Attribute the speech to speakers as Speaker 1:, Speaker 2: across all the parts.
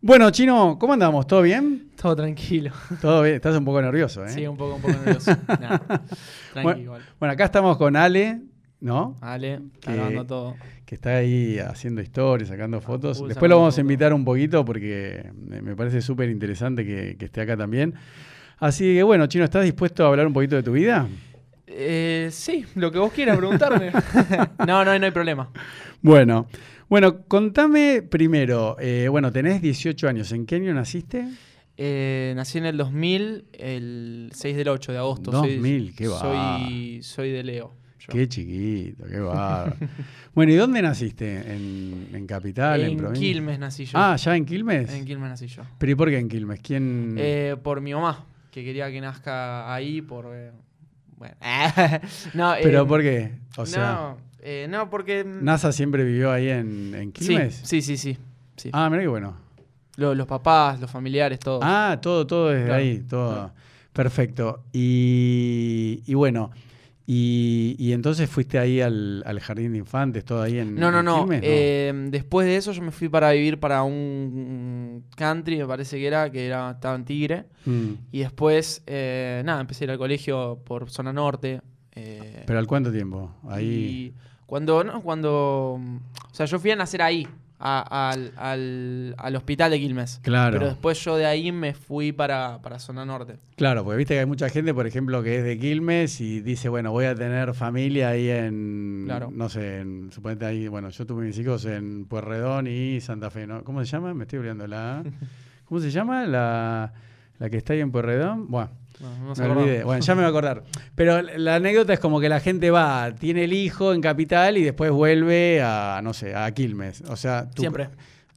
Speaker 1: Bueno, Chino, ¿cómo andamos? ¿Todo bien?
Speaker 2: Todo tranquilo.
Speaker 1: Todo bien, estás un poco nervioso, ¿eh?
Speaker 2: Sí, un poco, un poco nervioso. Nah, tranqui
Speaker 1: Bueno. Eh.
Speaker 2: igual.
Speaker 1: Bueno, acá estamos con Ale, ¿no?
Speaker 2: Ale, está
Speaker 1: Que-
Speaker 2: grabando todo.
Speaker 1: Que está ahí haciendo historias, sacando fotos.
Speaker 2: full
Speaker 1: Después
Speaker 2: Ah, sacando
Speaker 1: lo vamos a
Speaker 2: fotos.
Speaker 1: invitar un poquito porque eh, me parece súper interesante que, que esté acá también. Así que bueno, Chino, ¿estás dispuesto a hablar un poquito de tu vida?
Speaker 2: Eh, sí, lo que vos quieras preguntarme. no, no, no hay problema.
Speaker 1: Bueno, bueno, contame primero, eh, bueno, tenés 18 años, ¿en qué año naciste?
Speaker 2: Eh, nací en el 2000, el 6 del 8 de agosto. Soy-
Speaker 1: 2000, qué va.
Speaker 2: Soy, soy de Leo. yo.
Speaker 1: Qué chiquito, qué bárbaro. bueno, ¿y dónde naciste? ¿En, en Capital? ¿En,
Speaker 2: en
Speaker 1: provincia?
Speaker 2: Quilmes nací yo.
Speaker 1: Ah, ¿ya Mm. en Quilmes?
Speaker 2: En Quilmes nací yo.
Speaker 1: ¿Pero y por qué en Quilmes? ¿Quién...?
Speaker 2: Eh, por mi mamá, que quería que nazca ahí por... eh, bueno. no, eh,
Speaker 1: ¿Pero por qué? O sea,
Speaker 2: no, eh, no, porque...
Speaker 1: ¿NASA siempre vivió ahí en, en
Speaker 2: sí,
Speaker 1: Quilmes?
Speaker 2: sí, sí, sí. sí.
Speaker 1: Ah, mira qué bueno.
Speaker 2: Lo- Los, papás, los familiares, todo.
Speaker 1: Ah, todo, todo desde
Speaker 2: Claro,
Speaker 1: ahí, todo.
Speaker 2: claro.
Speaker 1: Perfecto. Y, y bueno, y, y entonces fuiste ahí al, al jardín de infantes, todo ahí en
Speaker 2: No, no,
Speaker 1: en
Speaker 2: no.
Speaker 1: Quilmes,
Speaker 2: eh, después de eso yo me fui para vivir para un country, me parece que era, que era, estaba en Tigre.
Speaker 1: Mm.
Speaker 2: Y después, eh, nada, empecé a ir al colegio por zona norte. eh,
Speaker 1: ¿Pero al cuánto tiempo? Ahí.
Speaker 2: Y cuando, no, cuando... O sea, yo fui a nacer ahí, a- al, al- al hospital de Quilmes.
Speaker 1: Claro,
Speaker 2: Pero después yo de ahí me fui para, para zona norte.
Speaker 1: claro, porque viste que hay mucha gente, por ejemplo, que es de Quilmes y dice, bueno, voy a tener familia ahí en,
Speaker 2: Claro.
Speaker 1: no sé, en, suponete ahí, bueno, yo tuve mis hijos en Puerredón y Santa Fe, ¿no? ¿Cómo se llama? Me estoy olvidando la... ¿Cómo se llama? La, la que está ahí en Puerredón. Bueno,
Speaker 2: No, no nos
Speaker 1: Me
Speaker 2: acordamos.
Speaker 1: olvidé. Bueno, ya me voy a acordar. Pero la- la anécdota es como que la gente va, tiene el hijo en Capital y después vuelve a, no sé, a Quilmes. O sea, tu,
Speaker 2: Siempre.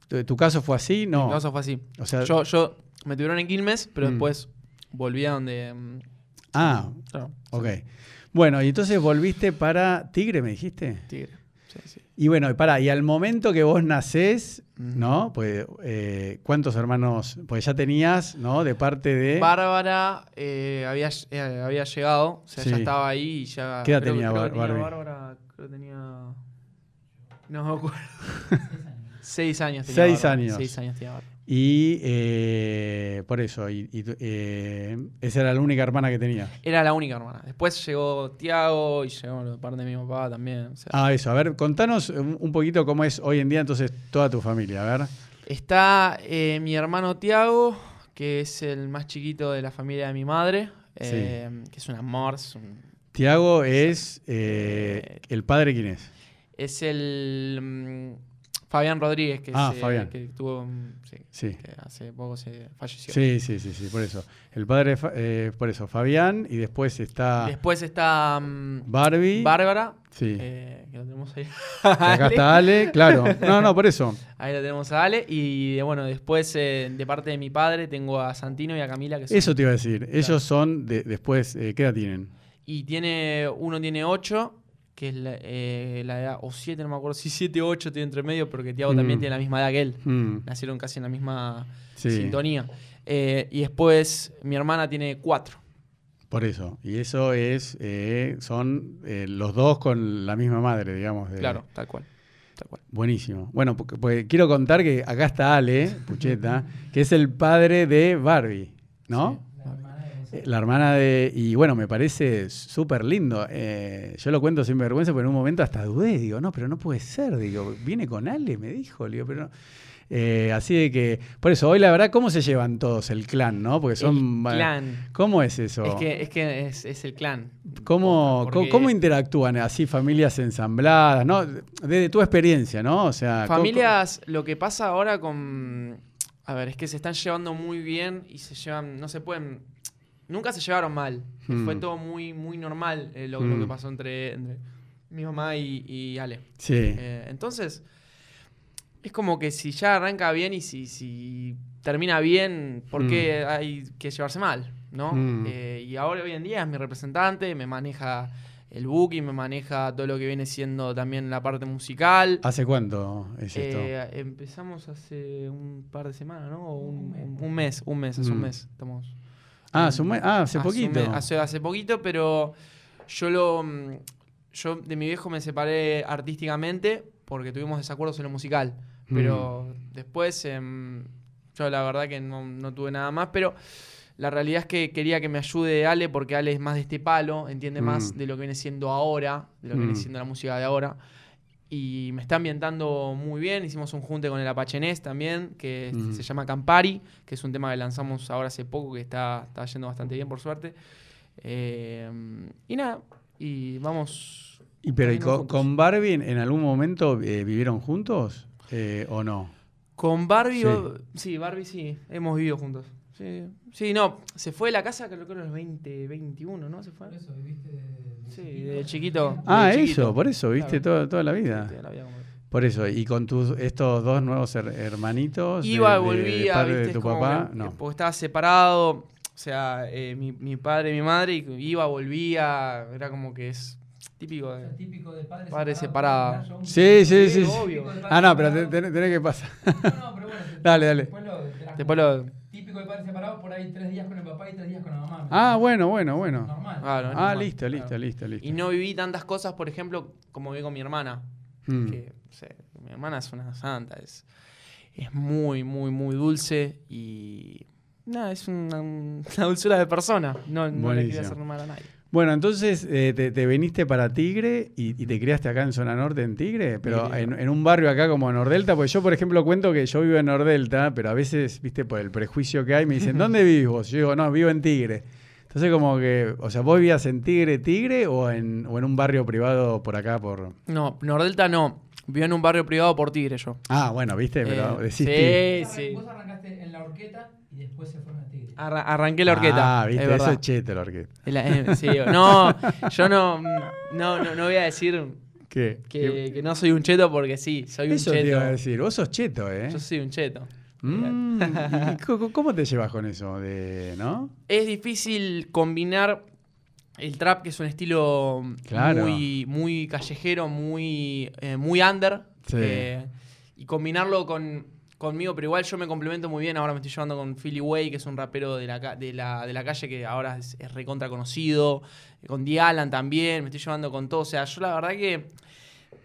Speaker 1: Tu, tu caso fue así? No.
Speaker 2: No, eso fue así.
Speaker 1: O sea,
Speaker 2: Yo, yo me tuvieron en Quilmes, pero
Speaker 1: Mm.
Speaker 2: después volví a donde. mm,
Speaker 1: ah,
Speaker 2: claro,
Speaker 1: ok. Bueno, y entonces volviste para Tigre, me dijiste.
Speaker 2: Tigre. Sí, sí.
Speaker 1: Y bueno, y para, y al momento que vos nacés, ¿no? Pues, eh, ¿cuántos hermanos? Pues ya tenías, ¿no? De parte de.
Speaker 2: Bárbara eh, había, eh, había llegado, o sea, ya
Speaker 1: Sí.
Speaker 2: estaba ahí y ya.
Speaker 1: ¿Qué edad
Speaker 2: creo que-
Speaker 1: tenía
Speaker 2: creo que
Speaker 1: Bar- Barbie?
Speaker 2: Bárbara? Creo que tenía. No me acuerdo. Seis años tenía.
Speaker 1: Seis
Speaker 2: Bárbara,
Speaker 1: años.
Speaker 2: Seis años tenía Bárbara.
Speaker 1: Y eh, por eso, y, y tu- eh, esa era la única hermana que tenías.
Speaker 2: Era la única hermana. Después llegó Tiago y llegó de parte de mi papá también. o sea,
Speaker 1: Ah, eso. A ver, contanos un un poquito cómo es hoy en día entonces toda tu familia. A ver.
Speaker 2: Está eh, mi hermano Tiago, que es el más chiquito de la familia de mi madre, eh, que es un amor, es un
Speaker 1: Tiago es eh, el padre, ¿quién es?
Speaker 2: es el mm, Fabián Rodríguez que,
Speaker 1: Ah,
Speaker 2: se-
Speaker 1: Fabián.
Speaker 2: que tuvo mm, sí,
Speaker 1: Sí.
Speaker 2: que hace poco se falleció.
Speaker 1: Sí, sí, sí, sí, por eso. El padre, de Fa- eh, por eso, Fabián, y después está
Speaker 2: Después está mm,
Speaker 1: Barbie.
Speaker 2: Bárbara,
Speaker 1: ah. sí.
Speaker 2: eh, que la tenemos ahí.
Speaker 1: Y acá está Ale, claro. No, no, por eso.
Speaker 2: Ahí la tenemos a Ale. Y eh, bueno, después eh, de parte de mi padre tengo a Santino y a Camila que son-
Speaker 1: Eso te iba a decir. Ellos son, de- después, eh, ¿qué edad tienen?
Speaker 2: Y tiene. Uno tiene ocho, que es la, eh, la edad. O siete, no me acuerdo. Si siete o ocho tiene entre medio, porque Tiago también
Speaker 1: Mm.
Speaker 2: tiene la misma edad que él.
Speaker 1: Mm,
Speaker 2: Nacieron casi en la misma
Speaker 1: sí,
Speaker 2: sintonía. Eh, y después mi hermana tiene cuatro.
Speaker 1: por eso. Y eso es, eh, son eh, los dos con la misma madre, digamos. de-
Speaker 2: Claro, tal cual. Tal cual.
Speaker 1: Buenísimo. Bueno, porque, porque quiero contar que acá está Ale, Pucheta, que es el padre de Barbie, ¿no? Eh, La hermana de... Y bueno, me parece súper lindo. Eh, yo lo cuento sin vergüenza, pero en un momento hasta dudé. Digo, no, pero no puede ser. Digo, viene con Ale, me dijo. Le digo, pero no. Eh, así de que... Por eso, hoy la verdad, ¿cómo se llevan todos el clan, no? Porque son...
Speaker 2: El clan.
Speaker 1: ¿Cómo es eso?
Speaker 2: Es que, es, que es, es el clan.
Speaker 1: ¿Cómo,
Speaker 2: Porque
Speaker 1: cómo- cómo interactúan así familias ensambladas? ¿no? Desde tu experiencia, ¿no? O sea, ¿cómo-
Speaker 2: Familias, lo que pasa ahora con. A ver, es que se están llevando muy bien y se llevan. No se pueden. Nunca se llevaron mal.
Speaker 1: Hmm.
Speaker 2: Fue todo muy, muy normal eh, lo, lo que
Speaker 1: Hmm.
Speaker 2: pasó entre, entre mi mamá y, y Ale.
Speaker 1: Sí.
Speaker 2: Eh, entonces, es como que si ya arranca bien y si, si termina bien, ¿por qué hay que llevarse mal? ¿no?
Speaker 1: Mm.
Speaker 2: Eh, y ahora hoy en día es mi representante, me maneja el booking, me maneja todo lo que viene siendo también la parte musical.
Speaker 1: ¿Hace cuánto es esto?
Speaker 2: Eh, empezamos hace un par de semanas, ¿no? O Un, un- un mes, un mes, hace
Speaker 1: Mm.
Speaker 2: un mes. Estamos.
Speaker 1: ah, hace, un mes- ah, hace poquito.
Speaker 2: un mes- Hace, hace poquito, pero yo lo. mm, Yo de mi viejo me separé
Speaker 1: Mm.
Speaker 2: artísticamente porque tuvimos desacuerdos en lo musical. Pero después em, Yo la verdad que no, no tuve nada más, pero la realidad es que quería que me ayude Ale porque Ale es más de este palo, entiende más
Speaker 1: Mm.
Speaker 2: de lo que viene siendo ahora, de lo que
Speaker 1: Mm.
Speaker 2: viene siendo la música de ahora. Y me está ambientando muy bien. Hicimos un junte con el Apachenés también, que
Speaker 1: Mm.
Speaker 2: se llama Campari, que es un tema que lanzamos ahora hace poco, que está, está yendo bastante bien, por suerte. Eh, y nada, y vamos.
Speaker 1: Y pero ¿y
Speaker 2: caminando
Speaker 1: con,
Speaker 2: juntos.
Speaker 1: con Barbie en- en algún momento eh, vivieron juntos eh, o no?
Speaker 2: Con Barbie,
Speaker 1: Sí.
Speaker 2: o- sí. Barbie sí, hemos vivido juntos. Sí, sí, no, se fue de la casa, creo que a los 20, 21, ¿no? Se fue.
Speaker 3: Por eso viviste de
Speaker 2: Sí, de chiquito.
Speaker 1: Ah,
Speaker 2: de chiquito.
Speaker 1: eso, por eso, viste
Speaker 2: Claro.
Speaker 1: toda, toda la vida.
Speaker 2: Sí, te la voy a comer.
Speaker 1: Por eso, y con tus estos dos nuevos her- hermanitos Pues de-
Speaker 2: Iba,
Speaker 1: de, de
Speaker 2: volvía,
Speaker 1: parte
Speaker 2: ¿viste?
Speaker 1: de
Speaker 2: Es
Speaker 1: tu
Speaker 2: como
Speaker 1: papá,
Speaker 2: que-
Speaker 1: no.
Speaker 2: Porque estaba separado, o sea, eh, mi, mi padre y mi madre, y iba, volvía, era como que es típico
Speaker 3: O sea,
Speaker 2: de...
Speaker 3: típico de padre,
Speaker 2: Padre separado.
Speaker 3: Yo un-
Speaker 1: Sí, sí, sí.
Speaker 2: Sí,
Speaker 1: sí.
Speaker 2: obvio.
Speaker 3: Típico de padre
Speaker 1: Ah, no, pero te-
Speaker 3: separado.
Speaker 1: tenés, tenés que pasar.
Speaker 3: No, no, pero bueno. te-
Speaker 1: Dale, dale.
Speaker 3: Después lo, te las
Speaker 2: Después lo...
Speaker 3: Típico de padre separado, por ahí tres días con el papá y tres días con la mamá.
Speaker 1: Ah, bueno, bueno, bueno.
Speaker 3: Normal.
Speaker 2: Ah, no,
Speaker 1: Ah,
Speaker 2: no,
Speaker 1: listo,
Speaker 2: claro.
Speaker 1: listo, listo, listo.
Speaker 2: Y no viví tantas cosas, por ejemplo, como viví con mi hermana.
Speaker 1: Mm.
Speaker 2: que, o sea, mi hermana es una santa, es, es muy, muy, muy dulce y... Nada, es una, una dulzura de persona. No, no le
Speaker 1: Buenísimo.
Speaker 2: quería hacer mal a nadie.
Speaker 1: Bueno, entonces eh, te, te viniste para Tigre y, y te criaste acá en zona norte, en Tigre, pero
Speaker 2: Tigre.
Speaker 1: en, en un barrio acá como Nordelta, porque yo, por ejemplo, cuento que yo vivo en Nordelta, pero a veces, viste, por el prejuicio que hay, me dicen, ¿dónde vivís vos? Yo digo, no, vivo en Tigre. Entonces, como que, o sea, ¿vos vivías en Tigre, Tigre o en, o en un barrio privado por acá? por
Speaker 2: No, Nordelta no. Vivo en un barrio privado por Tigre yo.
Speaker 1: Ah, bueno, viste, pero
Speaker 2: Eh,
Speaker 1: decís Tigre.
Speaker 2: sí,
Speaker 3: Vos arran-
Speaker 2: sí.
Speaker 3: Vos arrancaste en la horqueta y después se fueron a Tigre.
Speaker 2: Arra- arranqué la horqueta.
Speaker 1: Ah, viste,
Speaker 2: es
Speaker 1: eso
Speaker 2: verdad.
Speaker 1: es chete la horqueta.
Speaker 2: Es la- eh, sí, no, yo no, no, no, no voy a decir
Speaker 1: ¿Qué?
Speaker 2: que, que no soy un cheto porque sí, soy un
Speaker 1: Eso te iba a
Speaker 2: cheto.
Speaker 1: decir, vos sos cheto, ¿eh?
Speaker 2: Yo soy un cheto.
Speaker 1: Mm, ¿y co- ¿Cómo te llevas con eso? De, ¿No?
Speaker 2: Es difícil combinar el trap, que es un estilo
Speaker 1: Claro.
Speaker 2: muy, muy callejero, muy, eh, muy under,
Speaker 1: Sí.
Speaker 2: eh, y combinarlo con, conmigo, pero igual yo me complemento muy bien. Ahora me estoy llevando con Philly Way, que es un rapero de la, ca- de la, de la calle que ahora es, es recontra conocido, con D. Alan también, me estoy llevando con todo. O sea, yo la verdad que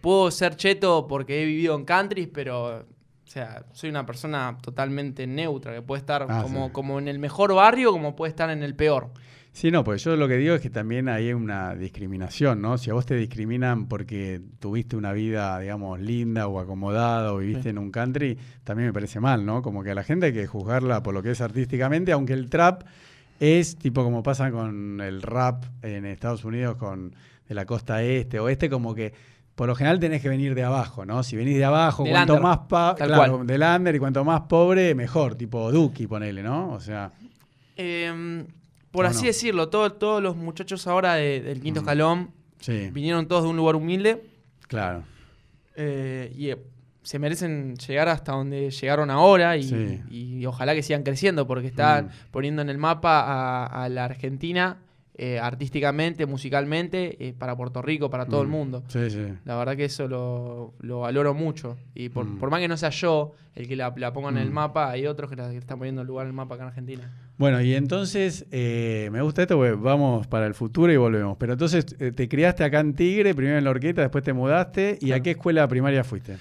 Speaker 2: puedo ser cheto porque he vivido en countries, pero... O sea, soy una persona totalmente neutra, que puede estar
Speaker 1: Ah,
Speaker 2: como,
Speaker 1: sí.
Speaker 2: como en el mejor barrio, como puede estar en el peor.
Speaker 1: Sí, no, pues yo lo que digo es que también hay una discriminación, ¿no? Si a vos te discriminan porque tuviste una vida, digamos, linda o acomodada o viviste
Speaker 2: Sí.
Speaker 1: en un country, también me parece mal, ¿no? Como que a la gente hay que juzgarla por lo que es artísticamente, aunque el trap es tipo como pasa con el rap en Estados Unidos con de la costa este o este, como que por lo general tenés que venir de abajo, ¿no? Si venís de abajo,
Speaker 2: Del
Speaker 1: cuanto
Speaker 2: under,
Speaker 1: más pa-
Speaker 2: tal
Speaker 1: claro,
Speaker 2: cual.
Speaker 1: del under y cuanto más pobre, mejor, tipo Duki, ponele, ¿no? O sea,
Speaker 2: Eh, por
Speaker 1: ¿O
Speaker 2: así
Speaker 1: no?
Speaker 2: decirlo, todo- todos los muchachos ahora de- del quinto
Speaker 1: Mm.
Speaker 2: escalón
Speaker 1: sí,
Speaker 2: vinieron todos de un lugar humilde
Speaker 1: claro.
Speaker 2: eh, y eh, se merecen llegar hasta donde llegaron ahora y,
Speaker 1: Sí.
Speaker 2: y ojalá que sigan creciendo porque están
Speaker 1: Mm.
Speaker 2: poniendo en el mapa a, a la Argentina eh, artísticamente, musicalmente, eh, para Puerto Rico, para todo el
Speaker 1: Mm.
Speaker 2: mundo.
Speaker 1: Sí, sí.
Speaker 2: La verdad que eso lo, lo valoro mucho. Y por,
Speaker 1: Mm.
Speaker 2: por más que no sea yo el que la, la ponga en el
Speaker 1: Mm.
Speaker 2: mapa, hay otros que la que están poniendo el lugar en el mapa acá en Argentina.
Speaker 1: Bueno, y entonces, eh, me gusta esto porque vamos para el futuro y volvemos. Pero entonces, eh, te criaste acá en Tigre, primero en la orquesta, después te mudaste. ¿Y a
Speaker 2: Claro.
Speaker 1: qué escuela primaria fuiste?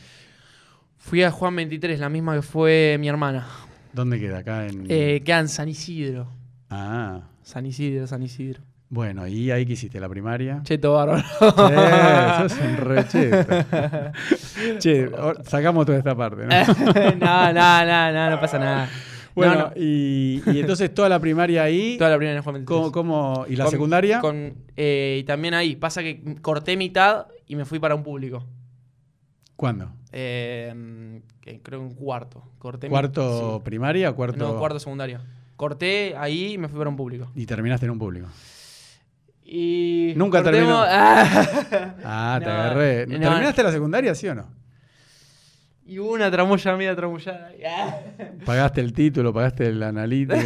Speaker 2: Fui a Juan 23, la misma que fue mi hermana.
Speaker 1: ¿Dónde queda? Acá en.
Speaker 2: Eh, queda en San Isidro.
Speaker 1: Ah,
Speaker 2: San Isidro, San Isidro.
Speaker 1: bueno, ¿y ahí que hiciste la primaria?
Speaker 2: Cheto bárbaro.
Speaker 1: Che, sos un recheto. che, ahora sacamos toda esta parte, ¿no?
Speaker 2: no, no, no, no, no pasa nada.
Speaker 1: Bueno,
Speaker 2: Eh, No, no.
Speaker 1: Y, y entonces toda la primaria ahí.
Speaker 2: Toda la primera en Juan 23.
Speaker 1: ¿cómo, cómo- y la
Speaker 2: Con-
Speaker 1: secundaria?
Speaker 2: Con, eh, y también ahí. Pasa que corté mitad y me fui para un público.
Speaker 1: ¿Cuándo?
Speaker 2: Eh, que creo que un cuarto. Corté mi-
Speaker 1: ¿Cuarto primaria o
Speaker 2: sí.
Speaker 1: cuarto.?
Speaker 2: No, cuarto secundario. Corté ahí y me fui para un público.
Speaker 1: Y terminaste en un público.
Speaker 2: Y.
Speaker 1: Nunca
Speaker 2: cortemos-
Speaker 1: terminó.
Speaker 2: Ah.
Speaker 1: Ah, te
Speaker 2: No,
Speaker 1: agarré.
Speaker 2: no.
Speaker 1: ¿Terminaste la secundaria, sí o no?
Speaker 2: y hubo una tramulla, media tramullada. Ah.
Speaker 1: Pagaste el título, pagaste el analítico.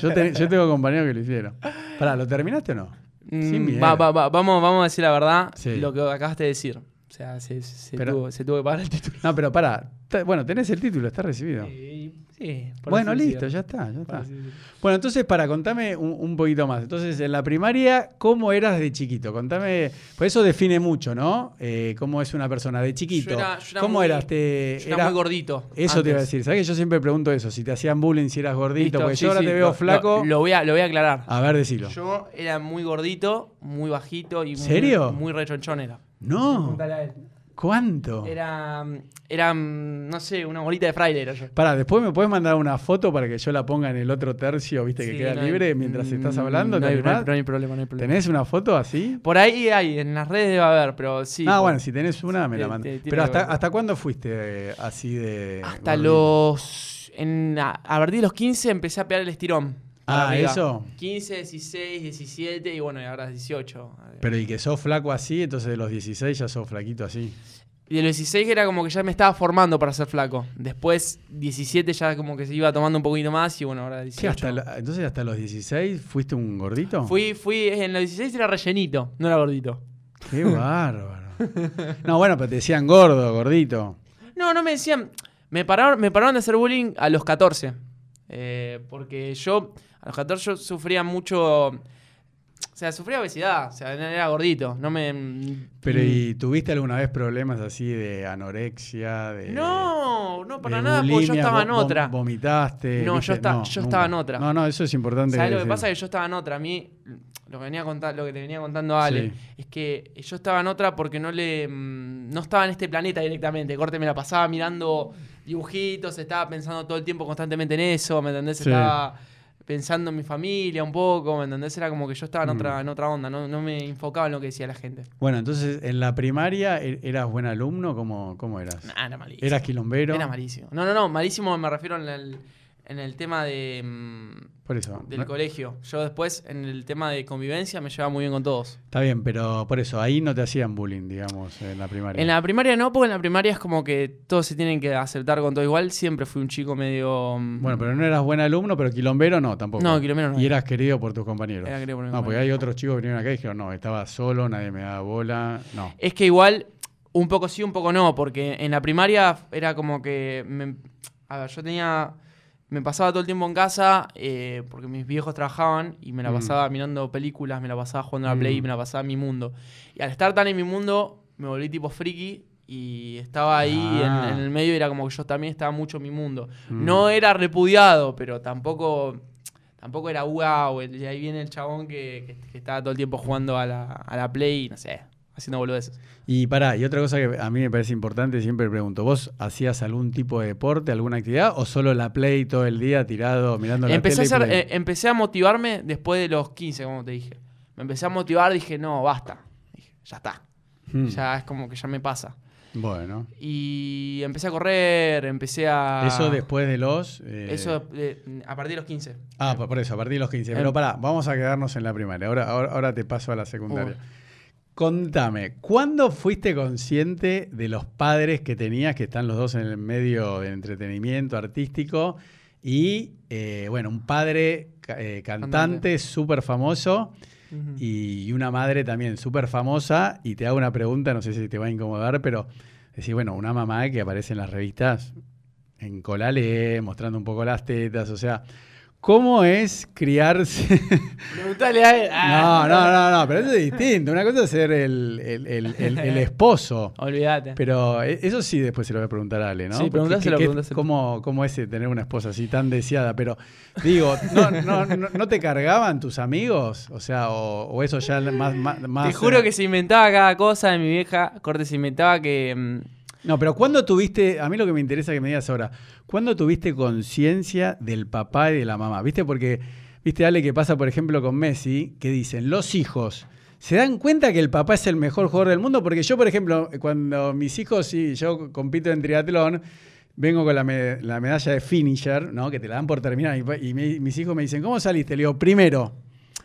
Speaker 1: Yo, te- yo tengo compañeros que lo hicieron. Pará, ¿lo terminaste o no? Sin
Speaker 2: Mm,
Speaker 1: miedo.
Speaker 2: va- va- va- vamos, vamos a decir la verdad,
Speaker 1: Sí.
Speaker 2: lo que acabaste de decir. O sea, se, se
Speaker 1: Pero-
Speaker 2: tuvo, se tuvo que pagar el título.
Speaker 1: No, pero pará. Está- Bueno, tenés el título, está recibido.
Speaker 2: Y Sí, por
Speaker 1: Bueno,
Speaker 2: así decirlo.
Speaker 1: listo, ya está, ya
Speaker 2: Por
Speaker 1: está.
Speaker 2: así decirlo.
Speaker 1: Bueno, entonces, para, contame un, un poquito más. Entonces, en la primaria, ¿cómo eras de chiquito? Contame, pues eso define mucho, ¿no? Eh, ¿Cómo es una persona de chiquito?
Speaker 2: Yo era- yo era
Speaker 1: ¿Cómo
Speaker 2: muy-
Speaker 1: eras? Te,
Speaker 2: Yo era,
Speaker 1: era-
Speaker 2: muy gordito.
Speaker 1: Eso te iba a
Speaker 2: antes.
Speaker 1: decir. ¿Sabes que yo siempre pregunto eso? Si te hacían bullying, si eras gordito,
Speaker 2: Listo,
Speaker 1: porque
Speaker 2: sí,
Speaker 1: yo ahora
Speaker 2: sí,
Speaker 1: te veo
Speaker 2: lo- lo-
Speaker 1: flaco. Ah,
Speaker 2: Lo, voy a, lo voy a aclarar.
Speaker 1: A ver, decilo.
Speaker 2: Yo era muy gordito, muy bajito y muy,
Speaker 1: ¿Serio?
Speaker 2: muy rechonchón era.
Speaker 1: No,
Speaker 2: Preguntale a él.
Speaker 1: ¿cuánto?
Speaker 2: Era, mm, era, mm, no sé, una bolita de fraile era yo.
Speaker 1: Para, después me puedes mandar una foto para que yo la ponga en el otro tercio, viste, que
Speaker 2: Sí,
Speaker 1: queda
Speaker 2: no hay-
Speaker 1: libre mientras estás
Speaker 2: mm,
Speaker 1: hablando.
Speaker 2: No
Speaker 1: ¿te
Speaker 2: hay, no hay-
Speaker 1: animás?
Speaker 2: no hay problema, no hay problema.
Speaker 1: ¿Tenés una foto así?
Speaker 2: Por ahí hay, en las redes debe haber, pero sí.
Speaker 1: ah,
Speaker 2: por-
Speaker 1: bueno, si tenés una, me la
Speaker 2: te-
Speaker 1: mandas.
Speaker 2: te- tiene
Speaker 1: Pero
Speaker 2: que
Speaker 1: hasta,
Speaker 2: ver.
Speaker 1: ¿hasta cuándo fuiste eh, así de.
Speaker 2: Hasta
Speaker 1: gordito?
Speaker 2: los. En, a, a partir de los 15 empecé a pegar el estirón. para
Speaker 1: Ah,
Speaker 2: arriba.
Speaker 1: eso.
Speaker 2: 15, 16, 17 y bueno, y ahora 18.
Speaker 1: Pero y que sos flaco así, entonces de los 16 ya sos flaquito así.
Speaker 2: Y de los 16 era como que ya me estaba formando para ser flaco. Después, 17 ya como que se iba tomando un poquito más y bueno, ahora
Speaker 1: Sí,
Speaker 2: 18.
Speaker 1: hasta la- entonces hasta los 16 fuiste un gordito.
Speaker 2: Fui, fui, en los 16 era rellenito, no era gordito.
Speaker 1: Qué bárbaro. No, bueno, pero te decían gordo, gordito.
Speaker 2: No, no me decían. Me pararon, me pararon de hacer bullying a los 14. Eh, porque yo, a los 14 yo sufría mucho. O sea, sufría obesidad. O sea, no era gordito. No me.
Speaker 1: Pero
Speaker 2: Mm.
Speaker 1: ¿y tuviste alguna vez problemas así de anorexia? De,
Speaker 2: No, no, para
Speaker 1: de
Speaker 2: nada, porque yo
Speaker 1: bulimia,
Speaker 2: estaba en
Speaker 1: vo- vo-
Speaker 2: otra.
Speaker 1: ¿Vomitaste?
Speaker 2: No,
Speaker 1: viste?
Speaker 2: yo esta- yo estaba en otra.
Speaker 1: No, no, eso es importante.
Speaker 2: ¿Sabes lo que
Speaker 1: decir.
Speaker 2: pasa? Que yo estaba en otra. A mí, lo que, venía a contar, lo que te venía contando a Ale,
Speaker 1: Sí.
Speaker 2: es que yo estaba en otra porque no le mm, no estaba en este planeta directamente. Corte, me la pasaba mirando dibujitos, estaba pensando todo el tiempo constantemente en eso, ¿me entendés?
Speaker 1: Sí.
Speaker 2: Estaba pensando en mi familia un poco, ¿me entendés? Era como que yo estaba en,
Speaker 1: Mm.
Speaker 2: otra, en otra onda, no, no me enfocaba en lo que decía la gente.
Speaker 1: Bueno, entonces en la primaria er- eras buen alumno, ¿cómo, cómo eras?
Speaker 2: Nah, Ah, era malísimo.
Speaker 1: ¿Eras quilombero?
Speaker 2: Era malísimo. No, no, no, malísimo me refiero en el, en el tema de, mm,
Speaker 1: Por eso.
Speaker 2: del
Speaker 1: no-
Speaker 2: colegio. Yo después, en el tema de convivencia, me llevaba muy bien con todos.
Speaker 1: Está bien, pero por eso, ahí no te hacían bullying, digamos, en la primaria.
Speaker 2: En la primaria no, porque en la primaria es como que todos se tienen que aceptar con todo igual. Siempre fui un chico medio. mm,
Speaker 1: Bueno, pero no eras buen alumno, pero quilombero no, tampoco.
Speaker 2: No, quilombero no
Speaker 1: Y
Speaker 2: era.
Speaker 1: eras querido por tus compañeros.
Speaker 2: Era querido por mis
Speaker 1: no, porque
Speaker 2: compañeros.
Speaker 1: hay otros chicos que vinieron acá y dijeron, no, estaba solo, nadie me daba bola. No.
Speaker 2: Es que igual, un poco sí, un poco no, porque en la primaria era como que. me- a ver, yo tenía. Me pasaba todo el tiempo en casa eh, porque mis viejos trabajaban y me la
Speaker 1: Mm.
Speaker 2: pasaba mirando películas, me la pasaba jugando a la Play,
Speaker 1: Mm.
Speaker 2: me la pasaba en mi mundo. Y al estar tan en mi mundo, me volví tipo friki y estaba ahí
Speaker 1: Ah.
Speaker 2: en, en el medio y era como que yo también estaba mucho en mi mundo.
Speaker 1: Mm.
Speaker 2: No era repudiado, pero tampoco tampoco era wow. el- Y ahí viene el chabón que, que- que estaba todo el tiempo jugando a la, a la Play, no sé, haciendo boludeces.
Speaker 1: Y pará, y otra cosa que a mí me parece importante, siempre pregunto, ¿vos hacías algún tipo de deporte, alguna actividad, o solo la play todo el día tirado, mirando la
Speaker 2: empecé,
Speaker 1: tele
Speaker 2: a
Speaker 1: y
Speaker 2: hacer-
Speaker 1: Play?
Speaker 2: eh, empecé a motivarme después de los 15, como te dije. Me empecé a motivar, dije, no, basta. Dije, ya está.
Speaker 1: Mm.
Speaker 2: eh, Ya es como que ya me pasa.
Speaker 1: Bueno.
Speaker 2: Y empecé a correr, empecé a.
Speaker 1: Eso después de los... eh,
Speaker 2: Ah. Eso de- a partir de los 15.
Speaker 1: Ah, por por eso, a partir de los 15.
Speaker 2: Em-
Speaker 1: Pero pará, vamos a quedarnos en la primaria. Ahora, ahora, ahora te paso a la secundaria.
Speaker 2: Uh.
Speaker 1: Contame, ¿cuándo fuiste consciente de los padres que tenías, que están los dos en el medio del entretenimiento artístico? Y, eh, bueno, un padre ca- eh, cantante
Speaker 2: Cantante.
Speaker 1: súper famoso
Speaker 2: Ujú.
Speaker 1: y una madre también súper famosa. Y te hago una pregunta, no sé si te va a incomodar, pero decir, bueno, una mamá que aparece en las revistas en Colale, mostrando un poco las tetas, o sea, ¿cómo es criarse?
Speaker 2: Preguntale a él.
Speaker 1: no,
Speaker 2: Ah,
Speaker 1: no, no, no, pero eso es distinto. Una cosa es ser el, el- el- el- el esposo.
Speaker 2: Olvídate.
Speaker 1: Pero e- eso sí, después se lo voy a preguntar a Ale, ¿no?
Speaker 2: Sí,
Speaker 1: Porque
Speaker 2: preguntáselo,
Speaker 1: qué- qué-
Speaker 2: preguntáselo.
Speaker 1: ¿cómo, ¿Cómo es tener una esposa así tan deseada? Pero digo, ¿no, no, no, no te cargaban tus amigos? O sea, o, o eso ya más... más, más- eh.
Speaker 2: Te juro que se inventaba cada cosa de mi vieja. Corte, se inventaba que. mm,
Speaker 1: No, pero ¿cuándo tuviste, a mí lo que me interesa que me digas ahora, ¿cuándo tuviste conciencia del papá y de la mamá? ¿Viste? Porque, viste, Ale, que pasa, por ejemplo, con Messi, que dicen, los hijos, ¿se dan cuenta que el papá es el mejor jugador del mundo? Porque yo, por ejemplo, cuando mis hijos, sí, yo compito en triatlón, vengo con la, me- la medalla de finisher, ¿no? Que te la dan por terminar, y, pa- y mi- mis hijos me dicen, ¿cómo saliste? Le digo, primero.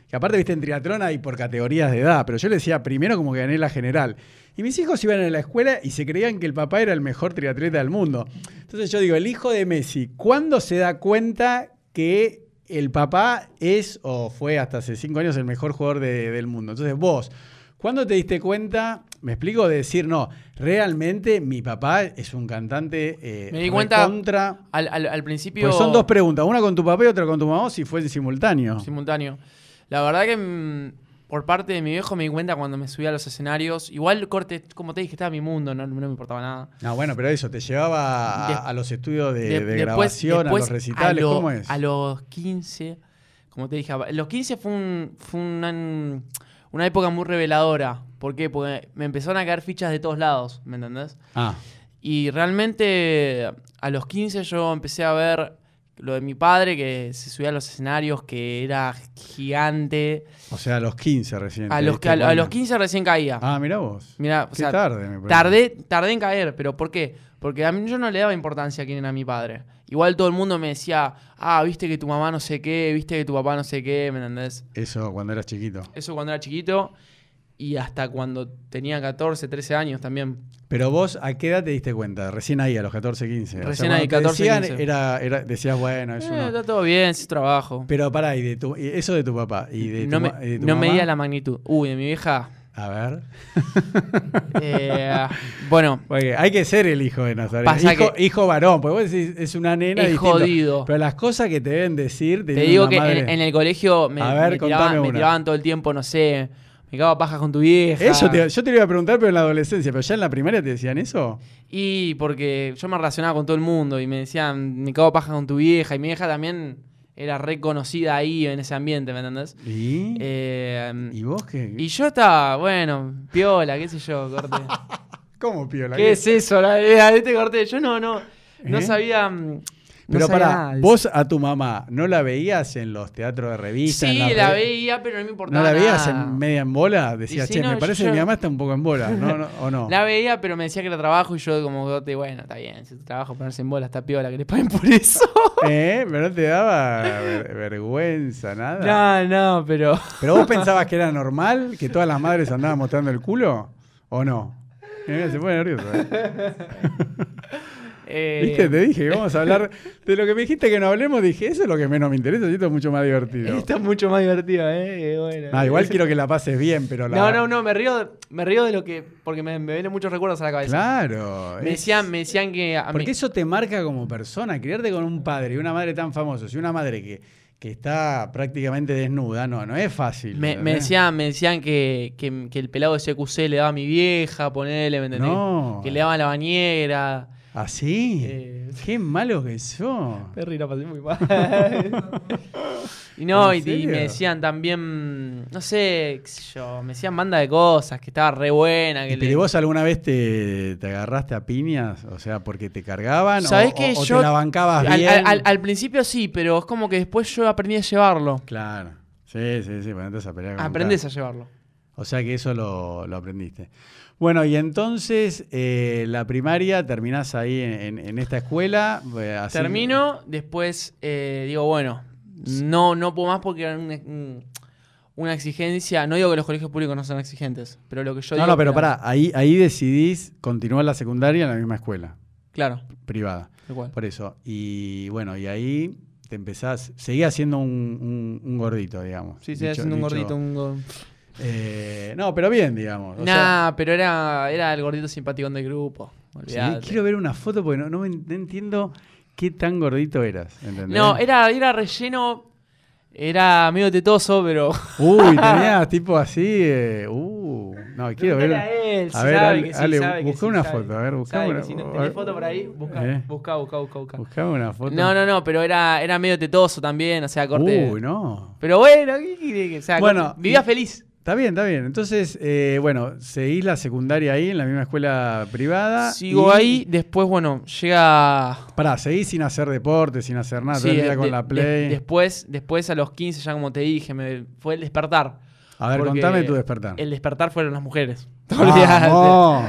Speaker 1: Que aparte, viste, en triatlón hay por categorías de edad, pero yo le decía primero como que gané la general. Y mis hijos iban a la escuela y se creían que el papá era el mejor triatleta del mundo. Entonces yo digo, el hijo de Messi, ¿cuándo se da cuenta que el papá es o fue hasta hace cinco años el mejor jugador de- del mundo? Entonces vos, ¿cuándo te diste cuenta me explico de decir, no, realmente mi papá es un cantante eh,
Speaker 2: Me di cuenta-
Speaker 1: contra.
Speaker 2: Al, al- al principio.
Speaker 1: Pues son dos preguntas, una con tu papá y otra con tu mamá, si fue en simultáneo.
Speaker 2: simultáneo. La verdad que mm, por parte de mi viejo me di cuenta cuando me subía a los escenarios. Igual corte, como te dije, estaba en mi mundo, no, no me importaba nada.
Speaker 1: No, bueno, pero eso, te llevaba a,
Speaker 2: De-
Speaker 1: a los estudios de,
Speaker 2: De-
Speaker 1: de grabación, a los
Speaker 2: después,
Speaker 1: recitales,
Speaker 2: a lo-
Speaker 1: ¿cómo es?
Speaker 2: A los 15, como te dije, a los 15 fue, un- fue una, una época muy reveladora. ¿Por qué? Porque me empezaron a caer fichas de todos lados, ¿me entendés?
Speaker 1: Ah,
Speaker 2: Y realmente a los 15 yo empecé a ver lo de mi padre que se subía a los escenarios, que era gigante.
Speaker 1: o sea, a los 15 recién.
Speaker 2: A
Speaker 1: te
Speaker 2: los,
Speaker 1: diste
Speaker 2: a, a los
Speaker 1: cuenta.
Speaker 2: 15 recién caía.
Speaker 1: Ah, mirá vos.
Speaker 2: Mira, o
Speaker 1: Qué
Speaker 2: sea,
Speaker 1: tarde, me parece.
Speaker 2: tardé, tardé en caer, pero ¿por qué? Porque a mí yo no le daba importancia a quién era mi padre. Igual todo el mundo me decía, ah, viste que tu mamá no sé qué, viste que tu papá no sé qué, ¿me entendés?
Speaker 1: Eso cuando eras chiquito.
Speaker 2: Eso cuando era chiquito y hasta cuando tenía 14, 13 años también.
Speaker 1: Pero vos, ¿a qué edad te diste cuenta? Recién ahí, a los 14, 15. O sea,
Speaker 2: Recién
Speaker 1: cuando
Speaker 2: ahí,
Speaker 1: te
Speaker 2: 14,
Speaker 1: decían,
Speaker 2: 15.
Speaker 1: Era, era- decías, bueno, es
Speaker 2: Eh,
Speaker 1: uno.
Speaker 2: Está todo bien, sí trabajo.
Speaker 1: Pero pará, y de tu, y eso de tu papá y de eh, tu,
Speaker 2: no me,
Speaker 1: ma- y de tu
Speaker 2: no medía
Speaker 1: mamá.
Speaker 2: la magnitud. Uy, de mi vieja.
Speaker 1: A ver.
Speaker 2: eh, bueno,
Speaker 1: Porque hay que ser el hijo de Nazareno.
Speaker 2: Pasa
Speaker 1: Hijo,
Speaker 2: que-
Speaker 1: hijo varón, porque vos decís, es una nena
Speaker 2: es
Speaker 1: distinto.
Speaker 2: jodido.
Speaker 1: Pero las cosas que te deben decir,
Speaker 2: Te
Speaker 1: teniendo
Speaker 2: digo
Speaker 1: una
Speaker 2: que
Speaker 1: madre-
Speaker 2: en, en el colegio me,
Speaker 1: A ver,
Speaker 2: me
Speaker 1: contame
Speaker 2: tiraban, me
Speaker 1: una.
Speaker 2: tiraban todo el tiempo, no sé, me cagaba paja con tu vieja.
Speaker 1: Eso te- yo te lo iba a preguntar, pero en la adolescencia, pero ya en la primaria te decían eso.
Speaker 2: Y porque yo me relacionaba con todo el mundo y me decían, me cago paja con tu vieja. Y mi vieja también era reconocida ahí en ese ambiente, ¿me entendés?
Speaker 1: ¿Y,
Speaker 2: Eh,
Speaker 1: ¿Y vos qué?
Speaker 2: y yo estaba, bueno, piola, qué sé yo, corte.
Speaker 1: ¿Cómo piola?
Speaker 2: ¿Qué es eso? La idea de este corte. Yo no, no, no
Speaker 1: ¿Eh?
Speaker 2: sabía. mm, no
Speaker 1: Pero
Speaker 2: sabía
Speaker 1: para
Speaker 2: nada de
Speaker 1: vos a tu mamá, ¿no la veías en los teatros de revista? en
Speaker 2: Sí,
Speaker 1: las
Speaker 2: la
Speaker 1: re-
Speaker 2: veía, pero no me
Speaker 1: ¿No
Speaker 2: importaba.
Speaker 1: la veías
Speaker 2: nada.
Speaker 1: en media en bola? Decías,
Speaker 2: sí,
Speaker 1: che,
Speaker 2: no,
Speaker 1: me
Speaker 2: yo-
Speaker 1: parece
Speaker 2: yo-
Speaker 1: que mi mamá está un poco en bola, ¿no? no ¿O no?
Speaker 2: La veía, pero me decía que era trabajo y yo como, "Gote, bueno, está bien, si tu trabajo es ponerse en bola, está piola, que le paguen por eso.
Speaker 1: ¿Eh? Pero no te daba ver- vergüenza, nada.
Speaker 2: No, no, pero...
Speaker 1: ¿Pero vos pensabas que era normal que todas las madres andaban mostrando el culo? ¿O no? Mira, mira, se pone nervioso. ¿eh?
Speaker 2: eh,
Speaker 1: ¿Viste? Te dije que vamos a hablar de lo que me dijiste que no hablemos. Dije, eso es lo que menos me interesa y esto es mucho más divertido.
Speaker 2: Está mucho más divertido, ¿eh? eh, Bueno,
Speaker 1: Ah, igual quiero que la pases bien, pero la.
Speaker 2: No, no, no, me río, de- me río de lo que... Porque me, me vienen muchos recuerdos a la cabeza.
Speaker 1: Claro.
Speaker 2: Me
Speaker 1: es-
Speaker 2: decían, me decían que... A mí,
Speaker 1: Porque eso te marca como persona. Criarte con un padre y una madre tan famosos y una madre que, que está prácticamente desnuda, no, no es fácil. ¿eh?
Speaker 2: me, me
Speaker 1: ¿entendés?
Speaker 2: decían, me decían que, que- que el pelado de CQC le daba a mi vieja, ponele, ¿me entendés?
Speaker 1: No.
Speaker 2: Que le daban la bañera.
Speaker 1: ¿Así?
Speaker 2: Eh,
Speaker 1: ¿Ah, Qué malos que son.
Speaker 2: Perry la pasé muy mal. y no,
Speaker 1: ¿En
Speaker 2: y, y
Speaker 1: serio?
Speaker 2: me decían también, no sé, qué sé yo, me decían banda de cosas, que estaba re buena. Que
Speaker 1: ¿Y
Speaker 2: le-
Speaker 1: pero vos alguna vez te, te agarraste a piñas? O sea, porque te cargaban
Speaker 2: ¿Sabés
Speaker 1: Ah, o,
Speaker 2: que
Speaker 1: o- o
Speaker 2: yo-
Speaker 1: te la bancabas
Speaker 2: al, al-
Speaker 1: bien.
Speaker 2: al- al principio sí, pero es como que después yo aprendí a llevarlo.
Speaker 1: Claro. Sí, sí, sí, aprendes a pelear con un
Speaker 2: Aprendes
Speaker 1: crack.
Speaker 2: a llevarlo.
Speaker 1: O sea que eso lo, lo aprendiste. Bueno, y entonces eh, la primaria terminás ahí en, en- en esta escuela. eh, así-
Speaker 2: Termino, después eh, digo, bueno, no, no puedo más porque era una, un- una exigencia. No digo que los colegios públicos no sean exigentes, pero lo que yo
Speaker 1: No,
Speaker 2: digo.
Speaker 1: no, pero
Speaker 2: que era-
Speaker 1: pará, ahí, ahí decidís continuar la secundaria en la misma escuela
Speaker 2: Claro,
Speaker 1: privada.
Speaker 2: tal cual.
Speaker 1: Por eso. Y bueno, y ahí te empezás, seguías siendo un, un- un gordito, digamos.
Speaker 2: Sí, sí,
Speaker 1: Dicho-
Speaker 2: haciendo un
Speaker 1: dicho-
Speaker 2: gordito, un gor-
Speaker 1: Eh, no, pero bien, digamos. O sea,
Speaker 2: nah, pero era, era el gordito simpaticón del grupo.
Speaker 1: sí,
Speaker 2: olvidate.
Speaker 1: quiero ver una foto porque no, no en- no entiendo qué tan gordito eras. ¿entendés?
Speaker 2: No, era, era relleno. Era medio tetoso, pero.
Speaker 1: Uy, tenías tipo así. eh, uh, no, quiero ver.
Speaker 2: Preguntale a él, si
Speaker 1: a ver,
Speaker 2: sabe
Speaker 1: Ale-
Speaker 2: que sí,
Speaker 1: Ale,
Speaker 2: sabe que
Speaker 1: busca
Speaker 2: sí,
Speaker 1: una
Speaker 2: sabe.
Speaker 1: foto, a ver, busca
Speaker 2: Sabe
Speaker 1: una-
Speaker 2: que si no tenés foto por ahí, busca,
Speaker 1: Eh.
Speaker 2: busca, busca, busca, busca.
Speaker 1: Buscame una foto.
Speaker 2: No, no, no, pero era, era medio tetoso también, o sea, corte.
Speaker 1: Uy, no.
Speaker 2: Pero bueno, ¿qué quiere que- o sea,
Speaker 1: Bueno,
Speaker 2: corte, vivía
Speaker 1: y-
Speaker 2: feliz.
Speaker 1: Está bien, está bien. Entonces, eh, bueno, seguís la secundaria ahí en la misma escuela privada.
Speaker 2: Sigo
Speaker 1: y-
Speaker 2: ahí, después, bueno, llega.
Speaker 1: Pará, seguís sin hacer deporte, sin hacer nada,
Speaker 2: sí,
Speaker 1: todo el día
Speaker 2: de-
Speaker 1: Ah, con
Speaker 2: de-
Speaker 1: la Play.
Speaker 2: después, después a los 15, ya como te dije, me, fue el despertar.
Speaker 1: a ver,
Speaker 2: porque
Speaker 1: contame tu despertar.
Speaker 2: El despertar fueron las mujeres. Olvídate.
Speaker 1: ¡Vamos!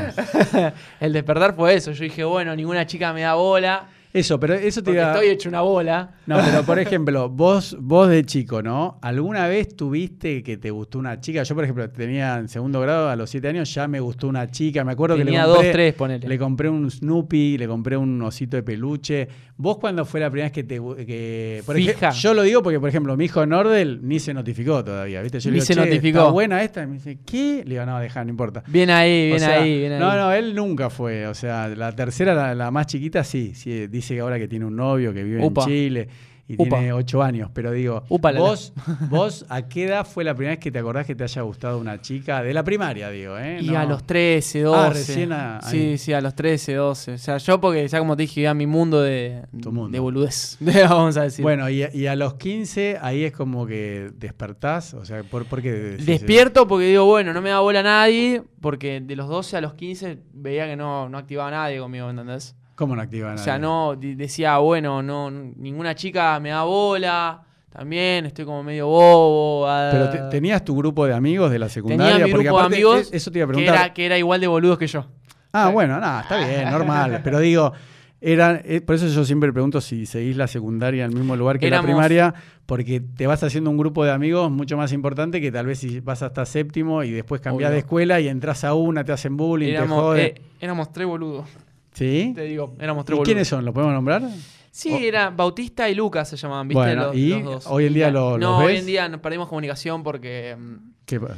Speaker 2: El despertar fue eso. Yo dije, bueno, ninguna chica me da bola.
Speaker 1: Eso, pero eso te
Speaker 2: Porque
Speaker 1: iba-
Speaker 2: estoy hecho una bola.
Speaker 1: No, pero por ejemplo, vos, vos de chico, ¿no? ¿Alguna vez tuviste que te gustó una chica? Yo, por ejemplo, tenía en segundo grado, a los siete años, ya me gustó una chica. Me acuerdo que
Speaker 2: Tenía
Speaker 1: le
Speaker 2: dos,
Speaker 1: compré,
Speaker 2: tres, ponele.
Speaker 1: le compré un Snoopy, le compré un osito de peluche. ¿Vos cuándo fue la primera vez que te... gu- Que, por
Speaker 2: Fija.
Speaker 1: ejemplo, yo lo digo porque, por ejemplo, mi hijo Nordel ni se notificó todavía, ¿viste? Yo le
Speaker 2: Ni
Speaker 1: digo,
Speaker 2: se
Speaker 1: "Che,
Speaker 2: notificó.
Speaker 1: ¿Está buena esta? Y me dice, ¿qué? Le digo, no, deja, no importa.
Speaker 2: Bien ahí, bien
Speaker 1: O sea,
Speaker 2: ahí, bien ahí.
Speaker 1: No, no, él nunca fue. O sea, la tercera, la, la más chiquita, sí, sí. Dice que ahora que tiene un novio que vive
Speaker 2: Upa.
Speaker 1: en Chile y
Speaker 2: Upa.
Speaker 1: tiene ocho años. Pero digo,
Speaker 2: Upa, la, la.
Speaker 1: vos, vos, ¿a qué edad fue la primera vez que te acordás que te haya gustado una chica? De la primaria, digo, ¿eh?
Speaker 2: Y
Speaker 1: No. Ah,
Speaker 2: a los 13, 12.
Speaker 1: recién a-
Speaker 2: sí,
Speaker 1: ahí.
Speaker 2: sí, a los 13, 12. O sea, yo porque ya como te dije, iba a mi mundo de,
Speaker 1: Tu mundo.
Speaker 2: de boludez. Vamos a decir.
Speaker 1: Bueno, y, y a los 15, ahí es como que despertás. O sea, ¿por, por qué? decís eso?
Speaker 2: Despierto porque digo, bueno, no me da bola a nadie, porque de los 12 a los 15 veía que no, no activaba nadie conmigo, ¿entendés?
Speaker 1: ¿Cómo no activan?
Speaker 2: O sea, no, di- decía, bueno, no, n- ninguna chica me da bola, también estoy como medio bobo. ah.
Speaker 1: Pero te- tenías tu grupo de amigos de la secundaria.
Speaker 2: mi
Speaker 1: porque
Speaker 2: grupo de
Speaker 1: aparte,
Speaker 2: amigos
Speaker 1: es- eso te iba a
Speaker 2: que,
Speaker 1: preguntar.
Speaker 2: era, que era igual de boludos que yo.
Speaker 1: Ah, bueno, nada, está bien, normal. Pero digo, eran, eh, por eso yo siempre pregunto si seguís la secundaria en el mismo lugar que
Speaker 2: Éramos-
Speaker 1: la primaria, porque te vas haciendo un grupo de amigos mucho más importante que tal vez si vas hasta séptimo y después cambiás
Speaker 2: Obvio.
Speaker 1: de escuela y entras a una, te hacen bullying, te
Speaker 2: Éramos,
Speaker 1: joden.
Speaker 2: eh, éramos tres boludos,
Speaker 1: ¿Sí?
Speaker 2: te digo, éramos tres
Speaker 1: ¿Y
Speaker 2: boludos.
Speaker 1: quiénes son? ¿Los podemos nombrar?
Speaker 2: Sí,
Speaker 1: O-
Speaker 2: era Bautista y Lucas se llamaban, ¿viste?
Speaker 1: Bueno,
Speaker 2: los,
Speaker 1: ¿y
Speaker 2: los dos.
Speaker 1: hoy en día
Speaker 2: Ya.
Speaker 1: lo-
Speaker 2: No,
Speaker 1: los
Speaker 2: hoy
Speaker 1: ves?
Speaker 2: en día nos perdimos comunicación porque. mm,
Speaker 1: Que- bueno,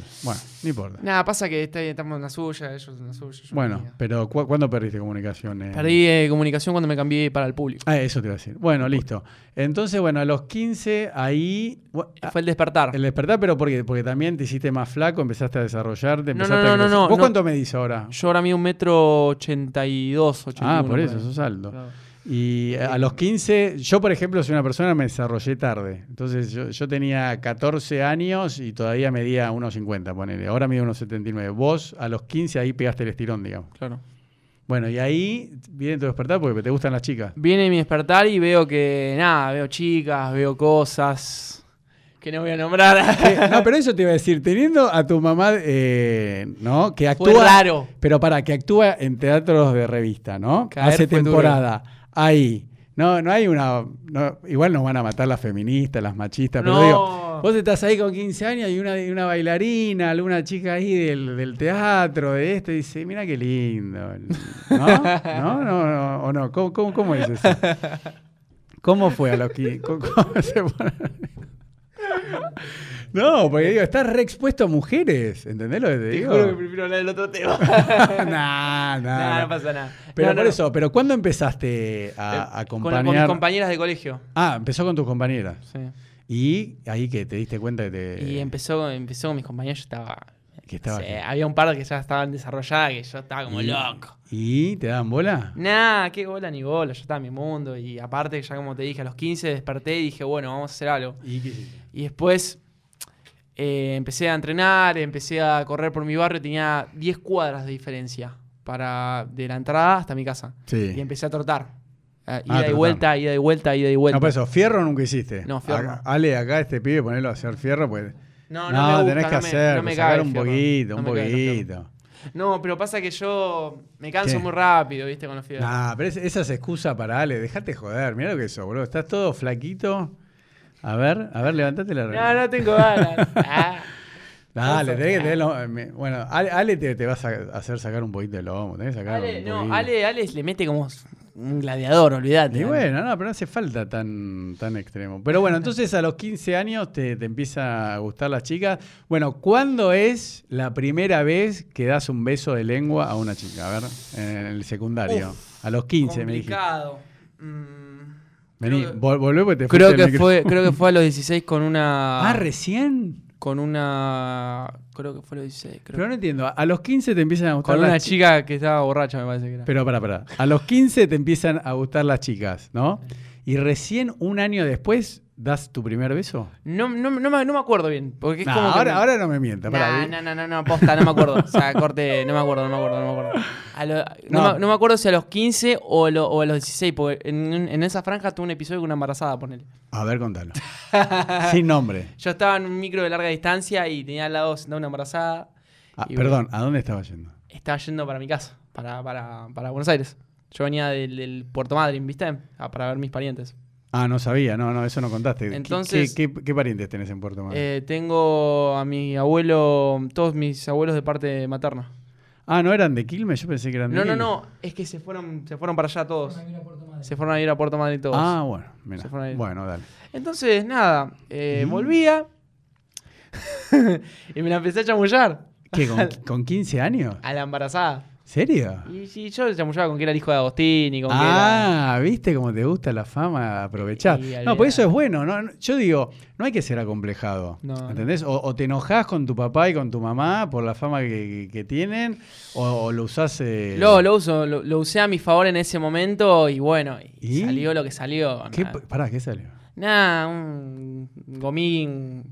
Speaker 1: no importa.
Speaker 2: Nada, pasa que está- estamos en la suya, ellos en la suya. yo en la
Speaker 1: Bueno,
Speaker 2: mía.
Speaker 1: pero ¿cu- ¿cuándo perdiste comunicación? eh?
Speaker 2: Perdí eh, comunicación cuando me cambié para el público.
Speaker 1: Ah, eso te iba a decir. Bueno, listo. Entonces, bueno, a los 15, ahí... bu-
Speaker 2: Fue el despertar.
Speaker 1: Ah. El despertar, pero porque, porque también te hiciste más flaco, empezaste a desarrollarte,
Speaker 2: No,
Speaker 1: empezaste
Speaker 2: no, no,
Speaker 1: a
Speaker 2: no,
Speaker 1: crecer.
Speaker 2: no,
Speaker 1: ¿Vos
Speaker 2: no.
Speaker 1: cuánto medís ahora?
Speaker 2: Yo ahora mido un metro ochenta y dos, ochenta y
Speaker 1: Ah,
Speaker 2: uno,
Speaker 1: por eso,
Speaker 2: ahí.
Speaker 1: sos alto.
Speaker 2: Claro.
Speaker 1: Y a los 15, yo por ejemplo soy una persona que me desarrollé tarde. Entonces yo, yo tenía 14 años y todavía medía 1,50, ponele. Ahora mido 1,79. Vos a los 15 ahí pegaste el estirón, digamos.
Speaker 2: Claro.
Speaker 1: Bueno, y ahí viene tu despertar porque te gustan las chicas.
Speaker 2: Viene mi despertar y veo que, nada, veo chicas, veo cosas que no voy a nombrar.
Speaker 1: Eh, no, pero eso te iba a decir, teniendo a tu mamá, eh, ¿no? Que
Speaker 2: Fue
Speaker 1: actúa...
Speaker 2: raro.
Speaker 1: Pero para, que actúa en teatros de revista, ¿no?
Speaker 2: Caer
Speaker 1: Hace
Speaker 2: fue duro.
Speaker 1: temporada. Ahí. No, no hay una. no- igual nos van a matar las feministas, las machistas, pero
Speaker 2: No.
Speaker 1: digo, vos estás ahí con 15 años y una, y una bailarina, alguna chica ahí del, del teatro, de este, dice, mira qué lindo. ¿No? ¿No? ¿No? no, ¿O no? ¿Cómo, cómo, cómo es eso? ¿Cómo fue a los 15? ¿Cómo- cómo se pone? No, porque digo, estás re expuesto a mujeres, ¿entendés lo que te,
Speaker 2: Te
Speaker 1: digo?
Speaker 2: juro que prefiero hablar del otro tema.
Speaker 1: nah, nah,
Speaker 2: Nah,
Speaker 1: nah.
Speaker 2: no pasa nada.
Speaker 1: Pero
Speaker 2: No, no,
Speaker 1: por
Speaker 2: no.
Speaker 1: eso, pero ¿cuándo empezaste a, a
Speaker 2: Eh, con-
Speaker 1: acompañar?
Speaker 2: Con, mis compañeras de colegio.
Speaker 1: ah, empezó con tus compañeras.
Speaker 2: Sí.
Speaker 1: Y ahí que te diste cuenta que te
Speaker 2: Y empezó, empezó con mis compañeros, yo estaba.
Speaker 1: que estaba
Speaker 2: sí, había un par que ya estaban desarrolladas, que yo estaba como
Speaker 1: y,
Speaker 2: loco.
Speaker 1: ¿Y te daban bola?
Speaker 2: Nah, qué bola ni bola, yo estaba en mi mundo. Y aparte, ya como te dije, a los 15 desperté y dije, bueno, vamos a hacer algo.
Speaker 1: ¿Y qué hiciste?
Speaker 2: Y después eh, empecé a entrenar, empecé a correr por mi barrio, tenía 10 cuadras de diferencia para de la entrada hasta mi casa.
Speaker 1: Sí.
Speaker 2: Y empecé a trotar. Ah, ida y
Speaker 1: trotar.
Speaker 2: vuelta, ida y vuelta, ida y vuelta.
Speaker 1: No, pues, por eso, fierro nunca hiciste.
Speaker 2: No, fierro
Speaker 1: Acá- Ale, acá este pibe, ponerlo a hacer fierro, pues.
Speaker 2: No, no,
Speaker 1: No,
Speaker 2: me gusta,
Speaker 1: tenés que
Speaker 2: no me-
Speaker 1: hacer,
Speaker 2: no me
Speaker 1: sacar
Speaker 2: cae el
Speaker 1: un
Speaker 2: fierro.
Speaker 1: poquito, un
Speaker 2: No me cae el fierro.
Speaker 1: poquito.
Speaker 2: No, pero pasa que yo me canso
Speaker 1: ¿Qué?
Speaker 2: muy rápido, ¿viste? Con los fierros.
Speaker 1: Nah, pero es- esa es excusa para Ale, dejate joder, mira lo que eso, boludo. Estás todo flaquito. A ver, a ver, levantate la
Speaker 2: No, no tengo ganas. Ah.
Speaker 1: Dale,
Speaker 2: Eso.
Speaker 1: tenés que tener lo- me- Bueno, Ale, Ale te, te vas a hacer sacar un poquito de lomo, tenés que sacar
Speaker 2: Ale,
Speaker 1: un
Speaker 2: no,
Speaker 1: poquito.
Speaker 2: Ale, Ale le mete como un gladiador, olvídate.
Speaker 1: Y
Speaker 2: Ale.
Speaker 1: bueno, no, pero no hace falta tan, tan extremo. Pero bueno, entonces a los 15 años te, te empieza a gustar las chicas. Bueno, ¿cuándo es la primera vez que das un beso de lengua a una chica? A ver, en el secundario. a los 15
Speaker 2: Complicado. Mm,
Speaker 1: me dijiste.
Speaker 2: creo
Speaker 1: Vení,
Speaker 2: que-
Speaker 1: vol- volvé porque te
Speaker 2: Creo
Speaker 1: fuiste del
Speaker 2: que, fue, creo que fue a los 16 con una.
Speaker 1: Ah, recién.
Speaker 2: Con una. Creo que fue a los 16. creo.
Speaker 1: Pero no entiendo. A los 15 te empiezan a gustar
Speaker 2: con
Speaker 1: las
Speaker 2: una
Speaker 1: chi-
Speaker 2: chica que estaba borracha, me parece que era.
Speaker 1: Pero para, para. A los 15 te empiezan a gustar las chicas, ¿no? Y recién un año después das tu primer beso.
Speaker 2: No, no, no, me, no me acuerdo bien. Porque es
Speaker 1: Nah,
Speaker 2: como. que
Speaker 1: ahora,
Speaker 2: me-
Speaker 1: ahora no me mientas.
Speaker 2: Nah,
Speaker 1: pará.
Speaker 2: no, no, no, no, posta, no me acuerdo. O sea, corte, no me acuerdo, no me acuerdo, no me acuerdo. A lo- no.
Speaker 1: No.
Speaker 2: me, no me acuerdo si a los 15 o, lo- o a los 16, porque en, en esa franja tuve un episodio con una embarazada, ponele.
Speaker 1: A ver, contalo. Sin nombre.
Speaker 2: Yo estaba en un micro de larga distancia y tenía al lado sentada una embarazada.
Speaker 1: Ah,
Speaker 2: Y
Speaker 1: perdón, ¿a dónde estaba yendo?
Speaker 2: Estaba yendo para mi casa, para, para, para Buenos Aires. Yo venía del, del Puerto Madryn, ¿viste? Ah, para ver mis parientes.
Speaker 1: Ah, no sabía, no, no, eso no contaste. ¿Qué-
Speaker 2: Entonces-
Speaker 1: ¿Qué, qué- qué parientes tenés en Puerto Madryn?
Speaker 2: Eh, tengo a mi abuelo, todos mis abuelos de parte materna.
Speaker 1: ah, ¿no eran de Quilmes? Yo pensé que eran de
Speaker 2: No, no,
Speaker 1: Quilmes.
Speaker 2: no, es que se fueron, se fueron para allá todos.
Speaker 3: Una vibra Puerto Madre.
Speaker 2: Se fueron a ir a Puerto Madryn todos.
Speaker 1: Ah, bueno, mira.
Speaker 2: Se fueron ahí.
Speaker 1: Bueno, dale.
Speaker 2: Entonces, nada, eh,
Speaker 1: Mm.
Speaker 2: volvía y me la empecé a chamullar
Speaker 1: ¿Qué, con, con 15 años?
Speaker 2: a la embarazada.
Speaker 1: ¿Serio?
Speaker 2: Y, y yo chamullaba con que era el hijo de Agostín y con que era...
Speaker 1: Ah, viste cómo te gusta la fama, aprovechás.
Speaker 2: Y
Speaker 1: No, pues eso es
Speaker 2: olvidate.
Speaker 1: bueno. ¿no? No, Yo digo, no hay que ser acomplejado.
Speaker 2: No, no.
Speaker 1: ¿Entendés? O, o te enojás con tu papá y con tu mamá por la fama que, que- que tienen, o, o lo usás. eh,
Speaker 2: Lo, lo uso, lo, lo usé a mi favor en ese momento y bueno, y
Speaker 1: ¿Y?
Speaker 2: salió lo que salió.
Speaker 1: ¿Qué,
Speaker 2: nada.
Speaker 1: pará, ¿qué salió?
Speaker 2: Nada, un gomín.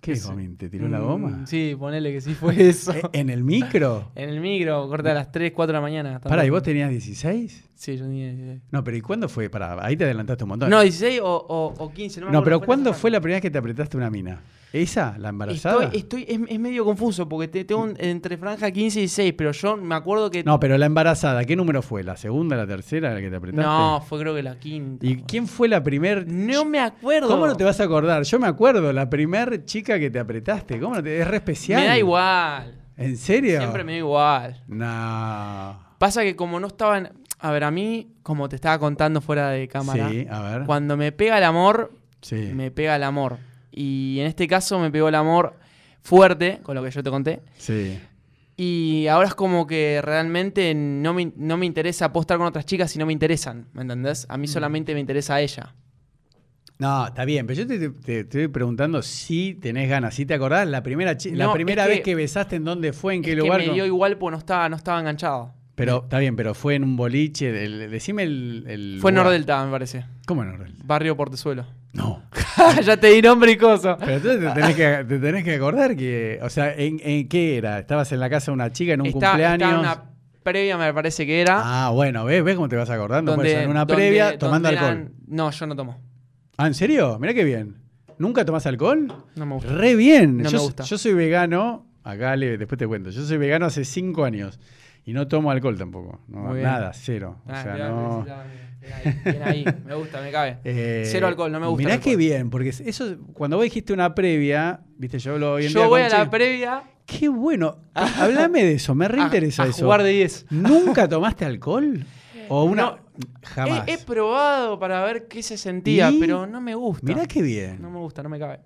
Speaker 1: ¿Qué
Speaker 2: sé.
Speaker 1: gomín? ¿Te tiró la goma?
Speaker 2: Mm, Sí, ponele que sí fue eso.
Speaker 1: ¿E- ¿En el micro?
Speaker 2: en el micro, corta a las 3, 4 de la mañana. tanto-
Speaker 1: Pará, ¿y vos tenías 16?
Speaker 2: Sí, yo tenía 16.
Speaker 1: No, pero ¿y cuándo fue? Pará, ahí te adelantaste un montón.
Speaker 2: No, 16 o, o- o 15, no me
Speaker 1: No,
Speaker 2: acuerdo
Speaker 1: pero
Speaker 2: cuál
Speaker 1: ¿cuándo
Speaker 2: esa
Speaker 1: fue la primera vez que te apretaste una mina? ¿Esa? ¿La embarazada?
Speaker 2: Estoy, este estoy, es, es medio confuso porque te- tengo un- entre franja 15 y 16, pero yo me acuerdo que.
Speaker 1: No, pero la embarazada, ¿qué número fue? ¿La segunda, la tercera, la que te apretaste?
Speaker 2: No, fue creo que la quinta.
Speaker 1: ¿Y quién fue la primer?
Speaker 2: No me acuerdo.
Speaker 1: ¿Cómo no te vas a acordar? Yo me acuerdo, la primer chica que te apretaste. ¿Cómo no te? Es re especial.
Speaker 2: Me da igual.
Speaker 1: ¿En serio?
Speaker 2: Siempre me da igual.
Speaker 1: No.
Speaker 2: Pasa que como no estaban. A ver, a mí, como te estaba contando fuera de cámara,
Speaker 1: Sí, a ver.
Speaker 2: cuando me pega el amor,
Speaker 1: Sí.
Speaker 2: me pega el amor. Y en este caso me pegó el amor fuerte, con lo que yo te conté.
Speaker 1: Sí.
Speaker 2: Y ahora es como que realmente no me, no me interesa apostar con otras chicas si no me interesan, ¿me entendés? A mí solamente me interesa ella.
Speaker 1: No, está bien, pero yo te, te- te estoy preguntando si tenés ganas, si te acordás la primera, chi- la
Speaker 2: No,
Speaker 1: primera
Speaker 2: es
Speaker 1: vez
Speaker 2: que-
Speaker 1: que besaste en dónde fue, en qué
Speaker 2: Es que
Speaker 1: lugar.
Speaker 2: me
Speaker 1: con-
Speaker 2: dio igual porque no estaba, no estaba enganchado.
Speaker 1: Pero está bien, pero fue en un boliche. del- decime el. el
Speaker 2: Fue en
Speaker 1: lugar.
Speaker 2: Nordelta, me parece.
Speaker 1: ¿Cómo en Nordelta?
Speaker 2: Barrio Portezuelo.
Speaker 1: No.
Speaker 2: ya te di nombre y cosa.
Speaker 1: Pero entonces te tenés que, te tenés que acordar que, o sea, ¿en, en qué era? ¿Estabas en la casa de una chica en un
Speaker 2: Está- está
Speaker 1: cumpleaños?
Speaker 2: una previa, me parece que era.
Speaker 1: Ah, bueno, ¿ves? ¿Ves cómo te vas acordando? Por
Speaker 2: donde-
Speaker 1: eso, en una
Speaker 2: donde-
Speaker 1: previa,
Speaker 2: donde
Speaker 1: tomando alcohol.
Speaker 2: eran- No, yo no tomo.
Speaker 1: Ah, ¿en serio? Mirá qué bien. ¿Nunca tomás alcohol?
Speaker 2: No me gusta.
Speaker 1: Re bien.
Speaker 2: No
Speaker 1: yo,
Speaker 2: me
Speaker 1: so-
Speaker 2: gusta.
Speaker 1: yo soy vegano, acá le, después te cuento, yo soy vegano hace cinco años y no tomo alcohol tampoco. No,
Speaker 2: Muy bien.
Speaker 1: nada, cero. O
Speaker 2: Ah,
Speaker 1: sea,
Speaker 2: mirá,
Speaker 1: no-
Speaker 2: mirá, mirá, mirá, mirá ahí, mirá ahí. me gusta, me cabe.
Speaker 1: Eh,
Speaker 2: Cero alcohol, no me gusta el
Speaker 1: Mirá qué
Speaker 2: alcohol.
Speaker 1: bien, porque eso, cuando vos dijiste una previa, viste, yo lo hoy en día
Speaker 2: Yo voy
Speaker 1: con
Speaker 2: a la
Speaker 1: chicas.
Speaker 2: previa
Speaker 1: Qué bueno. Háblame de eso, me reinteresa
Speaker 2: a, a
Speaker 1: eso.
Speaker 2: jugar de 10.
Speaker 1: ¿Nunca tomaste alcohol? O una.
Speaker 2: No.
Speaker 1: Jamás.
Speaker 2: He, he probado para ver qué se sentía,
Speaker 1: ¿Y?
Speaker 2: pero no me gusta.
Speaker 1: Mirá qué bien.
Speaker 2: No me gusta, no me cabe.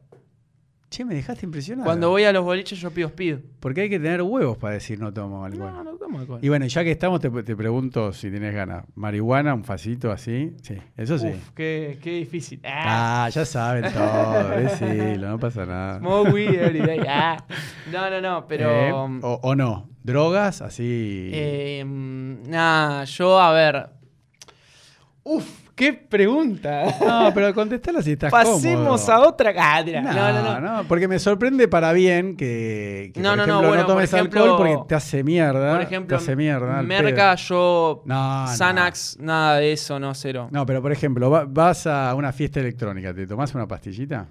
Speaker 1: Che, me dejaste impresionado.
Speaker 2: Cuando voy a los boliches yo pido speed.
Speaker 1: Porque hay que tener huevos para decir no tomo alcohol.
Speaker 2: No, no tomo alcohol.
Speaker 1: Y bueno, ya que estamos, te, te pregunto si tienes ganas. ¿Marihuana, un facito así? Sí, eso sí.
Speaker 2: Uf, qué, qué difícil. Ah,
Speaker 1: Ah, ya saben todo. Decilo, no pasa nada.
Speaker 2: smoke weed every day. Ah. No, no, no, pero...
Speaker 1: Ah.
Speaker 2: um, mm,
Speaker 1: Eh, o, o no. ¿Drogas? Así.
Speaker 2: eh, mm, nah, yo a ver... Uf, qué pregunta.
Speaker 1: No, pero contestala si estás
Speaker 2: Pasemos
Speaker 1: cómodo.
Speaker 2: a otra... Ah, tira.
Speaker 1: No,
Speaker 2: no, no, no.
Speaker 1: porque me sorprende para bien que, que,
Speaker 2: No,
Speaker 1: por
Speaker 2: no, no,
Speaker 1: ejemplo, no,
Speaker 2: bueno, por
Speaker 1: tomes
Speaker 2: ejemplo-
Speaker 1: alcohol porque te hace mierda.
Speaker 2: Por ejemplo,
Speaker 1: te hace mierda. al
Speaker 2: merca, yo...
Speaker 1: pedo. No, no.
Speaker 2: Xanax, nada de eso, no, cero.
Speaker 1: No, pero por ejemplo, va- vas a una fiesta electrónica, ¿te tomás una pastillita?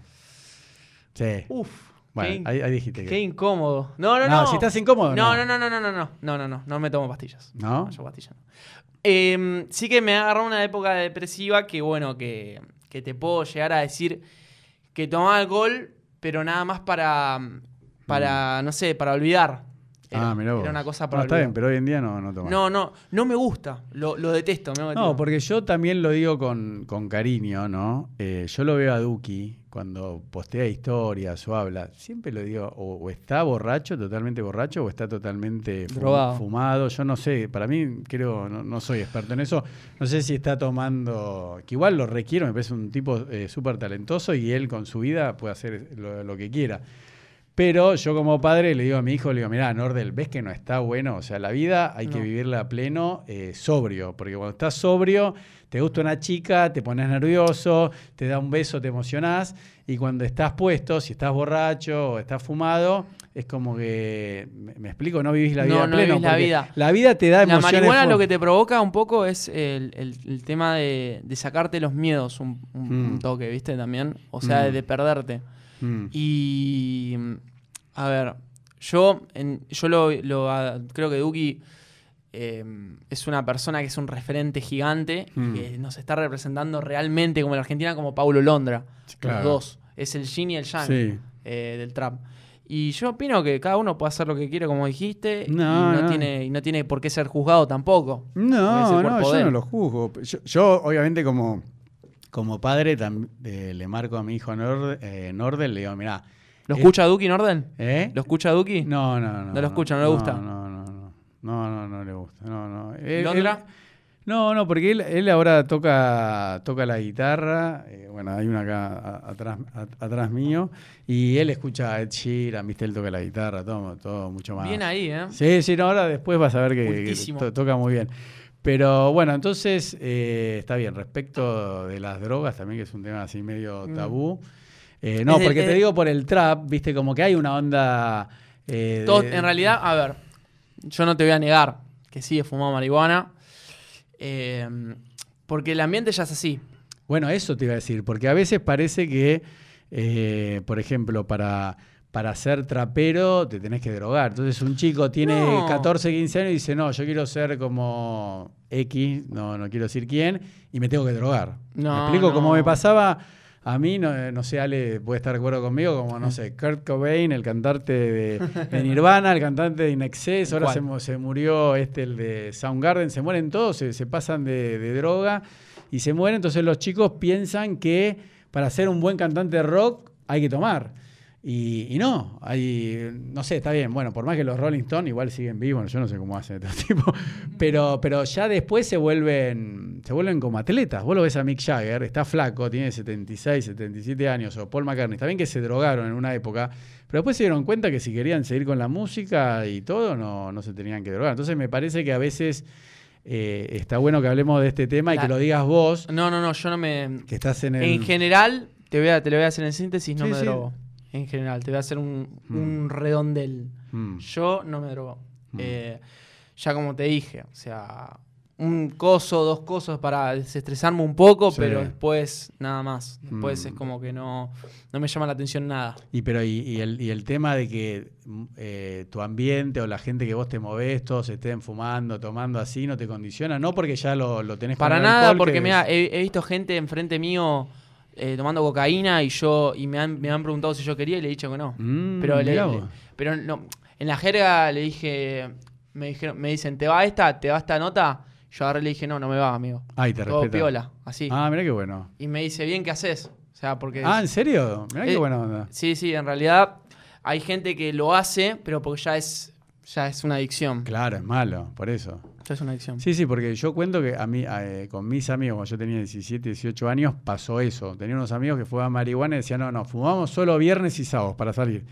Speaker 1: Sí.
Speaker 2: Uf,
Speaker 1: bueno,
Speaker 2: qué,
Speaker 1: ahí, ahí dijiste que.
Speaker 2: qué incómodo. No, no,
Speaker 1: No,
Speaker 2: no.
Speaker 1: si estás incómodo,
Speaker 2: No,
Speaker 1: no.
Speaker 2: no, no, no, no, no, no, no, no, no, no me tomo pastillas.
Speaker 1: ¿No?
Speaker 2: yo pastillas no. Em, sí que me agarró una época depresiva que, bueno, que, que te puedo llegar a decir que tomaba alcohol, pero nada más para, para no sé, para olvidar. Era,
Speaker 1: Mm. ah, mirá vos.
Speaker 2: Era una cosa
Speaker 1: No,
Speaker 2: para
Speaker 1: está bien,
Speaker 2: olvidar.
Speaker 1: pero hoy en día no, no tomás.
Speaker 2: no, no, no me gusta. Lo, lo detesto. me
Speaker 1: No, porque yo también lo digo con, con cariño, ¿no? Eh, yo lo veo a Duki cuando postea historias o habla. Siempre lo digo, o, o está borracho, totalmente borracho, o está totalmente fu-
Speaker 2: Drogado.
Speaker 1: fumado. Yo no sé, para mí creo, no, no soy experto en eso. No sé si está tomando, que igual lo requiero, me parece un tipo eh, súper talentoso y él con su vida puede hacer lo, lo que quiera. Pero yo como padre le digo a mi hijo, le digo, mirá, Nordel, ¿ves que no está bueno? O sea, la vida hay que
Speaker 2: No.
Speaker 1: vivirla a pleno eh, sobrio, porque cuando estás sobrio, te gusta una chica, te pones nervioso, te da un beso, te emocionás, y cuando estás puesto, si estás borracho o estás fumado, es como que, me, me explico, no vivís la vida
Speaker 2: No,
Speaker 1: a
Speaker 2: no
Speaker 1: pleno.
Speaker 2: vivís la
Speaker 1: porque
Speaker 2: vida.
Speaker 1: La vida te da
Speaker 2: La
Speaker 1: emociones.
Speaker 2: marihuana lo que
Speaker 1: fuertes.
Speaker 2: te provoca un poco es el, el- el tema de, de sacarte los miedos un, un-
Speaker 1: Mm.
Speaker 2: un toque, ¿viste? También. O sea,
Speaker 1: Mm.
Speaker 2: de perderte.
Speaker 1: Mm.
Speaker 2: Y. mm, A ver, yo, en- yo lo, lo, ah, creo que Duki eh, es una persona que es un referente gigante,
Speaker 1: Mm.
Speaker 2: que nos está representando realmente como la Argentina, como Paulo Londra.
Speaker 1: claro.
Speaker 2: Los dos. Es el yin y el yang
Speaker 1: Sí.
Speaker 2: eh, del trap. Y yo opino que cada uno puede hacer lo que quiere, como dijiste,
Speaker 1: No,
Speaker 2: y, no
Speaker 1: no.
Speaker 2: Tiene, y no tiene por qué ser juzgado tampoco. Porque es el
Speaker 1: No, no,
Speaker 2: cuerpo
Speaker 1: yo
Speaker 2: de
Speaker 1: no
Speaker 2: él.
Speaker 1: lo juzgo. Yo, yo, obviamente, como, como padre, tam- eh, le marco a mi hijo Nord, eh, Nordel, le digo, mirá.
Speaker 2: ¿Lo
Speaker 1: Eh.
Speaker 2: escucha Duki Norden?
Speaker 1: ¿eh?
Speaker 2: ¿Lo escucha Duki?
Speaker 1: No, no, no.
Speaker 2: No lo escucha, no le gusta.
Speaker 1: No, no, no. No, no, no le gusta. No, no. Él-
Speaker 2: ¿Londra?
Speaker 1: él- no, no, porque él, él ahora toca, toca la guitarra. eh, bueno, hay una acá a- atrás, a- atrás mío. Y él escucha a Ed Sheeran, viste, él toca la guitarra, todo, todo mucho más.
Speaker 2: Bien ahí, ¿eh?
Speaker 1: Sí, sí, no, ahora después vas a ver que- que
Speaker 2: Cultísimo.
Speaker 1: to- toca muy bien. Pero bueno, entonces eh, está bien. Respecto de las drogas también, que es un tema así medio
Speaker 2: Mm.
Speaker 1: tabú. Eh, no,
Speaker 2: Es de-
Speaker 1: porque te
Speaker 2: es-
Speaker 1: digo por el trap, viste, como que hay una onda. eh,
Speaker 2: Todo-
Speaker 1: de-
Speaker 2: en realidad, a ver, yo no te voy a negar que sí he fumado marihuana. eh, porque el ambiente ya es así.
Speaker 1: Bueno, eso te iba a decir, porque a veces parece que, eh, por ejemplo, para, para ser trapero te tenés que drogar. Entonces un chico tiene
Speaker 2: No.
Speaker 1: 14, 15 años y dice, no, yo quiero ser como X, no, no quiero decir quién, y me tengo que drogar.
Speaker 2: No,
Speaker 1: ¿Me explico?
Speaker 2: no.
Speaker 1: Como me pasaba a mí, no, eh, no sé, Ale puede estar de acuerdo conmigo, como, no sé, Kurt Cobain, el cantante de, de Nirvana, el cantante de In Excess, ahora
Speaker 2: ¿Cuál?
Speaker 1: se, mu- se murió este, el de Soundgarden, se mueren todos, se, se pasan de, de droga y se mueren. Entonces los chicos piensan que para ser un buen cantante de rock hay que tomar. Y, y no, hay, no sé, está bien. Bueno, por más que los Rolling Stones igual siguen vivos, yo no sé cómo hacen este tipo, pero, pero ya después se vuelven, se vuelven como atletas. Vos lo ves a Mick Jagger, está flaco, tiene 76, 77 años, o Paul McCartney. Está bien que se drogaron en una época, pero después se dieron cuenta que si querían seguir con la música y todo, no, no se tenían que drogar. Entonces me parece que a veces eh, está bueno que hablemos de este tema y
Speaker 2: La-
Speaker 1: que lo digas vos,
Speaker 2: No, no, no, yo no me.
Speaker 1: que estás en el...
Speaker 2: En general, te, voy a, te lo voy a hacer en síntesis, no
Speaker 1: Sí,
Speaker 2: me
Speaker 1: sí.
Speaker 2: drogo. En general, te voy a hacer un,
Speaker 1: Mm.
Speaker 2: un redondel.
Speaker 1: Mm,
Speaker 2: Yo no me drogo.
Speaker 1: Mm.
Speaker 2: Eh, ya como te dije, o sea, un coso, dos cosas para desestresarme un poco,
Speaker 1: Sí.
Speaker 2: pero después nada más. Después
Speaker 1: Mm.
Speaker 2: es como que no, no me llama la atención nada.
Speaker 1: Y pero y, y el, y el tema de que mm, eh, tu ambiente o la gente que vos te movés, todos estén fumando, tomando así, no te condiciona, no porque ya lo, lo tenés con
Speaker 2: Para
Speaker 1: el
Speaker 2: nada,
Speaker 1: alcohol,
Speaker 2: porque
Speaker 1: que-
Speaker 2: mira, he, he visto gente enfrente mío eh, tomando cocaína y yo y me han, me han preguntado si yo quería y le he dicho que no.
Speaker 1: Mm,
Speaker 2: pero le-
Speaker 1: mirá
Speaker 2: le-
Speaker 1: vos.
Speaker 2: pero no, en la jerga le dije, me dijeron, me dicen, ¿te va esta? ¿Te va esta nota? Yo agarré y le dije, no, no me va, amigo.
Speaker 1: Ay, te
Speaker 2: Todo
Speaker 1: respeto.
Speaker 2: piola, así.
Speaker 1: Ah, mira qué bueno.
Speaker 2: Y me dice, bien, ¿qué haces? O sea, porque...
Speaker 1: Ah, ¿en serio? Mira
Speaker 2: Eh,
Speaker 1: qué buena onda.
Speaker 2: Sí, sí, en realidad hay gente que lo hace, pero porque ya es, ya es una adicción.
Speaker 1: Claro, es malo, por eso.
Speaker 2: Ya es una adicción.
Speaker 1: Sí, sí, porque yo cuento que a mí, a, eh, con mis amigos, cuando yo tenía 17, 18 años, pasó eso. Tenía unos amigos que fumaban marihuana y decían, no, no, fumamos solo viernes y sábados para salir.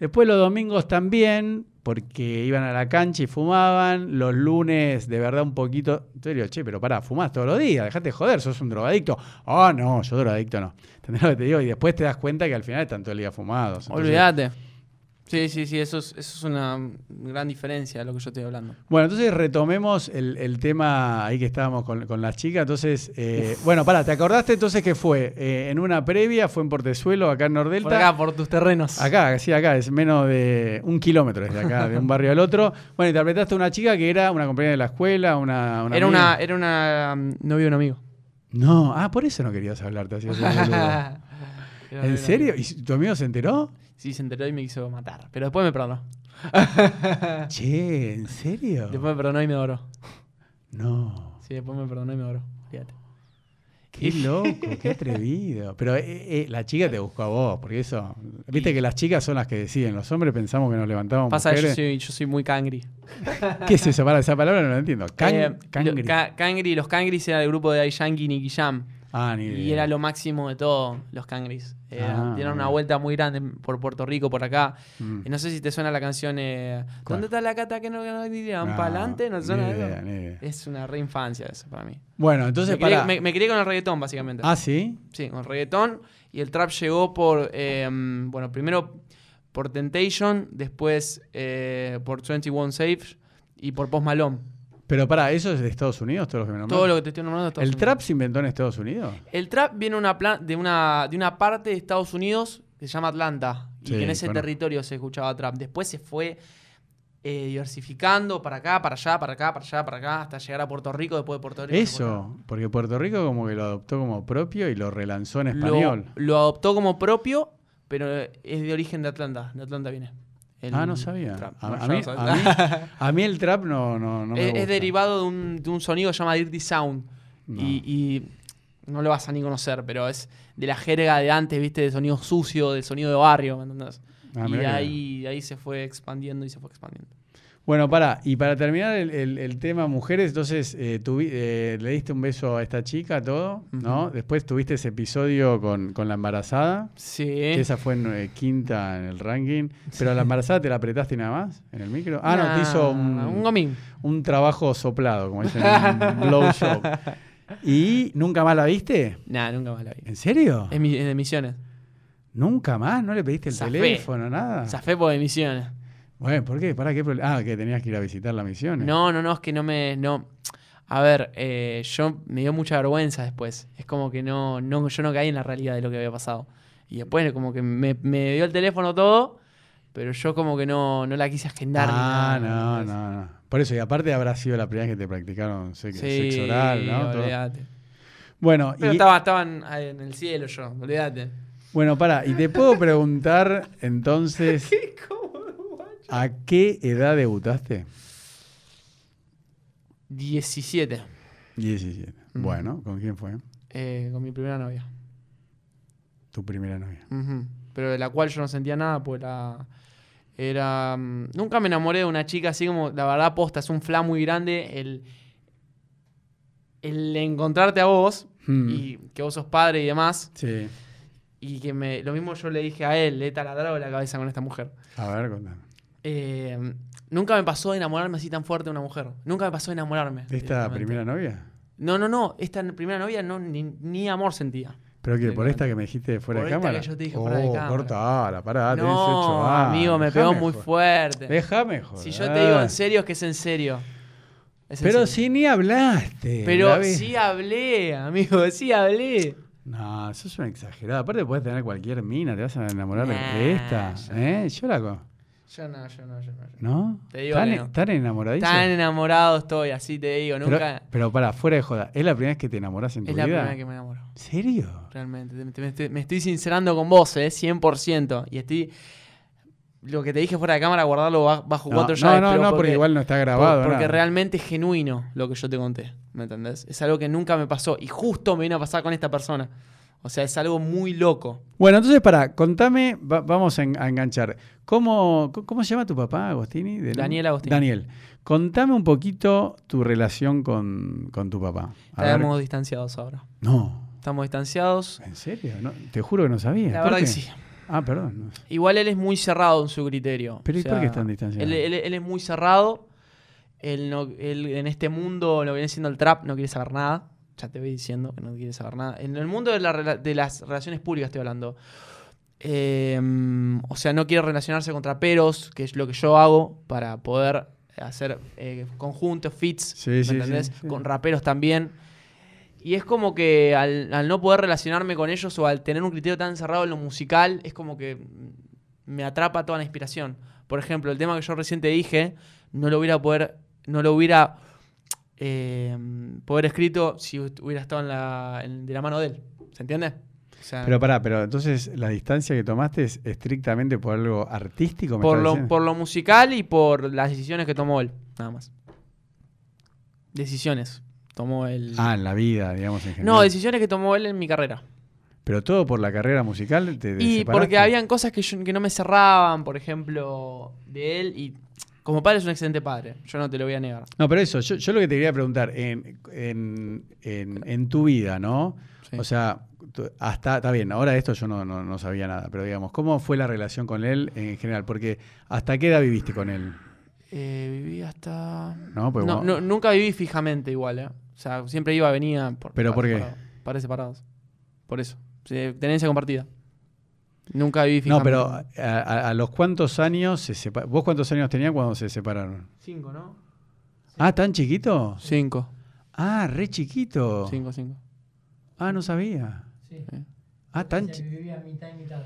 Speaker 1: Después los domingos también, porque iban a la cancha y fumaban. Los lunes, de verdad, un poquito. Entonces digo, che, pero pará, fumás todos los días, dejate de joder, sos un drogadicto. Ah, no, yo drogadicto no. ¿Entendés lo que te digo? Y después te das cuenta que al final están todo el día fumados. Entonces,
Speaker 2: Olvídate. Sí, sí, sí, eso es, eso es una gran diferencia de lo que yo estoy hablando.
Speaker 1: Bueno, entonces retomemos el, el tema ahí que estábamos con, con las chicas. Entonces, eh, bueno, pará, ¿te acordaste entonces que fue? eh, en una previa, fue en Portezuelo, acá en Nordelta.
Speaker 2: Por acá, por tus terrenos.
Speaker 1: Acá, sí, acá, es menos de un kilómetro desde acá, de un barrio al otro. Bueno, interpretaste a una chica que era una compañera de la escuela, una. amiga.
Speaker 2: era, una, era una um, novio de un amigo.
Speaker 1: No, ah, por eso no querías hablarte así.
Speaker 2: Era novio de un
Speaker 1: ¿En serio?
Speaker 2: amigo.
Speaker 1: ¿Y tu amigo se enteró?
Speaker 2: Sí, se enteró y me quiso matar. Pero después me perdonó.
Speaker 1: Che, ¿en serio?
Speaker 2: Ah. Después me perdonó y me adoró.
Speaker 1: No.
Speaker 2: Sí, después me perdonó y me adoró. Fíjate.
Speaker 1: Qué loco, qué atrevido. Pero eh, eh, la chica te buscó a vos, porque eso. Viste que las chicas son las que deciden. Los hombres pensamos que nos levantamos
Speaker 2: Pasa que yo
Speaker 1: mujeres.
Speaker 2: soy, yo soy muy cangri.
Speaker 1: ¿Qué es eso? Para esa palabra no la entiendo. Can-
Speaker 2: Eh, lo-
Speaker 1: cangri.
Speaker 2: ca- cangri, los cangris era el grupo de Yankee y Nicky Jam.
Speaker 1: ah, ni
Speaker 2: Y
Speaker 1: idea.
Speaker 2: era lo máximo de todo, los cangris. Eh,
Speaker 1: Ah,
Speaker 2: dieron
Speaker 1: mira.
Speaker 2: una vuelta muy grande por Puerto Rico, por acá.
Speaker 1: Mm.
Speaker 2: Y no sé si te suena la canción eh,
Speaker 1: ¿Cuál?
Speaker 2: ¿Dónde está la cata que no ganó
Speaker 1: No,
Speaker 2: pa'lante? ¿No te
Speaker 1: Ah, ni
Speaker 2: suena eso?
Speaker 1: idea, ni idea.
Speaker 2: Es una reinfancia eso para mí.
Speaker 1: Bueno, entonces
Speaker 2: me, crié,
Speaker 1: para.
Speaker 2: me- me crié con el reggaetón, básicamente.
Speaker 1: Ah, sí.
Speaker 2: Sí, con el reggaetón. Y el trap llegó por, eh, bueno, primero por Temptation, después eh, por 21 Saves y por Post Malone.
Speaker 1: Pero para, ¿eso es de Estados Unidos? Todo lo que me nombrás?
Speaker 2: Todo lo que te estoy nombrando. es Estados
Speaker 1: ¿El
Speaker 2: Unidos.
Speaker 1: trap se inventó en Estados Unidos?
Speaker 2: El trap viene una pla- de, una, de una parte de Estados Unidos que se llama Atlanta. Y
Speaker 1: Sí,
Speaker 2: que en ese
Speaker 1: conozco.
Speaker 2: territorio se escuchaba trap. Después se fue eh, diversificando para acá, para allá, para acá, para allá, para acá, hasta llegar a Puerto Rico, después de Puerto Rico. se fue a-
Speaker 1: Eso, porque Puerto Rico como que lo adoptó como propio y lo relanzó en
Speaker 2: Lo,
Speaker 1: español.
Speaker 2: lo adoptó como propio, pero eh, es de origen de Atlanta. De Atlanta viene. El
Speaker 1: ah, no sabía.
Speaker 2: trap.
Speaker 1: A,
Speaker 2: Bueno,
Speaker 1: a
Speaker 2: ya
Speaker 1: mí,
Speaker 2: lo sabes.
Speaker 1: a mí- a mí el trap no, no, no me
Speaker 2: es, es
Speaker 1: gusta.
Speaker 2: derivado de un, de un sonido que se llama Dirty Sound.
Speaker 1: No.
Speaker 2: Y, y no lo vas a ni conocer, pero es de la jerga de antes, ¿viste? De sonido sucio, del sonido de barrio, ¿me entendés?
Speaker 1: Ah,
Speaker 2: y
Speaker 1: mirá
Speaker 2: de
Speaker 1: que-
Speaker 2: ahí, de ahí se fue expandiendo y se fue expandiendo.
Speaker 1: Bueno, para y para terminar el, el- el tema mujeres, entonces eh, tuvi- eh, le diste un beso a esta chica, todo, ¿no?
Speaker 2: Ujú.
Speaker 1: Después tuviste ese episodio con, con la embarazada,
Speaker 2: Sí.
Speaker 1: que esa fue en, eh, quinta en el ranking, pero a la embarazada te la apretaste nada más en el micro. Ah, no, te hizo un,
Speaker 2: Un gomín.
Speaker 1: un trabajo soplado, como dicen, un blowjob. ¿Y nunca más la viste?
Speaker 2: Nah, nunca más la vi.
Speaker 1: ¿En serio?
Speaker 2: Es, mi- es de Misiones.
Speaker 1: ¿Nunca más? ¿No le pediste el
Speaker 2: Em- Zafé.
Speaker 1: teléfono, nada?
Speaker 2: Zafé por de Misiones.
Speaker 1: Bueno, ¿por qué? ¿Para qué problema? Ah, que tenías que ir a visitar la misión. ¿eh?
Speaker 2: No, no, no, es que no me. No. A ver, eh, yo me dio mucha vergüenza después. Es como que no, no, yo no caí en la realidad de lo que había pasado. Y después como que me, me dio el teléfono todo, pero yo como que no, no la quise agendar. ni
Speaker 1: Ah,
Speaker 2: nada,
Speaker 1: no, no, no. Por eso, y aparte habrá sido la primera vez que te practicaron se-
Speaker 2: Sí,
Speaker 1: sexo oral, ¿no? Todo.
Speaker 2: olvídate.
Speaker 1: Bueno,
Speaker 2: Pero
Speaker 1: y,
Speaker 2: estaba, estaba en, en el cielo yo, olvídate.
Speaker 1: bueno, para, y te puedo preguntar entonces,
Speaker 2: Qué cómodo, guacho.
Speaker 1: ¿a qué edad debutaste?
Speaker 2: 17,
Speaker 1: 17.
Speaker 2: Ujú.
Speaker 1: Bueno, ¿con quién fue?
Speaker 2: eh, con mi primera novia.
Speaker 1: Tu primera novia.
Speaker 2: Ujú. Pero de la cual yo no sentía nada, pues la. Era. mm, Nunca me enamoré de una chica así como, la verdad, posta, es un fla muy grande el. El encontrarte a vos
Speaker 1: Hmm.
Speaker 2: y que vos sos padre y demás.
Speaker 1: Sí.
Speaker 2: Y que me. Lo mismo yo le dije a él, le he taladrado la cabeza con esta mujer.
Speaker 1: A ver, contame.
Speaker 2: Eh, nunca me pasó de enamorarme así tan fuerte de una mujer. Nunca me pasó de enamorarme.
Speaker 1: ¿De esta
Speaker 2: directamente.
Speaker 1: primera novia?
Speaker 2: No, no, no. Esta primera novia no, ni, ni amor sentía.
Speaker 1: Pero que por
Speaker 2: Directamente.
Speaker 1: esta que me dijiste fuera
Speaker 2: Por
Speaker 1: de
Speaker 2: esta
Speaker 1: cámara.
Speaker 2: que yo te dije fuera de cámara.
Speaker 1: Corta, la pará, Ah, tenés
Speaker 2: no,
Speaker 1: ocho años.
Speaker 2: amigo, me
Speaker 1: Dejame
Speaker 2: pegó muy
Speaker 1: joder.
Speaker 2: fuerte.
Speaker 1: Déjame joder. eh.
Speaker 2: Si yo te digo en serio, es que es en serio. Es en
Speaker 1: Pero
Speaker 2: serio.
Speaker 1: si ni hablaste. la
Speaker 2: Pero
Speaker 1: vez-
Speaker 2: sí hablé, amigo, sí hablé.
Speaker 1: No, sos una exagerada. Aparte podés tener cualquier mina, te vas a enamorar de-
Speaker 2: Nah,
Speaker 1: de esta.
Speaker 2: ya.
Speaker 1: ¿Eh? Yo la co-
Speaker 2: Yo no, yo no, yo no. yo no.
Speaker 1: ¿No?
Speaker 2: Te digo
Speaker 1: ¿Tan, e-,
Speaker 2: que no.
Speaker 1: tan enamoradizos?
Speaker 2: Tan enamorado estoy, así te digo,
Speaker 1: Pero-
Speaker 2: nunca.
Speaker 1: Pero, para, fuera de joda. ¿Es la primera vez que te enamorás en tu
Speaker 2: es la
Speaker 1: vida?
Speaker 2: primera que me enamoro.
Speaker 1: ¿En serio?
Speaker 2: Realmente, te- te- me, estoy- me estoy sincerando con vos, ¿eh? 100%. Y estoy. Lo que te dije fuera de cámara, guardarlo ba- bajo
Speaker 1: No,
Speaker 2: cuatro
Speaker 1: no,
Speaker 2: llaves.
Speaker 1: no,
Speaker 2: pero
Speaker 1: no, porque, igual no está grabado.
Speaker 2: Por- porque
Speaker 1: nada.
Speaker 2: realmente es genuino lo que yo te conté, ¿me entendés? Es algo que nunca me pasó y justo me vino a pasar con esta persona. O sea, es algo muy loco.
Speaker 1: Bueno, entonces para, contame, va- vamos a, en- a enganchar. ¿Cómo, co- ¿Cómo se llama tu papá, Agostini? De-
Speaker 2: Daniel Agostini.
Speaker 1: Daniel, contame un poquito tu relación con, con tu papá. A ver-
Speaker 2: Estamos distanciados ahora.
Speaker 1: No,
Speaker 2: Estamos distanciados.
Speaker 1: ¿en serio? No, te juro que no sabía.
Speaker 2: La
Speaker 1: ¿Por
Speaker 2: verdad
Speaker 1: qué?
Speaker 2: que sí.
Speaker 1: Ah, perdón. no.
Speaker 2: Igual él es muy cerrado en su criterio.
Speaker 1: Pero ¿y
Speaker 2: O
Speaker 1: por qué
Speaker 2: sea,
Speaker 1: están distanciados?
Speaker 2: Él, él- él es muy cerrado. Él, no- él en este mundo, lo que viene siendo el trap, no quiere saber nada. Ya te voy diciendo que no quiere saber nada. En el mundo de, la rela- de las relaciones públicas estoy hablando. Eh, mm, o sea, no quiere relacionarse con traperos, que es lo que yo hago para poder hacer eh, conjuntos, fits,
Speaker 1: Sí,
Speaker 2: ¿me
Speaker 1: sí, sí,
Speaker 2: entendés?
Speaker 1: sí.
Speaker 2: Con raperos también. Y es como que al, al no poder relacionarme con ellos o al tener un criterio tan cerrado en lo musical, es como que mm, me atrapa toda la inspiración. Por ejemplo, el tema que yo recién te dije, no lo hubiera poder, no lo hubiera eh, poder escrito si hubiera estado en la, en- de la mano de él. ¿Se entiende? O sea,
Speaker 1: Pero pará, pero entonces la distancia que tomaste es estrictamente por algo artístico. ¿me
Speaker 2: por,
Speaker 1: estás
Speaker 2: lo,
Speaker 1: diciendo?
Speaker 2: por lo musical y por las decisiones que tomó él, nada más. Decisiones. Tomó él.
Speaker 1: Ah, en la vida, digamos, en general.
Speaker 2: no, decisiones que tomó él en mi carrera.
Speaker 1: Pero todo por la carrera musical te te
Speaker 2: Y
Speaker 1: separaste?
Speaker 2: porque habían cosas que, yo- que no me cerraban, por ejemplo, de él. Y como padre es un excelente padre, yo no te lo voy a negar.
Speaker 1: No, pero eso, yo, yo lo que te quería preguntar, en, en- en- en tu vida, ¿no?
Speaker 2: Sí.
Speaker 1: O sea, tú- hasta, está bien, ahora de esto yo no, no- no sabía nada, pero digamos, ¿cómo fue la relación con él en general? Porque, ¿hasta qué edad viviste con él?
Speaker 2: Eh, viví hasta.
Speaker 1: No, pues
Speaker 2: no,
Speaker 1: vos-
Speaker 2: no, nunca viví fijamente igual, ¿eh? O sea, siempre iba, venía.
Speaker 1: ¿Pero por qué?
Speaker 2: Pares separados. Por eso. Sí, Tenencia compartida. Nunca viví
Speaker 1: No,
Speaker 2: fijamente.
Speaker 1: pero a, a- a los cuántos años se sepa- ¿Vos cuántos años tenías cuando se separaron?
Speaker 2: Cinco, ¿no?
Speaker 1: Ah, ¿tan chiquito?
Speaker 2: Cinco.
Speaker 1: Ah, re chiquito.
Speaker 2: Cinco, cinco.
Speaker 1: Ah, no sabía.
Speaker 3: Sí.
Speaker 1: Ah, tan
Speaker 3: Decía
Speaker 1: chi-
Speaker 3: que vivía mitad y mitad.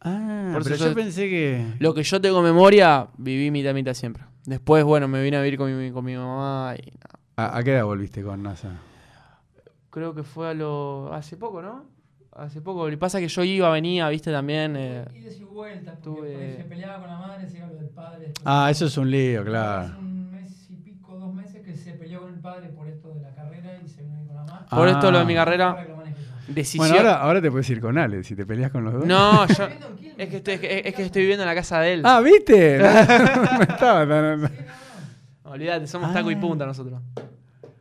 Speaker 1: Ah,
Speaker 2: Por eso
Speaker 1: pero
Speaker 2: yo-
Speaker 1: yo pensé que.
Speaker 2: Lo que yo tengo memoria, viví mitad mitad siempre. Después, bueno, me vine a vivir con mi, con mi mamá y nada.
Speaker 1: ¿A, a qué edad volviste con NASA?
Speaker 2: Creo que fue a lo. hace poco, ¿no? Hace poco. Lo que pasa es que yo iba, venía, viste, también. eh,
Speaker 3: Ides y vueltas, porque
Speaker 2: tuve-
Speaker 3: por ahí se peleaba con la madre, se iba con el padre. después-
Speaker 1: Ah, eso es un lío,
Speaker 3: Hace
Speaker 1: claro.
Speaker 3: un mes y pico, dos meses que se peleó con el padre por esto de la carrera y se unió con la madre.
Speaker 2: Por esto lo de
Speaker 1: Ah.
Speaker 2: mi carrera,
Speaker 3: Ahora que lo maneja ella.
Speaker 2: decisión.
Speaker 1: Bueno, ahora, ahora te puedes ir con Ale, si te peleas con los dos.
Speaker 2: No, yo.
Speaker 3: Viviendo en Quilmes,
Speaker 2: Es que, estoy, es,
Speaker 3: está en
Speaker 2: que, es que
Speaker 3: casa.
Speaker 2: estoy viviendo en la casa de él.
Speaker 1: Ah, ¿viste? No, estaba tan-
Speaker 3: Sí, no,
Speaker 2: No, Olvídate, somos
Speaker 1: Ah.
Speaker 2: taco y punta nosotros.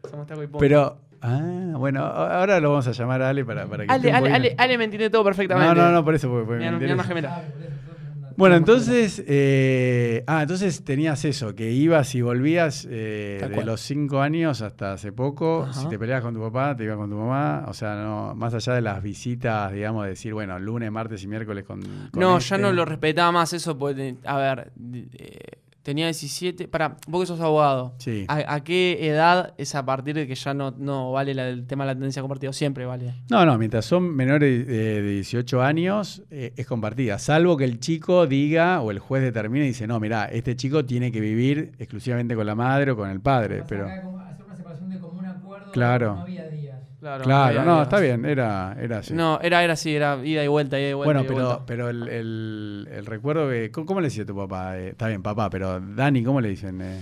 Speaker 2: Somos taco y punta.
Speaker 1: Pero, ah, bueno, a- ahora lo vamos a llamar a Ale para, para que...
Speaker 2: Ale,
Speaker 1: esté un
Speaker 2: Ale,
Speaker 1: poquito-
Speaker 2: Ale, Ale me entiende todo
Speaker 1: No,
Speaker 2: perfectamente.
Speaker 1: no, no, por eso, porque, porque
Speaker 2: Mi
Speaker 1: me
Speaker 2: alma- mi
Speaker 1: interesa.
Speaker 2: alma
Speaker 3: no. Claro,
Speaker 2: gemela.
Speaker 3: por eso, nosotros no-
Speaker 1: Bueno,
Speaker 2: Vamos a
Speaker 1: entonces, eh, ah, entonces tenías eso, que ibas y volvías eh,
Speaker 2: Tal
Speaker 1: de
Speaker 2: cual.
Speaker 1: los cinco años hasta hace poco.
Speaker 2: Ajá.
Speaker 1: Si te peleabas con tu papá, te ibas con tu mamá. O sea, no, más allá de las visitas, digamos, de decir, bueno, lunes, martes y miércoles con. con
Speaker 2: No,
Speaker 1: este.
Speaker 2: ya no lo respetaba más eso. Porque, a ver, eh, tenía 17. Para, vos que sos abogado.
Speaker 1: Sí.
Speaker 2: ¿A, a qué edad es a partir de que ya no, no vale la- el tema de la tendencia compartida? Siempre vale.
Speaker 1: No, no, mientras son menores de 18 años, eh, es compartida. Salvo que el chico diga o el juez determine y dice, no, mirá, este chico tiene que vivir exclusivamente con la madre o con el
Speaker 3: Pasa
Speaker 1: padre. eh, Pero.
Speaker 3: acá como hacer una separación de común acuerdo.
Speaker 1: Claro.
Speaker 3: No había días.
Speaker 2: Claro,
Speaker 1: Claro, no, está bien, era, era así.
Speaker 2: No, era, era así, era ida y vuelta, ida y vuelta.
Speaker 1: Bueno,
Speaker 2: ida y
Speaker 1: pero,
Speaker 2: vuelta.
Speaker 1: pero el, el- el recuerdo que. ¿Cómo, cómo le decía tu papá? Eh, está bien, papá, pero Dani, ¿cómo le dicen? Eh,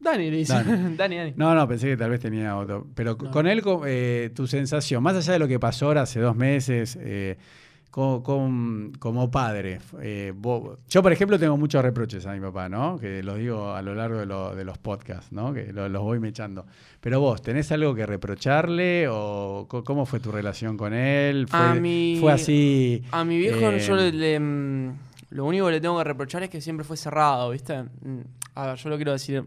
Speaker 2: Dani le dice.
Speaker 1: Dani.
Speaker 2: Dani, Dani.
Speaker 1: no, no, pensé que tal vez tenía otro. Pero c-
Speaker 2: No.
Speaker 1: con él, co- eh, tu sensación, más allá de lo que pasó ahora hace dos meses, eh, co- con- como padre. eh, vos- yo, por ejemplo, tengo muchos reproches a mi papá, ¿no? Que los digo a lo largo de, lo- de los podcasts, ¿no? Que lo- los voy mechando. Pero vos, ¿tenés algo que reprocharle? ¿O co- cómo fue tu relación con él? ¿Fue,
Speaker 2: A mí-
Speaker 1: fue así?
Speaker 2: A mi viejo
Speaker 1: Eh,
Speaker 2: yo le, le, mm, lo único que le tengo que reprochar es que siempre fue cerrado, ¿viste? Mm, A ver, yo lo quiero decir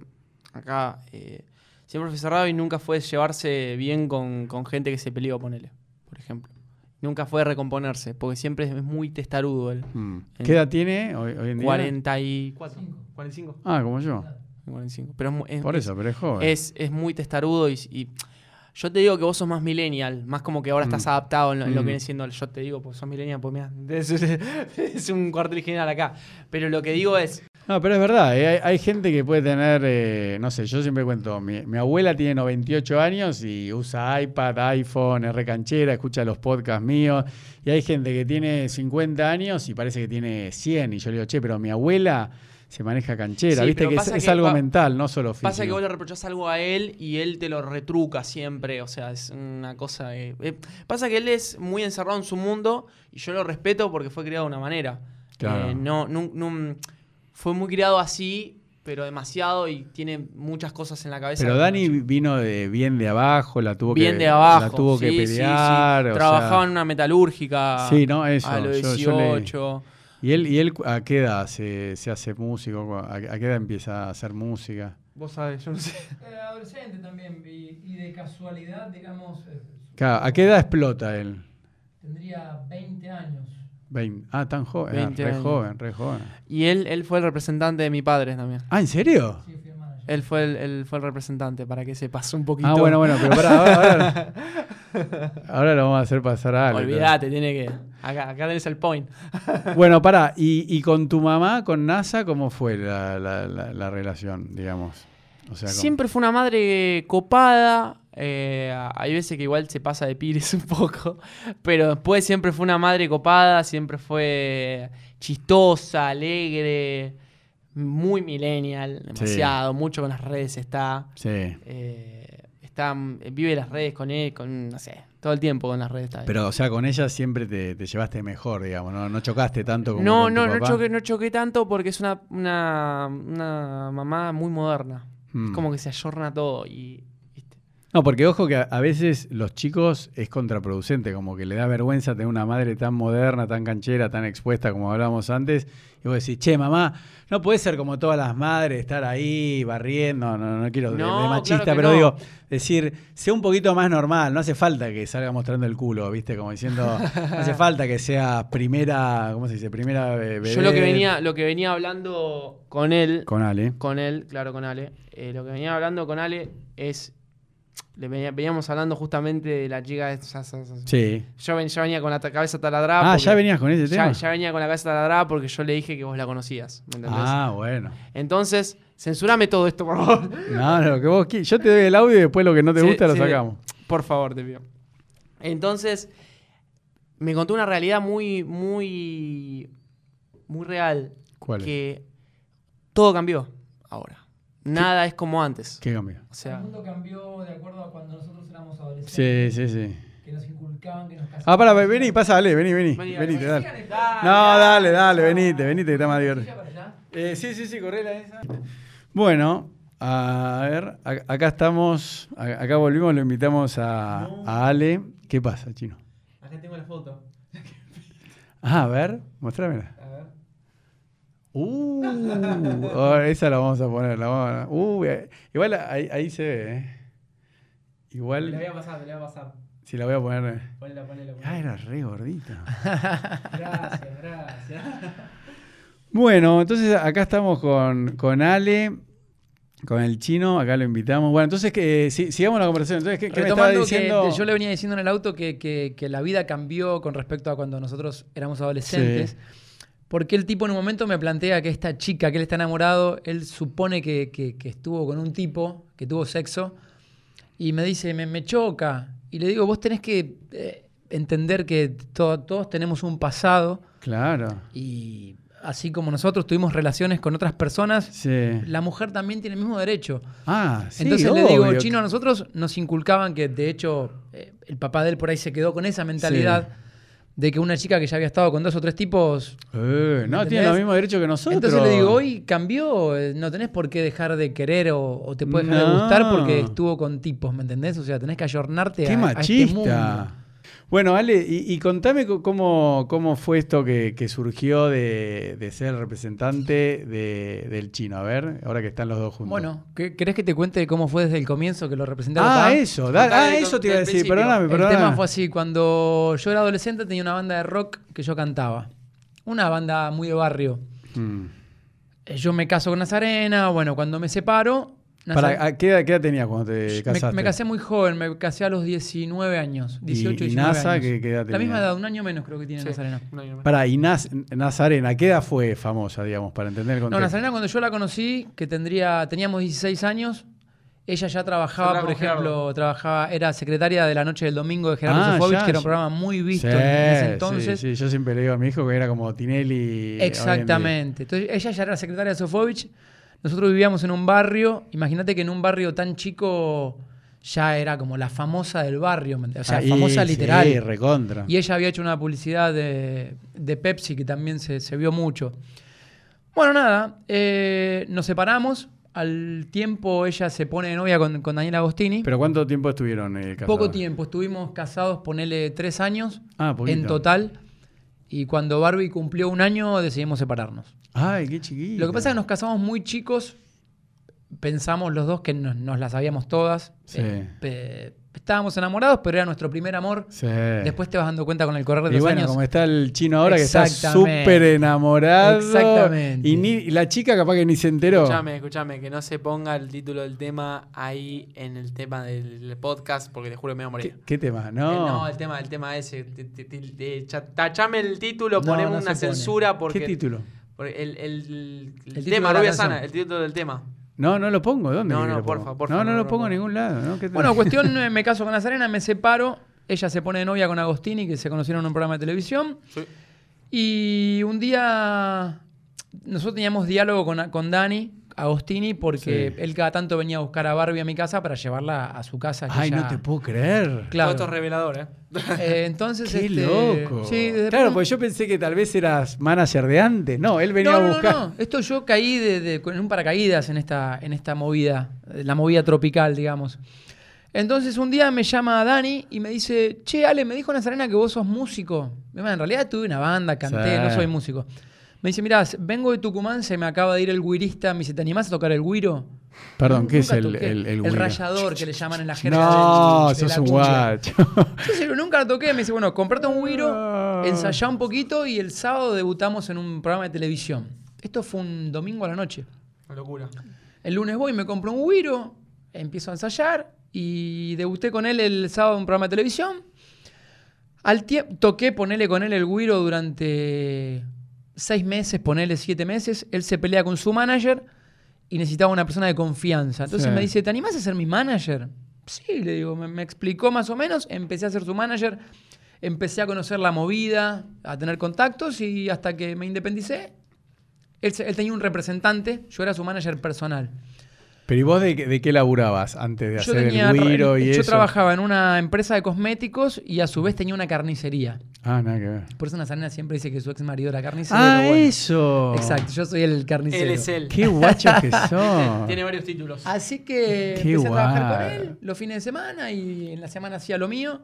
Speaker 2: acá. eh, siempre fue cerrado y nunca fue llevarse bien con, con gente que se peleó, ponele, por ejemplo. Nunca fue recomponerse, porque siempre es muy testarudo él.
Speaker 1: Mm.
Speaker 2: En-
Speaker 1: ¿Qué edad tiene hoy, hoy en día?
Speaker 2: 44.
Speaker 3: Cinco.
Speaker 2: 45.
Speaker 1: Ah, como yo.
Speaker 2: 45. Pero es mu- es,
Speaker 1: Por
Speaker 2: es-
Speaker 1: eso, pero es joven.
Speaker 2: es, es muy testarudo y, y yo te digo que vos sos más millennial, más como que ahora estás adaptado en lo, en lo
Speaker 1: Mm.
Speaker 2: que viene siendo el yo te digo, pues sos millennial, pues mira, es, es un cuartel general acá. Pero lo que digo es,
Speaker 1: No, pero es verdad. eh, Hay, hay gente que puede tener, eh, no sé, yo siempre cuento, mi, mi abuela tiene 98 años y usa iPad, iPhone, es recanchera, escucha los podcasts míos. Y hay gente que tiene 50 años y parece que tiene 100. Y yo le digo, che, pero mi abuela se maneja canchera.
Speaker 2: Sí,
Speaker 1: Viste
Speaker 2: pero
Speaker 1: que es,
Speaker 2: pasa
Speaker 1: es
Speaker 2: que
Speaker 1: algo
Speaker 2: va-
Speaker 1: mental, no solo físico.
Speaker 2: pasa que vos le reprochás algo a él y él te lo retruca siempre, o sea, es una cosa que... eh, pasa que él es muy encerrado en su mundo y yo lo respeto porque fue criado de una manera.
Speaker 1: Claro.
Speaker 2: Eh, no, nun- nun- fue muy criado así, pero demasiado y tiene muchas cosas en la cabeza.
Speaker 1: Pero
Speaker 2: que no
Speaker 1: Dani vino de bien de abajo, la tuvo
Speaker 2: bien
Speaker 1: que
Speaker 2: de abajo.
Speaker 1: la tuvo que
Speaker 2: sí, sí, sí.
Speaker 1: pelear. o sea-
Speaker 2: Trabajaba en una metalúrgica.
Speaker 1: Sí, no, eso,
Speaker 2: A los
Speaker 1: yo-
Speaker 2: 18.
Speaker 1: yo le- ¿Y él, y él cu- a qué edad se, se hace músico? ¿A, a qué edad empieza a hacer música?
Speaker 2: Vos sabés, yo no sé.
Speaker 3: Eh, adolescente también. Y, y de casualidad, digamos. eh,
Speaker 1: Claro, ¿A qué edad explota él?
Speaker 3: Tendría 20 años.
Speaker 1: Vein- Ah, tan joven. ah,
Speaker 2: 20
Speaker 1: re
Speaker 2: años.
Speaker 1: joven, re joven.
Speaker 2: Y él, él fue el representante de mi padre también.
Speaker 1: Ah, ¿en serio?
Speaker 3: Sí, fui el manager.
Speaker 2: Él fue el, él fue el representante, para que se pase un poquito.
Speaker 1: Ah, bueno, bueno, pero pará, ahora, ahora, ahora lo vamos a hacer pasar a Ale.
Speaker 2: Olvídate, tiene que. Acá, acá tenés el point.
Speaker 1: pero- Bueno, pará, y, y con tu mamá, con NASA, cómo fue la, la- la- la relación, digamos? O sea, ¿cómo?
Speaker 2: Siempre fue una madre copada. eh, hay veces que igual se pasa de pires un poco. Pero después siempre fue una madre copada. Siempre fue chistosa, alegre. Muy millennial. Demasiado. Mucho con las redes está.
Speaker 1: Sí.
Speaker 2: eh, está vive las redes con él. Con, no sé. Todo el tiempo con las redes está.
Speaker 1: Pero, o sea, con ella siempre te, te llevaste mejor, digamos, ¿no? No chocaste tanto como
Speaker 2: no,
Speaker 1: con tu
Speaker 2: no, no
Speaker 1: papá.
Speaker 2: choqué, no choqué tanto porque es una, una, una mamá muy moderna.
Speaker 1: Hmm.
Speaker 2: Es como que se ayorna todo y. ¿viste?
Speaker 1: No, porque ojo que a, a veces los chicos es contraproducente, como que le da vergüenza tener una madre tan moderna, tan canchera, tan expuesta como hablábamos antes, y vos decís, che, mamá, no puede ser como todas las madres, estar ahí barriendo, no, no, no quiero de-
Speaker 2: No,
Speaker 1: de
Speaker 2: claro
Speaker 1: machista,
Speaker 2: que
Speaker 1: pero
Speaker 2: no.
Speaker 1: digo, decir, sé un poquito más normal, no hace falta que salga mostrando el culo, viste, como diciendo, no hace falta que sea primera, ¿cómo se dice? Primera be-
Speaker 2: Yo lo que
Speaker 1: vedette".
Speaker 2: venía, lo que venía hablando con él,
Speaker 1: Con Ale.
Speaker 2: con él, claro, con Ale. eh, lo que venía hablando con Ale es Le venía- veníamos hablando justamente de la chica. de- ya- ya- ya-
Speaker 1: Sí.
Speaker 2: Yo ven- ya venía con la ta- cabeza taladrada.
Speaker 1: Ah,
Speaker 2: porque-
Speaker 1: ya venías con ese
Speaker 2: ya,
Speaker 1: tema.
Speaker 2: ya venía con la cabeza taladrada porque yo le dije que vos la conocías. ¿Me entendés?
Speaker 1: ah, bueno.
Speaker 2: Entonces, censurame todo esto, por favor.
Speaker 1: No, no, que vos qui- Yo te doy el audio y después lo que no te
Speaker 2: Sí,
Speaker 1: gusta lo
Speaker 2: sí,
Speaker 1: sacamos.
Speaker 2: Por favor, te pido. Entonces, me contó una realidad muy, muy, muy real.
Speaker 1: ¿Cuál? es?
Speaker 2: Que todo cambió ahora. Nada es como antes.
Speaker 1: ¿Qué cambió?
Speaker 2: O
Speaker 3: El
Speaker 2: sea,
Speaker 3: mundo cambió de acuerdo a cuando nosotros éramos adolescentes.
Speaker 1: Sí, sí, sí.
Speaker 3: Que nos inculcaban, que nos casaban.
Speaker 1: Ah, para, vení, pasa, dale, vení, vení.
Speaker 2: Vení, dale,
Speaker 1: Venite,
Speaker 2: vení.
Speaker 1: dale.
Speaker 3: Dale.
Speaker 1: No, dale, dale, venite, venite, que está más
Speaker 3: ¿Sí,
Speaker 1: divertido.
Speaker 3: ya para allá?
Speaker 1: Eh, sí, sí, sí, correla esa. Bueno, a ver, a- acá estamos, a- acá volvimos, lo invitamos a, a Ale. ¿Qué pasa, chino?
Speaker 2: Acá tengo la foto.
Speaker 1: Ah, a ver, mostrámela.
Speaker 3: A ver.
Speaker 1: Uh, oh, esa la vamos a poner, la vamos a- uh, eh, igual ahí, ahí se ve, eh. Igual,
Speaker 3: a pasar, le voy a pasar.
Speaker 1: si la voy a poner. eh.
Speaker 3: Ponela, ponela,
Speaker 1: Ah, era re gordita.
Speaker 3: Gracias, gracias.
Speaker 1: Bueno, entonces acá estamos con, con Ale, con el chino, acá lo invitamos. Bueno, entonces que eh, si- sigamos la conversación. Entonces, ¿qué, qué me estaba
Speaker 4: Retomando que
Speaker 1: diciendo?
Speaker 4: yo le venía diciendo en el auto que, que- que la vida cambió con respecto a cuando nosotros éramos adolescentes. Porque el tipo en un momento me plantea que esta chica que él está enamorado, él supone que, que- que estuvo con un tipo, que tuvo sexo, y me dice, me, me choca. Y le digo, vos tenés que eh, entender que to- todos tenemos un pasado,
Speaker 1: Claro,
Speaker 4: y así como nosotros tuvimos relaciones con otras personas,
Speaker 1: sí.
Speaker 4: la mujer también tiene el mismo derecho.
Speaker 1: Ah, sí,
Speaker 4: Entonces le digo,
Speaker 1: obvio.
Speaker 4: chino, a nosotros nos inculcaban que, de hecho, eh, el papá de él por ahí se quedó con esa mentalidad de que una chica que ya había estado con dos o tres tipos.
Speaker 1: Eh, no,
Speaker 4: ¿Entendés?
Speaker 1: tiene los mismos derechos que nosotros.
Speaker 4: Entonces le digo, hoy cambió, eh, no tenés por qué dejar de querer o, o te puede dejar
Speaker 1: No.
Speaker 4: de gustar porque estuvo con tipos, ¿me entendés? O sea, tenés que ayornarte
Speaker 1: ¡Qué
Speaker 4: a, a este
Speaker 1: machista!
Speaker 4: mundo.
Speaker 1: bueno, Ale, y, y contame co- cómo, cómo fue esto que, que surgió de, de ser representante de- del chino. A ver, ahora que están los dos juntos.
Speaker 4: Bueno, ¿qué- ¿querés que te cuente cómo fue desde el comienzo que lo representaba?
Speaker 1: Ah,
Speaker 4: papá?
Speaker 1: eso, da-
Speaker 2: Contale
Speaker 1: ah,
Speaker 2: con-
Speaker 1: eso te iba a
Speaker 2: del
Speaker 1: decir,
Speaker 2: principio.
Speaker 1: perdóname,
Speaker 4: El
Speaker 1: perdóname.
Speaker 4: tema fue así, cuando yo era adolescente tenía una banda de rock que yo cantaba. Una banda muy de barrio.
Speaker 1: Mm.
Speaker 4: Eh, Yo me caso con Nazarena, bueno, cuando me separo...
Speaker 1: Para,
Speaker 4: Nazarena-
Speaker 1: ¿a ¿qué, edad, ¿Qué edad tenías cuando te
Speaker 4: me,
Speaker 1: casaste?
Speaker 4: me casé muy joven, me casé a los 19 años, 18,
Speaker 1: y
Speaker 4: 19
Speaker 1: NASA,
Speaker 4: años.
Speaker 1: ¿qué- qué edad
Speaker 4: La misma
Speaker 1: tenía?
Speaker 4: edad, un año menos creo que tiene
Speaker 2: Sí.
Speaker 4: Nazarena.
Speaker 2: No, no, no.
Speaker 1: Pará, y Naz- Nazarena, ¿qué edad fue famosa, digamos, para entender el
Speaker 4: No,
Speaker 1: contexto?
Speaker 4: Nazarena cuando yo la conocí, que tendría, teníamos 16 años, ella ya trabajaba,
Speaker 2: Hablaba
Speaker 4: por
Speaker 2: con
Speaker 4: ejemplo,
Speaker 2: Gerardo.
Speaker 4: trabajaba, era secretaria de la noche del domingo de Gerardo
Speaker 1: Ah,
Speaker 4: Sofovich,
Speaker 1: ya,
Speaker 4: que
Speaker 1: ya.
Speaker 4: era un programa muy visto
Speaker 1: Sí,
Speaker 4: en ese
Speaker 1: sí,
Speaker 4: entonces.
Speaker 1: Sí, yo siempre le digo a mi hijo que era como Tinelli.
Speaker 4: Exactamente. Entonces ella ya era secretaria de Sofovich. Nosotros vivíamos en un barrio. Imagínate que en un barrio tan chico ya era como la famosa del barrio. ¿me entiendes? O sea, famosa literal.
Speaker 1: Ah, Sí, recontra.
Speaker 4: Y ella había hecho una publicidad de, de Pepsi que también se, se vio mucho. Bueno, nada, eh, nos separamos. Al tiempo ella se pone de novia con, con Daniel Agostini.
Speaker 1: ¿Pero cuánto tiempo estuvieron eh, casados?
Speaker 4: Poco tiempo, estuvimos casados, ponele tres años
Speaker 1: Ah, poquito.
Speaker 4: en total. Y cuando Barbie cumplió un año decidimos separarnos.
Speaker 1: Ay, qué chiquito.
Speaker 4: Lo que pasa es que nos casamos muy chicos. Pensamos los dos que nos, nos las sabíamos todas.
Speaker 1: Sí.
Speaker 4: Eh, pe- estábamos enamorados, pero era nuestro primer amor.
Speaker 1: Sí.
Speaker 4: Después te vas dando cuenta con el correr de
Speaker 1: Y
Speaker 4: los
Speaker 1: bueno,
Speaker 4: años.
Speaker 1: como está el chino ahora que está
Speaker 4: Exactamente.
Speaker 1: súper enamorado.
Speaker 4: Exactamente.
Speaker 1: Y, ni, y la chica capaz que ni se enteró.
Speaker 2: Escuchame, escuchame, que no se ponga el título del tema ahí en el tema del podcast, porque te juro que me voy a morir.
Speaker 1: ¿Qué, qué tema?
Speaker 2: Eh,
Speaker 1: No.
Speaker 2: No, el tema, el tema ese. Ti- ti- ti- eh, cha- Tachame el título,
Speaker 4: No,
Speaker 2: ponemos
Speaker 4: no se
Speaker 2: una
Speaker 4: pone.
Speaker 2: censura porque.
Speaker 1: ¿Qué título?
Speaker 2: porque el, el, el,
Speaker 4: título
Speaker 2: tema,
Speaker 4: de la
Speaker 2: Rubia
Speaker 4: canción.
Speaker 2: Sana, el título del tema.
Speaker 1: No, no lo pongo. ¿Dónde?
Speaker 2: No,
Speaker 1: que
Speaker 2: no,
Speaker 1: lo
Speaker 2: porfa,
Speaker 1: pongo?
Speaker 2: porfa,
Speaker 1: No, no,
Speaker 2: no
Speaker 1: lo
Speaker 2: lo
Speaker 1: pongo en
Speaker 2: pongo.
Speaker 1: ningún lado. ¿no? ¿Qué tal?
Speaker 4: Bueno, cuestión, eh, me caso con Nazarena, me separo. Ella se pone de novia con Agostini, que se conocieron en un programa de televisión.
Speaker 2: Sí.
Speaker 4: Y un día nosotros teníamos diálogo con, con Dani, Agostini, porque
Speaker 1: Sí.
Speaker 4: él cada tanto venía a buscar a Barbie a mi casa para llevarla a su casa. que
Speaker 1: Ay, no
Speaker 4: ya-
Speaker 1: te puedo creer.
Speaker 4: Claro.
Speaker 2: Todo esto es revelador, ¿eh?
Speaker 4: Eh, entonces,
Speaker 1: Qué
Speaker 4: este,
Speaker 1: loco.
Speaker 4: sí, desde-
Speaker 1: claro, porque yo pensé que tal vez eras manager de antes. No, él venía
Speaker 4: no,
Speaker 1: a
Speaker 4: no,
Speaker 1: buscar.
Speaker 4: no, no. Esto yo caí de, de- con un paracaídas en esta, en esta movida, eh, la movida tropical, digamos. Entonces un día me llama Dani y me dice, che, Ale, me dijo Nazarena que vos sos músico. Y, "Man, En realidad tuve una banda, canté,
Speaker 1: Sí.
Speaker 4: no soy músico. Me dice, mirá, s- vengo de Tucumán, se me acaba de ir el guirista. Me dice, ¿te animás a tocar el guiro?
Speaker 1: Perdón, ¿qué es
Speaker 4: Nunca
Speaker 1: el,
Speaker 4: toqué.
Speaker 1: el, el güiro?
Speaker 4: rayador que le llaman en la jerga
Speaker 1: No,
Speaker 4: del- de la
Speaker 1: sos un
Speaker 4: cumbia.
Speaker 1: guacho.
Speaker 4: Entonces, yo nunca lo toqué. Me dice, bueno, comprate un
Speaker 1: No.
Speaker 4: güiro, ensayá un poquito y el sábado debutamos en un programa de televisión. Esto fue un domingo a la noche.
Speaker 2: Una locura.
Speaker 4: El lunes voy, me compro un güiro, empiezo a ensayar Y debuté con él el sábado en un programa de televisión. Al tiempo, toqué ponerle con él el guiro durante seis meses, ponerle siete meses. Él se pelea con su manager y necesitaba una persona de confianza. Entonces
Speaker 1: Sí.
Speaker 4: me dice, ¿te animás a ser mi manager? Sí, le digo, me, me explicó más o menos. Empecé a ser su manager, empecé a conocer la movida, a tener contactos y hasta que me independicé. Él, se- él tenía un representante, yo era su manager personal.
Speaker 1: Pero ¿y vos de, qué- de qué laburabas antes de
Speaker 4: Yo,
Speaker 1: hacer
Speaker 4: tenía-
Speaker 1: el guiro y
Speaker 4: yo
Speaker 1: eso?
Speaker 4: trabajaba en una empresa de cosméticos y a su vez tenía una carnicería.
Speaker 1: Ah, nada que ver.
Speaker 4: Por eso Nazarena siempre dice que su ex marido era carnicero.
Speaker 1: Ah,
Speaker 4: bueno.
Speaker 1: eso.
Speaker 4: Exacto, yo soy el carnicero.
Speaker 2: Él es él.
Speaker 1: Qué guachos que son.
Speaker 2: Tiene varios títulos.
Speaker 4: Así que
Speaker 1: Qué
Speaker 4: empecé a trabajar
Speaker 1: guay.
Speaker 4: con él los fines de semana y en la semana hacía lo mío.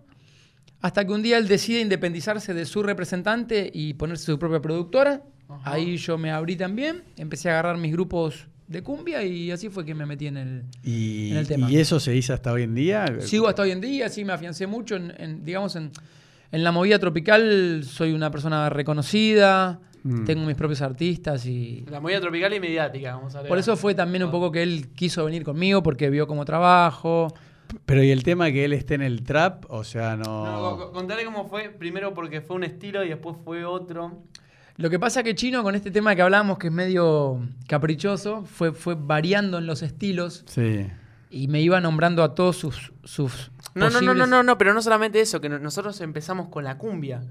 Speaker 4: Hasta que un día él decide independizarse de su representante y ponerse su propia productora.
Speaker 2: Ajá.
Speaker 4: Ahí yo me abrí también. Empecé a agarrar mis grupos de cumbia y así fue que me metí en el.
Speaker 1: Y,
Speaker 4: En el tema.
Speaker 1: y eso se hizo hasta hoy en día.
Speaker 4: Sigo hasta hoy en día, sí, me afiancé mucho. En, en, digamos, en, en la movida tropical soy una persona reconocida,
Speaker 1: Mm.
Speaker 4: tengo mis propios artistas y.
Speaker 2: La movida tropical y mediática, vamos a ver.
Speaker 4: Por eso fue
Speaker 2: Ah.
Speaker 4: también un poco que él quiso venir conmigo porque vio cómo trabajo.
Speaker 1: Pero y el tema que él esté en el trap, o sea, no.
Speaker 2: No, co- contale cómo fue, primero porque fue un estilo y después fue otro.
Speaker 4: Lo que pasa que Chino, con este tema que hablábamos, que es medio caprichoso, fue, fue variando en los estilos
Speaker 1: Sí.
Speaker 4: y me iba nombrando a todos sus. sus
Speaker 2: No, no, no,
Speaker 4: posibles-
Speaker 2: no, no, no, pero no solamente eso, que no- nosotros empezamos con la cumbia.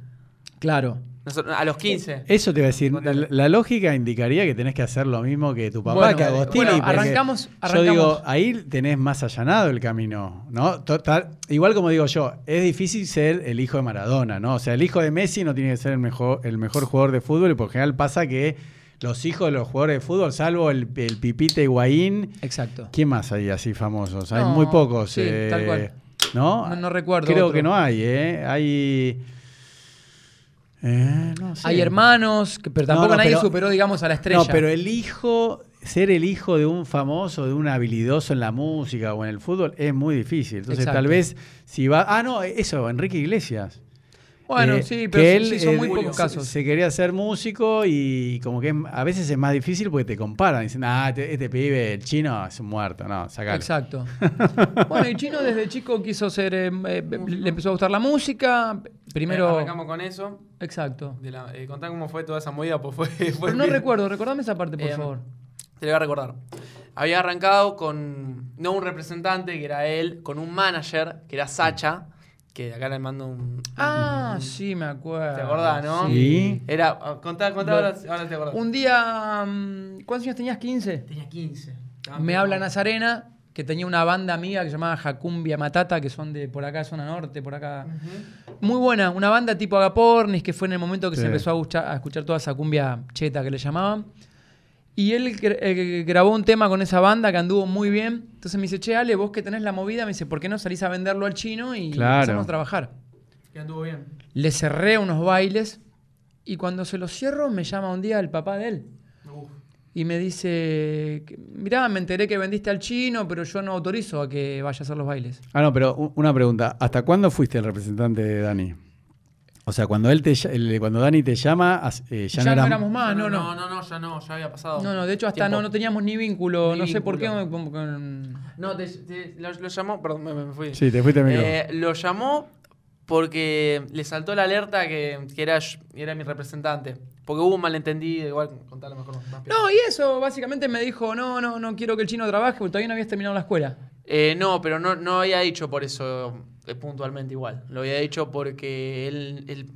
Speaker 4: Claro.
Speaker 2: Nosotros- a los
Speaker 4: Eh,
Speaker 2: 15.
Speaker 1: Eso te iba a decir. La,
Speaker 2: Contale.
Speaker 1: la lógica indicaría que tenés que hacer lo mismo que tu papá,
Speaker 4: Bueno,
Speaker 1: que Agostini.
Speaker 4: bueno,
Speaker 1: porque
Speaker 4: arrancamos-
Speaker 1: Yo
Speaker 4: arrancamos.
Speaker 1: digo, ahí tenés más allanado el camino, ¿no? Total- igual como digo yo, es difícil ser el hijo de Maradona, ¿no? O sea, el hijo de Messi no tiene que ser el mejor, el mejor jugador de fútbol y por general pasa que los hijos de los jugadores de fútbol, salvo el, el Pipita Higuaín,
Speaker 4: Exacto.
Speaker 1: ¿quién más hay así famosos? Hay
Speaker 4: No,
Speaker 1: muy pocos.
Speaker 4: sí,
Speaker 1: eh,
Speaker 4: tal cual.
Speaker 1: ¿no?
Speaker 4: No- no recuerdo
Speaker 1: Creo
Speaker 4: otro.
Speaker 1: que no hay, ¿eh? Hay... eh, no sé.
Speaker 4: Hay hermanos, que- pero
Speaker 1: No,
Speaker 4: tampoco
Speaker 1: no,
Speaker 4: nadie
Speaker 1: pero-
Speaker 4: superó, digamos, a la estrella.
Speaker 1: No, pero el hijo, ser el hijo de un famoso, de un habilidoso en la música o en el fútbol, es muy difícil. Entonces,
Speaker 4: Exacto.
Speaker 1: tal vez si va. Ah, no, eso, Enrique Iglesias.
Speaker 4: Bueno,
Speaker 1: Eh,
Speaker 4: sí,
Speaker 1: que
Speaker 4: pero
Speaker 1: él,
Speaker 4: sí, son
Speaker 1: eh,
Speaker 4: muy
Speaker 2: Julio.
Speaker 4: pocos
Speaker 1: se-
Speaker 4: casos.
Speaker 1: Se quería ser músico y como que es- a veces es más difícil porque te comparan. Dicen, ah, te- este pibe, el chino, es un muerto. No, sacalo.
Speaker 4: Exacto. bueno, y Chino desde chico quiso ser. eh, eh, le empezó a gustar la música.
Speaker 2: Eh,
Speaker 4: Primero.
Speaker 2: arrancamos con eso.
Speaker 4: exacto.
Speaker 2: De la- eh, contá cómo fue toda esa movida, pues fue. fue
Speaker 4: Pero no
Speaker 2: bien.
Speaker 4: recuerdo, recordame esa parte, por
Speaker 2: Eh,
Speaker 4: favor.
Speaker 2: Te lo voy a recordar. Había arrancado con no un representante, que era él, con un manager, que era Sacha, que acá le mando un.
Speaker 4: Ah, sí, me acuerdo.
Speaker 2: ¿Te acordás, no?
Speaker 1: Sí.
Speaker 2: Era. ah, Contá, contá,
Speaker 4: Lo-
Speaker 2: ahora, ahora te acordás.
Speaker 4: Un día. mm, ¿Cuántos años tenías? 15.
Speaker 2: Tenía 15. Estaba
Speaker 4: Me
Speaker 2: medio-
Speaker 4: habla Nazarena, que tenía una banda amiga que se llamaba Jacumbia Matata, que son de por acá, zona norte, por
Speaker 2: Mm.
Speaker 4: acá. Muy buena, una banda tipo Agapornis, que fue en el momento que
Speaker 1: Sí.
Speaker 4: se empezó a, gusta- a escuchar toda esa cumbia cheta que le llamaban. Y él gr- eh, grabó un tema con esa banda que anduvo muy bien. Entonces me dice, che, Ale, vos que tenés la movida, me dice, ¿por qué no salís a venderlo al chino y
Speaker 1: Claro.
Speaker 4: empezamos a trabajar?
Speaker 2: Que anduvo bien.
Speaker 4: Le cerré unos bailes y cuando se los cierro me llama un día el papá de él
Speaker 2: Uf.
Speaker 4: y me dice, que, mirá, me enteré que vendiste al chino, pero yo no autorizo a que vaya a hacer los bailes.
Speaker 1: Ah, no, pero u- una pregunta. ¿Hasta cuándo fuiste el representante de Dani? O sea, cuando él te, ll- el- cuando Dani te llama, as- eh, ya,
Speaker 4: Ya no
Speaker 1: no, eran-
Speaker 4: éramos más, Ah, no,
Speaker 2: no,
Speaker 4: no.
Speaker 2: no, no, ya no, ya había pasado.
Speaker 4: No, no, de hecho hasta no,
Speaker 2: Tiempo.
Speaker 4: no teníamos ni vínculo,
Speaker 2: Ni
Speaker 4: no sé por qué.
Speaker 2: vínculo.
Speaker 4: como con-
Speaker 2: No, te, te- lo, lo llamó, perdón, me, me fui.
Speaker 1: Sí, te fuiste al micro.
Speaker 2: Eh, lo llamó porque le saltó la alerta que, que era, yo- era mi representante. Porque hubo un malentendido, igual contarlo mejor. Más
Speaker 4: No, y eso básicamente me dijo, no, no, no quiero que el chino trabaje porque todavía no habías terminado la escuela.
Speaker 2: Eh, no, pero no, no había dicho por eso eh, puntualmente igual. Lo había dicho porque él, él-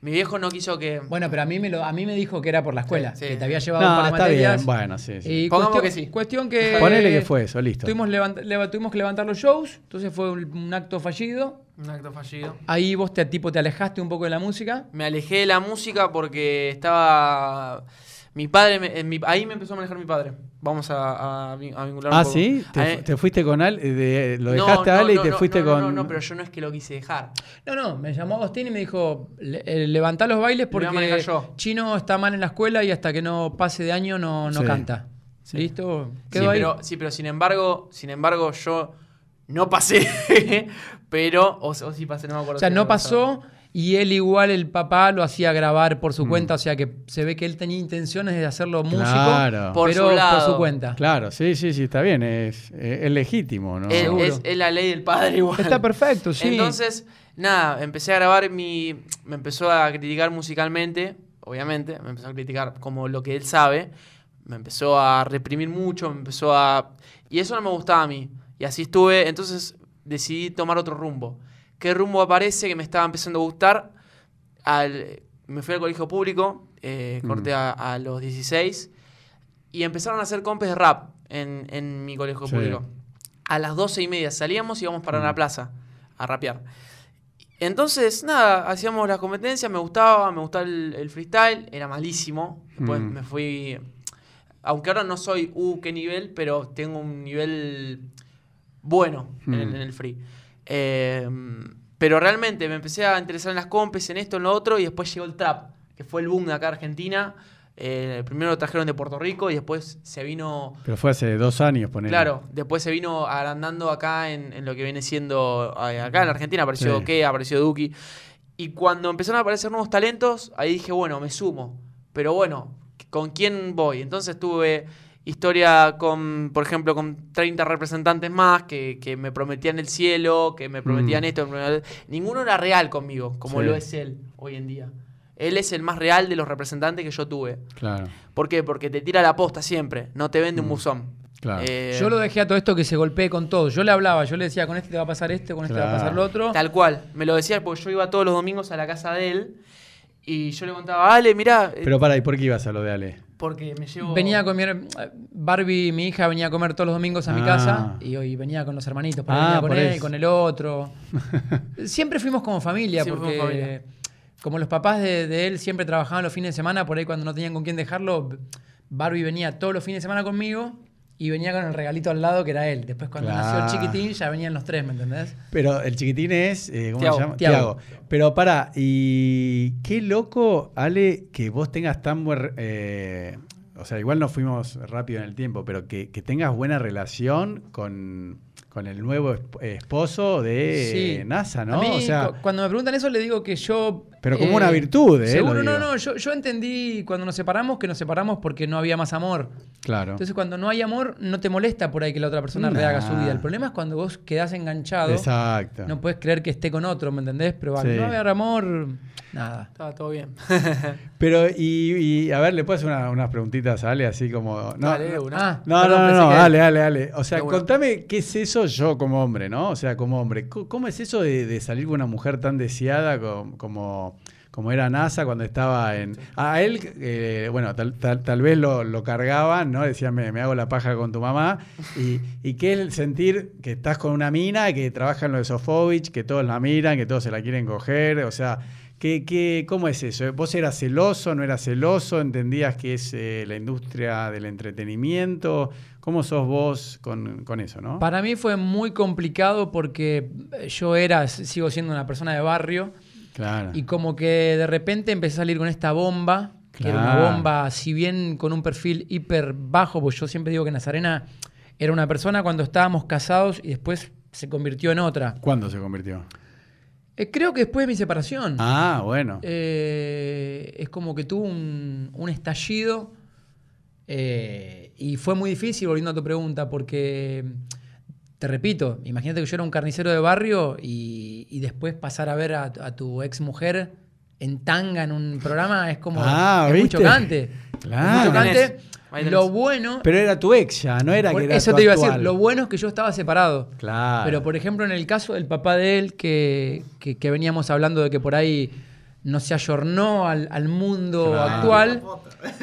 Speaker 2: mi viejo no quiso que...
Speaker 4: Bueno, pero a mí me, lo, a mí me dijo que era por la escuela,
Speaker 2: Sí, sí.
Speaker 4: que te había llevado un
Speaker 1: No,
Speaker 4: par de
Speaker 1: está
Speaker 4: materias.
Speaker 1: bien. Bueno, sí, sí.
Speaker 4: Y
Speaker 2: Pongamos
Speaker 4: cuestión,
Speaker 2: que sí.
Speaker 4: Cuestión
Speaker 2: eh,
Speaker 4: que...
Speaker 1: Ponele que fue eso, listo.
Speaker 4: Tuvimos, levant- leva- tuvimos que levantar los shows, entonces fue un, un acto fallido.
Speaker 2: Un acto fallido.
Speaker 4: Ahí vos te, tipo, te alejaste un poco de la música.
Speaker 2: Me alejé de la música porque estaba... Mi padre, me- eh, mi- ahí me empezó a manejar mi padre. Vamos a, a, vin- a vincular un
Speaker 1: Ah,
Speaker 2: poco.
Speaker 1: ¿sí? ¿Te,
Speaker 2: Ah,
Speaker 1: fu-
Speaker 2: eh,
Speaker 1: te fuiste con Ale? de- ¿Lo
Speaker 2: no,
Speaker 1: dejaste a
Speaker 2: no,
Speaker 1: Ale
Speaker 2: no,
Speaker 1: y te
Speaker 2: no,
Speaker 1: fuiste
Speaker 2: no, no,
Speaker 1: con...?
Speaker 2: No, no, pero yo no es que lo quise dejar.
Speaker 4: No, no, me llamó Agostín y me dijo, "Le- eh, levantá los bailes
Speaker 2: voy a
Speaker 4: porque
Speaker 2: manejar yo".
Speaker 4: Chino está mal en la escuela y hasta que no pase de año no, no
Speaker 1: Sí.
Speaker 4: canta. ¿Listo?
Speaker 2: Sí,
Speaker 4: Quedó ahí.
Speaker 2: pero, sí, pero sin embargo, sin embargo, yo no pasé. pero, o, o sí pasé, no me acuerdo.
Speaker 4: o sea,
Speaker 2: si
Speaker 4: no
Speaker 2: pasé.
Speaker 4: pasó Y él igual, el papá lo hacía grabar por su cuenta, o sea que se ve que él tenía intenciones de hacerlo músico,
Speaker 1: Claro.
Speaker 4: pero por
Speaker 2: Por su
Speaker 4: su,
Speaker 2: lado.
Speaker 4: cuenta.
Speaker 1: Claro, sí, sí, sí, está bien, es, eh, es legítimo, ¿no?
Speaker 2: Es,
Speaker 4: Seguro.
Speaker 2: es- es la ley del padre igual.
Speaker 4: Está perfecto, sí.
Speaker 2: Entonces, nada, empecé a grabar mi. Me empezó a criticar musicalmente, obviamente. Me empezó a criticar como lo que él sabe. Me empezó a reprimir mucho, me empezó a. Y eso no me gustaba a mí. Y así estuve. Entonces decidí tomar otro rumbo. ¿Qué rumbo aparece que me estaba empezando a gustar? Al- me fui al colegio público, eh, corté a, a los 16. Y empezaron a hacer compes de rap en, en mi colegio
Speaker 1: Sí.
Speaker 2: público. A las 12 y media salíamos y íbamos para
Speaker 1: Mm.
Speaker 2: una plaza a rapear. Entonces, nada, hacíamos las competencias, me gustaba, me gustaba el, el freestyle, era malísimo. Después
Speaker 1: Mm.
Speaker 2: me fui. Aunque ahora no soy, uh, qué nivel, pero tengo un nivel bueno en, el,
Speaker 1: Mm.
Speaker 2: en el free. Eh, pero realmente me empecé a interesar en las compes, en esto, en lo otro, y después llegó el trap, que fue el boom de acá de Argentina. Eh, primero lo trajeron de Puerto Rico y después se vino
Speaker 1: Pero fue hace dos años, ponele.
Speaker 2: Claro, después se vino agrandando acá en, en lo que viene siendo. eh, Acá en la Argentina apareció
Speaker 1: Sí.
Speaker 2: Oke, apareció Duki. Y cuando empezaron a aparecer nuevos talentos, ahí dije, bueno, me sumo. Pero bueno, ¿con quién voy? Entonces tuve historia con, por ejemplo, con 30 representantes más que, que me prometían el cielo, que me prometían
Speaker 1: Mm.
Speaker 2: esto. me prometían- Ninguno era real conmigo, como
Speaker 1: Sí.
Speaker 2: lo es él hoy en día. Él es el más real de los representantes que yo tuve.
Speaker 1: Claro,
Speaker 2: ¿Por qué? Porque te tira la posta siempre, no te vende un buzón.
Speaker 1: Mm. claro.
Speaker 2: Eh,
Speaker 4: yo lo dejé a todo esto que se golpee con todo. Yo le hablaba, yo le decía, con este te va a pasar esto, con este te va a pasar lo otro.
Speaker 2: Tal cual, me lo decía porque yo iba todos los domingos a la casa de él y yo le contaba, Ale, mirá, eh,
Speaker 1: Pero para, ¿y por qué ibas a lo de Ale?
Speaker 2: porque me llevo...
Speaker 4: Venía a comer, eh, Barbie, mi hija, venía a comer todos los domingos a mi
Speaker 1: Ah.
Speaker 4: casa y hoy venía con los hermanitos, por ahí
Speaker 1: Ah,
Speaker 4: venía con
Speaker 1: por
Speaker 4: él,
Speaker 1: eso.
Speaker 4: con el otro. siempre fuimos como familia,
Speaker 2: Siempre
Speaker 4: porque
Speaker 2: fuimos familia.
Speaker 4: como los papás de, de él siempre trabajaban los fines de semana, por ahí cuando no tenían con quién dejarlo, Barbie venía todos los fines de semana conmigo y venía con el regalito al lado que era él. Después cuando
Speaker 1: Claro.
Speaker 4: nació el chiquitín ya venían los tres, ¿me entendés?
Speaker 1: Pero el chiquitín es. eh, ¿Cómo
Speaker 2: Tiago,
Speaker 1: se llama?
Speaker 4: Tiago.
Speaker 1: Tiago. Pero para, y qué loco, Ale, que vos tengas tan buen. re- eh, o sea, igual no fuimos rápido en el tiempo, pero que, que tengas buena relación con, con el nuevo esp- eh, esposo de
Speaker 4: Sí.
Speaker 1: NASA, ¿no?
Speaker 4: A mí,
Speaker 1: o sea,
Speaker 4: cu- cuando me preguntan eso, le digo que yo.
Speaker 1: Pero como una virtud, ¿eh?
Speaker 4: Seguro,
Speaker 1: Lo
Speaker 4: no,
Speaker 1: digo.
Speaker 4: no. Yo, yo entendí cuando nos separamos que nos separamos porque no había más amor.
Speaker 1: claro.
Speaker 4: Entonces, cuando no hay amor, no te molesta por ahí que la otra persona
Speaker 1: Nah.
Speaker 4: rehaga su vida. El problema es cuando vos quedás enganchado.
Speaker 1: Exacto.
Speaker 4: No puedes creer que esté con otro, ¿me entendés? Pero al
Speaker 1: Sí. Ah,
Speaker 4: no haber amor, nada.
Speaker 2: Estaba todo bien.
Speaker 1: Pero, y, y, a ver, le puedo hacer una- unas preguntitas a Ale, así como. No,
Speaker 2: Dale,
Speaker 1: no,
Speaker 2: una.
Speaker 4: Ah,
Speaker 1: No,
Speaker 4: Perdón,
Speaker 1: no,
Speaker 4: pensé
Speaker 1: no, no,
Speaker 4: que-
Speaker 1: dale, dale, dale. O sea,
Speaker 2: De una.
Speaker 1: contame qué es eso yo como hombre, ¿no? O sea, como hombre, co- ¿cómo es eso de, de salir con una mujer tan deseada com- como, como era NASA cuando estaba en... A él, eh, bueno, tal, tal- tal vez lo, lo cargaban, ¿no? Decían, me, me hago la paja con tu mamá. Y, y qué es el sentir que estás con una mina, que trabaja en lo de Sofovich, que todos la miran, que todos se la quieren coger, o sea... ¿Qué, qué, ¿Cómo es eso? ¿Eh? ¿Vos eras celoso, no eras celoso? ¿Entendías que es eh, la industria del entretenimiento? ¿Cómo sos vos con, con eso, no?
Speaker 4: Para mí fue muy complicado porque yo era, sigo siendo una persona de barrio.
Speaker 1: claro.
Speaker 4: Y como que de repente empecé a salir con esta bomba, que era una
Speaker 1: Claro.
Speaker 4: bomba, si bien con un perfil hiper bajo, pues yo siempre digo que Nazarena era una persona cuando estábamos casados y después se convirtió en otra.
Speaker 1: ¿Cuándo se convirtió?
Speaker 4: Eh, creo que después de mi separación,
Speaker 1: Ah, bueno.
Speaker 4: eh, es como que tuvo un, un estallido eh, y fue muy difícil, volviendo a tu pregunta, porque... Te repito, imagínate que yo era un carnicero de barrio y, y después pasar a ver a, a tu ex mujer en tanga en un programa es como
Speaker 1: Ah,
Speaker 4: es muy
Speaker 1: ¿viste?
Speaker 4: chocante.
Speaker 1: Claro.
Speaker 4: Es muy chocante.
Speaker 2: Ahí tenés.
Speaker 4: Lo bueno,
Speaker 1: Pero era tu ex ya, no era
Speaker 4: por-
Speaker 1: que era
Speaker 4: eso
Speaker 1: tu
Speaker 4: te iba a decir,
Speaker 1: actual.
Speaker 4: lo bueno es que yo estaba separado.
Speaker 1: Claro.
Speaker 4: Pero por ejemplo, en el caso del papá de él, que, que- que veníamos hablando de que por ahí no se ayornó al, al mundo
Speaker 1: Claro.
Speaker 4: actual.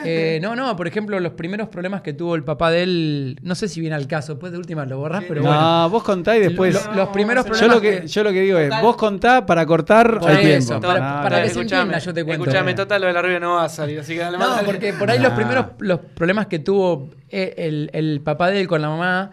Speaker 4: Eh, no, no, por ejemplo, los primeros problemas que tuvo el papá de él, no sé si viene al caso, después de última lo borrás, pero
Speaker 1: no,
Speaker 4: bueno.
Speaker 1: vos contá y después...
Speaker 4: Lo- los primeros
Speaker 1: yo,
Speaker 4: problemas
Speaker 1: lo que, yo lo que digo es, vos contá para cortar
Speaker 4: Por
Speaker 1: al
Speaker 4: eso,
Speaker 1: tiempo. Ah,
Speaker 4: para-
Speaker 1: Nada.
Speaker 4: para que se
Speaker 2: Escuchame,
Speaker 4: entienda, yo te cuento.
Speaker 2: Escuchame, total, lo de la rubia no va a salir, así que dale
Speaker 4: No,
Speaker 2: más.
Speaker 4: porque por ahí los
Speaker 1: Nah.
Speaker 4: primeros los problemas que tuvo eh, el, el papá de él con la mamá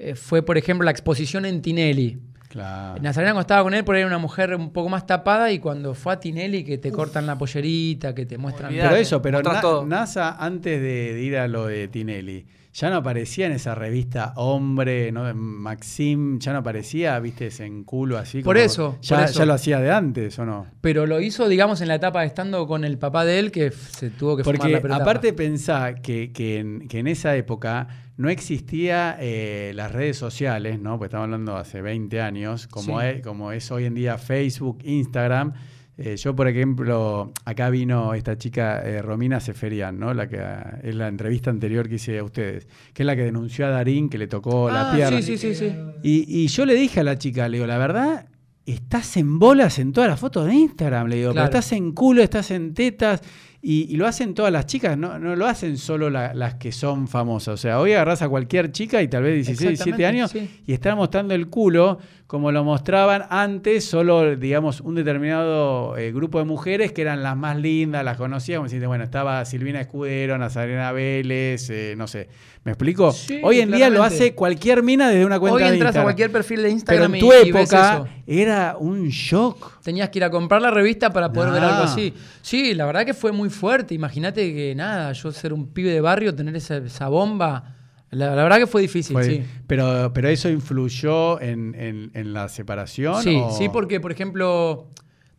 Speaker 4: eh, fue, por ejemplo, la exposición en Tinelli.
Speaker 1: Claro.
Speaker 4: Nazarena cuando estaba con él, por ahí era una mujer un poco más tapada y cuando fue a Tinelli que te cortan la pollerita, que te muestran...
Speaker 2: Olvidate.
Speaker 1: Pero eso, pero
Speaker 2: Mostrás
Speaker 1: Na-
Speaker 2: todo.
Speaker 1: NASA antes de, de ir a lo de Tinelli, ya no aparecía en esa revista Hombre, ¿no? En Maxim, ya no aparecía, viste, ese en culo así.
Speaker 4: Por
Speaker 1: como-
Speaker 4: eso,
Speaker 1: Ya,
Speaker 4: por eso.
Speaker 1: ya lo hacía de antes, ¿o no?
Speaker 4: Pero lo hizo, digamos, en la etapa de estando con el papá de él que f- se tuvo que fumar
Speaker 1: Porque
Speaker 4: la pelota.
Speaker 1: aparte pensá que, que en, que en esa época no existía eh, las redes sociales, ¿no? Pues estamos hablando hace 20 años, como,
Speaker 4: Sí.
Speaker 1: es, como es hoy en día Facebook, Instagram. Eh, yo, por ejemplo, acá vino esta chica eh, Romina Seferian, ¿no? La que ah, es la entrevista anterior que hice a ustedes, que es la que denunció a Darín que le tocó la
Speaker 4: Ah,
Speaker 1: pierna.
Speaker 4: sí, sí, sí, sí.
Speaker 1: Y, y yo le dije a la chica, le digo, la verdad, estás en bolas en todas las fotos de Instagram, le digo,
Speaker 4: Claro.
Speaker 1: pero estás en culo, estás en tetas, y, y lo hacen todas las chicas, no, no lo hacen solo la- las que son famosas. O sea, hoy agarras a cualquier chica y tal vez 16, 17 años,
Speaker 4: Exactamente, sí.
Speaker 1: y están mostrando el culo como lo mostraban antes, solo, digamos, un determinado eh, grupo de mujeres que eran las más lindas, las conocíamos, y decían, bueno, estaba Silvina Escudero, Nazarena Vélez, eh, no sé. ¿Me explico?
Speaker 4: Sí,
Speaker 1: hoy en día lo
Speaker 4: claramente.
Speaker 1: hace cualquier mina desde una cuenta
Speaker 4: Hoy
Speaker 1: de
Speaker 4: entras a
Speaker 1: Instagram.
Speaker 4: cualquier perfil de
Speaker 1: Pero
Speaker 4: Instagram
Speaker 1: en
Speaker 4: y-
Speaker 1: tu
Speaker 4: y ves
Speaker 1: época
Speaker 4: eso.
Speaker 1: era un shock.
Speaker 4: Tenías que ir a comprar la revista para poder ver
Speaker 1: Ah.
Speaker 4: algo así. Sí, la verdad que fue muy fuerte. Imagínate que nada, yo ser un pibe de barrio, tener esa, esa bomba. La, la verdad que fue difícil,
Speaker 1: Fue-
Speaker 4: sí.
Speaker 1: pero, pero eso influyó en, en- en la separación.
Speaker 4: Sí,
Speaker 1: o-
Speaker 4: sí, porque, por ejemplo,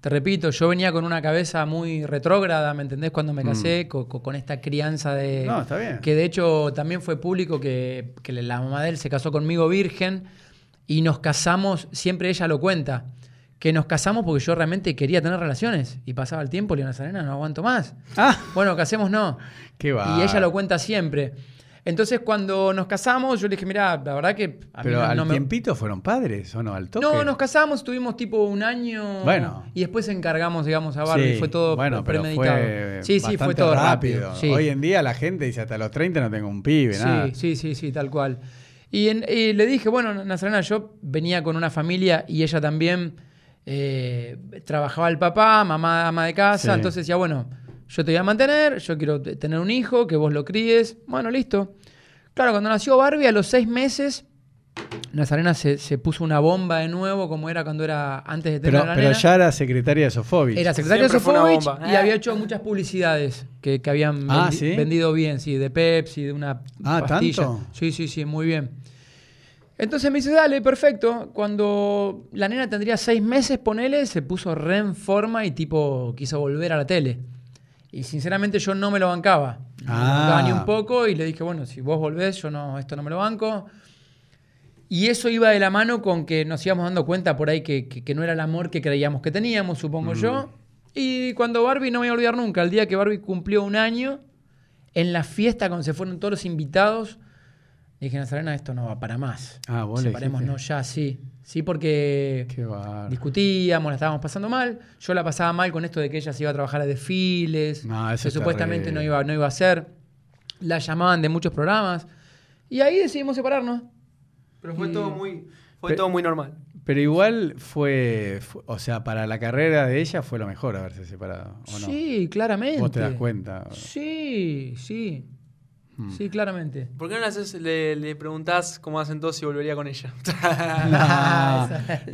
Speaker 4: te repito, yo venía con una cabeza muy retrógrada, ¿me entendés? Cuando me casé, co- co- con, esta crianza de.
Speaker 1: Mm. No, está bien.
Speaker 4: Que de hecho también fue público que, que la mamá de él se casó conmigo virgen y nos casamos, siempre ella lo cuenta, que nos casamos porque yo realmente quería tener relaciones y pasaba el tiempo, Leona Serena, no aguanto más.
Speaker 1: Ah,
Speaker 4: Bueno, casemos no.
Speaker 1: qué va.
Speaker 4: Y ella lo cuenta siempre. Entonces, cuando nos casamos, yo le dije, mira, la verdad que a mí
Speaker 1: Pero
Speaker 4: no-
Speaker 1: al
Speaker 4: no me-
Speaker 1: tiempito fueron padres, ¿o no? Al toque.
Speaker 4: no, nos casamos, tuvimos tipo un año.
Speaker 1: Bueno.
Speaker 4: Y después encargamos, digamos, a Barbie.
Speaker 1: Sí,
Speaker 4: fue todo
Speaker 1: bueno, pero
Speaker 4: premeditado.
Speaker 1: fue
Speaker 4: sí, sí, fue
Speaker 1: bastante
Speaker 4: todo rápido. sí.
Speaker 1: Hoy en día la gente dice hasta los 30 no tengo un pibe, nada.
Speaker 4: sí, sí, sí, sí, tal cual. Y, en- y le dije, bueno, Nazarena, yo venía con una familia y ella también eh, trabajaba el papá, mamá ama de casa.
Speaker 1: Sí.
Speaker 4: Entonces decía, bueno, yo te voy a mantener, yo quiero t- tener un hijo, que vos lo críes. Bueno, listo. Claro, cuando nació Barbie, a los seis meses, Nazarena se, se puso una bomba de nuevo, como era cuando era antes de tener
Speaker 1: Pero,
Speaker 4: a la
Speaker 1: pero
Speaker 4: nena.
Speaker 1: ya era secretaria de Sofobis.
Speaker 4: Era secretario
Speaker 2: Siempre fue una
Speaker 4: Sofovich
Speaker 2: bomba.
Speaker 4: y
Speaker 2: Eh.
Speaker 4: había hecho muchas publicidades que, que habían
Speaker 1: Ah,
Speaker 4: vendi-
Speaker 1: ¿sí?
Speaker 4: vendido bien, sí, de Pepsi, de una
Speaker 1: Ah,
Speaker 4: pastilla.
Speaker 1: ¿tanto?
Speaker 4: Sí, sí, sí, muy bien. Entonces me dice, dale, perfecto. Cuando la nena tendría seis meses, ponele, se puso re en forma y tipo quiso volver a la tele. Y sinceramente yo no me lo bancaba. No me lo
Speaker 1: Ah.
Speaker 4: bancaba ni un poco y le dije, bueno, si vos volvés, yo no, esto no me lo banco. Y eso iba de la mano con que nos íbamos dando cuenta por ahí que, que- que no era el amor que creíamos que teníamos, supongo
Speaker 1: Mm.
Speaker 4: yo. Y cuando Barbie, no me voy a olvidar nunca, el día que Barbie cumplió un año, en la fiesta, cuando se fueron todos los invitados, dije, Nazarena, esto no va para más.
Speaker 1: Ah, vos le
Speaker 4: Separémonos ya, sí. Sí, porque
Speaker 1: Qué bárbaro.
Speaker 4: discutíamos, la estábamos pasando mal. Yo la pasaba mal con esto de que ella se iba a trabajar a desfiles,
Speaker 1: No, eso
Speaker 4: que
Speaker 1: es
Speaker 4: supuestamente no
Speaker 1: terrible.
Speaker 4: iba, no iba a ser. La llamaban de muchos programas. Y ahí decidimos separarnos.
Speaker 2: Pero fue todo muy. Fue
Speaker 1: Pe-
Speaker 2: todo muy normal.
Speaker 1: Pero igual fue, fu- o sea, para la carrera de ella fue lo mejor haberse separado, ¿o no?
Speaker 4: Sí, claramente.
Speaker 1: Vos te das cuenta. Hmm.
Speaker 4: Sí, sí. Sí, claramente.
Speaker 2: ¿Por qué no le, haces- le, le preguntás cómo hacen todos si volvería con ella?
Speaker 1: No,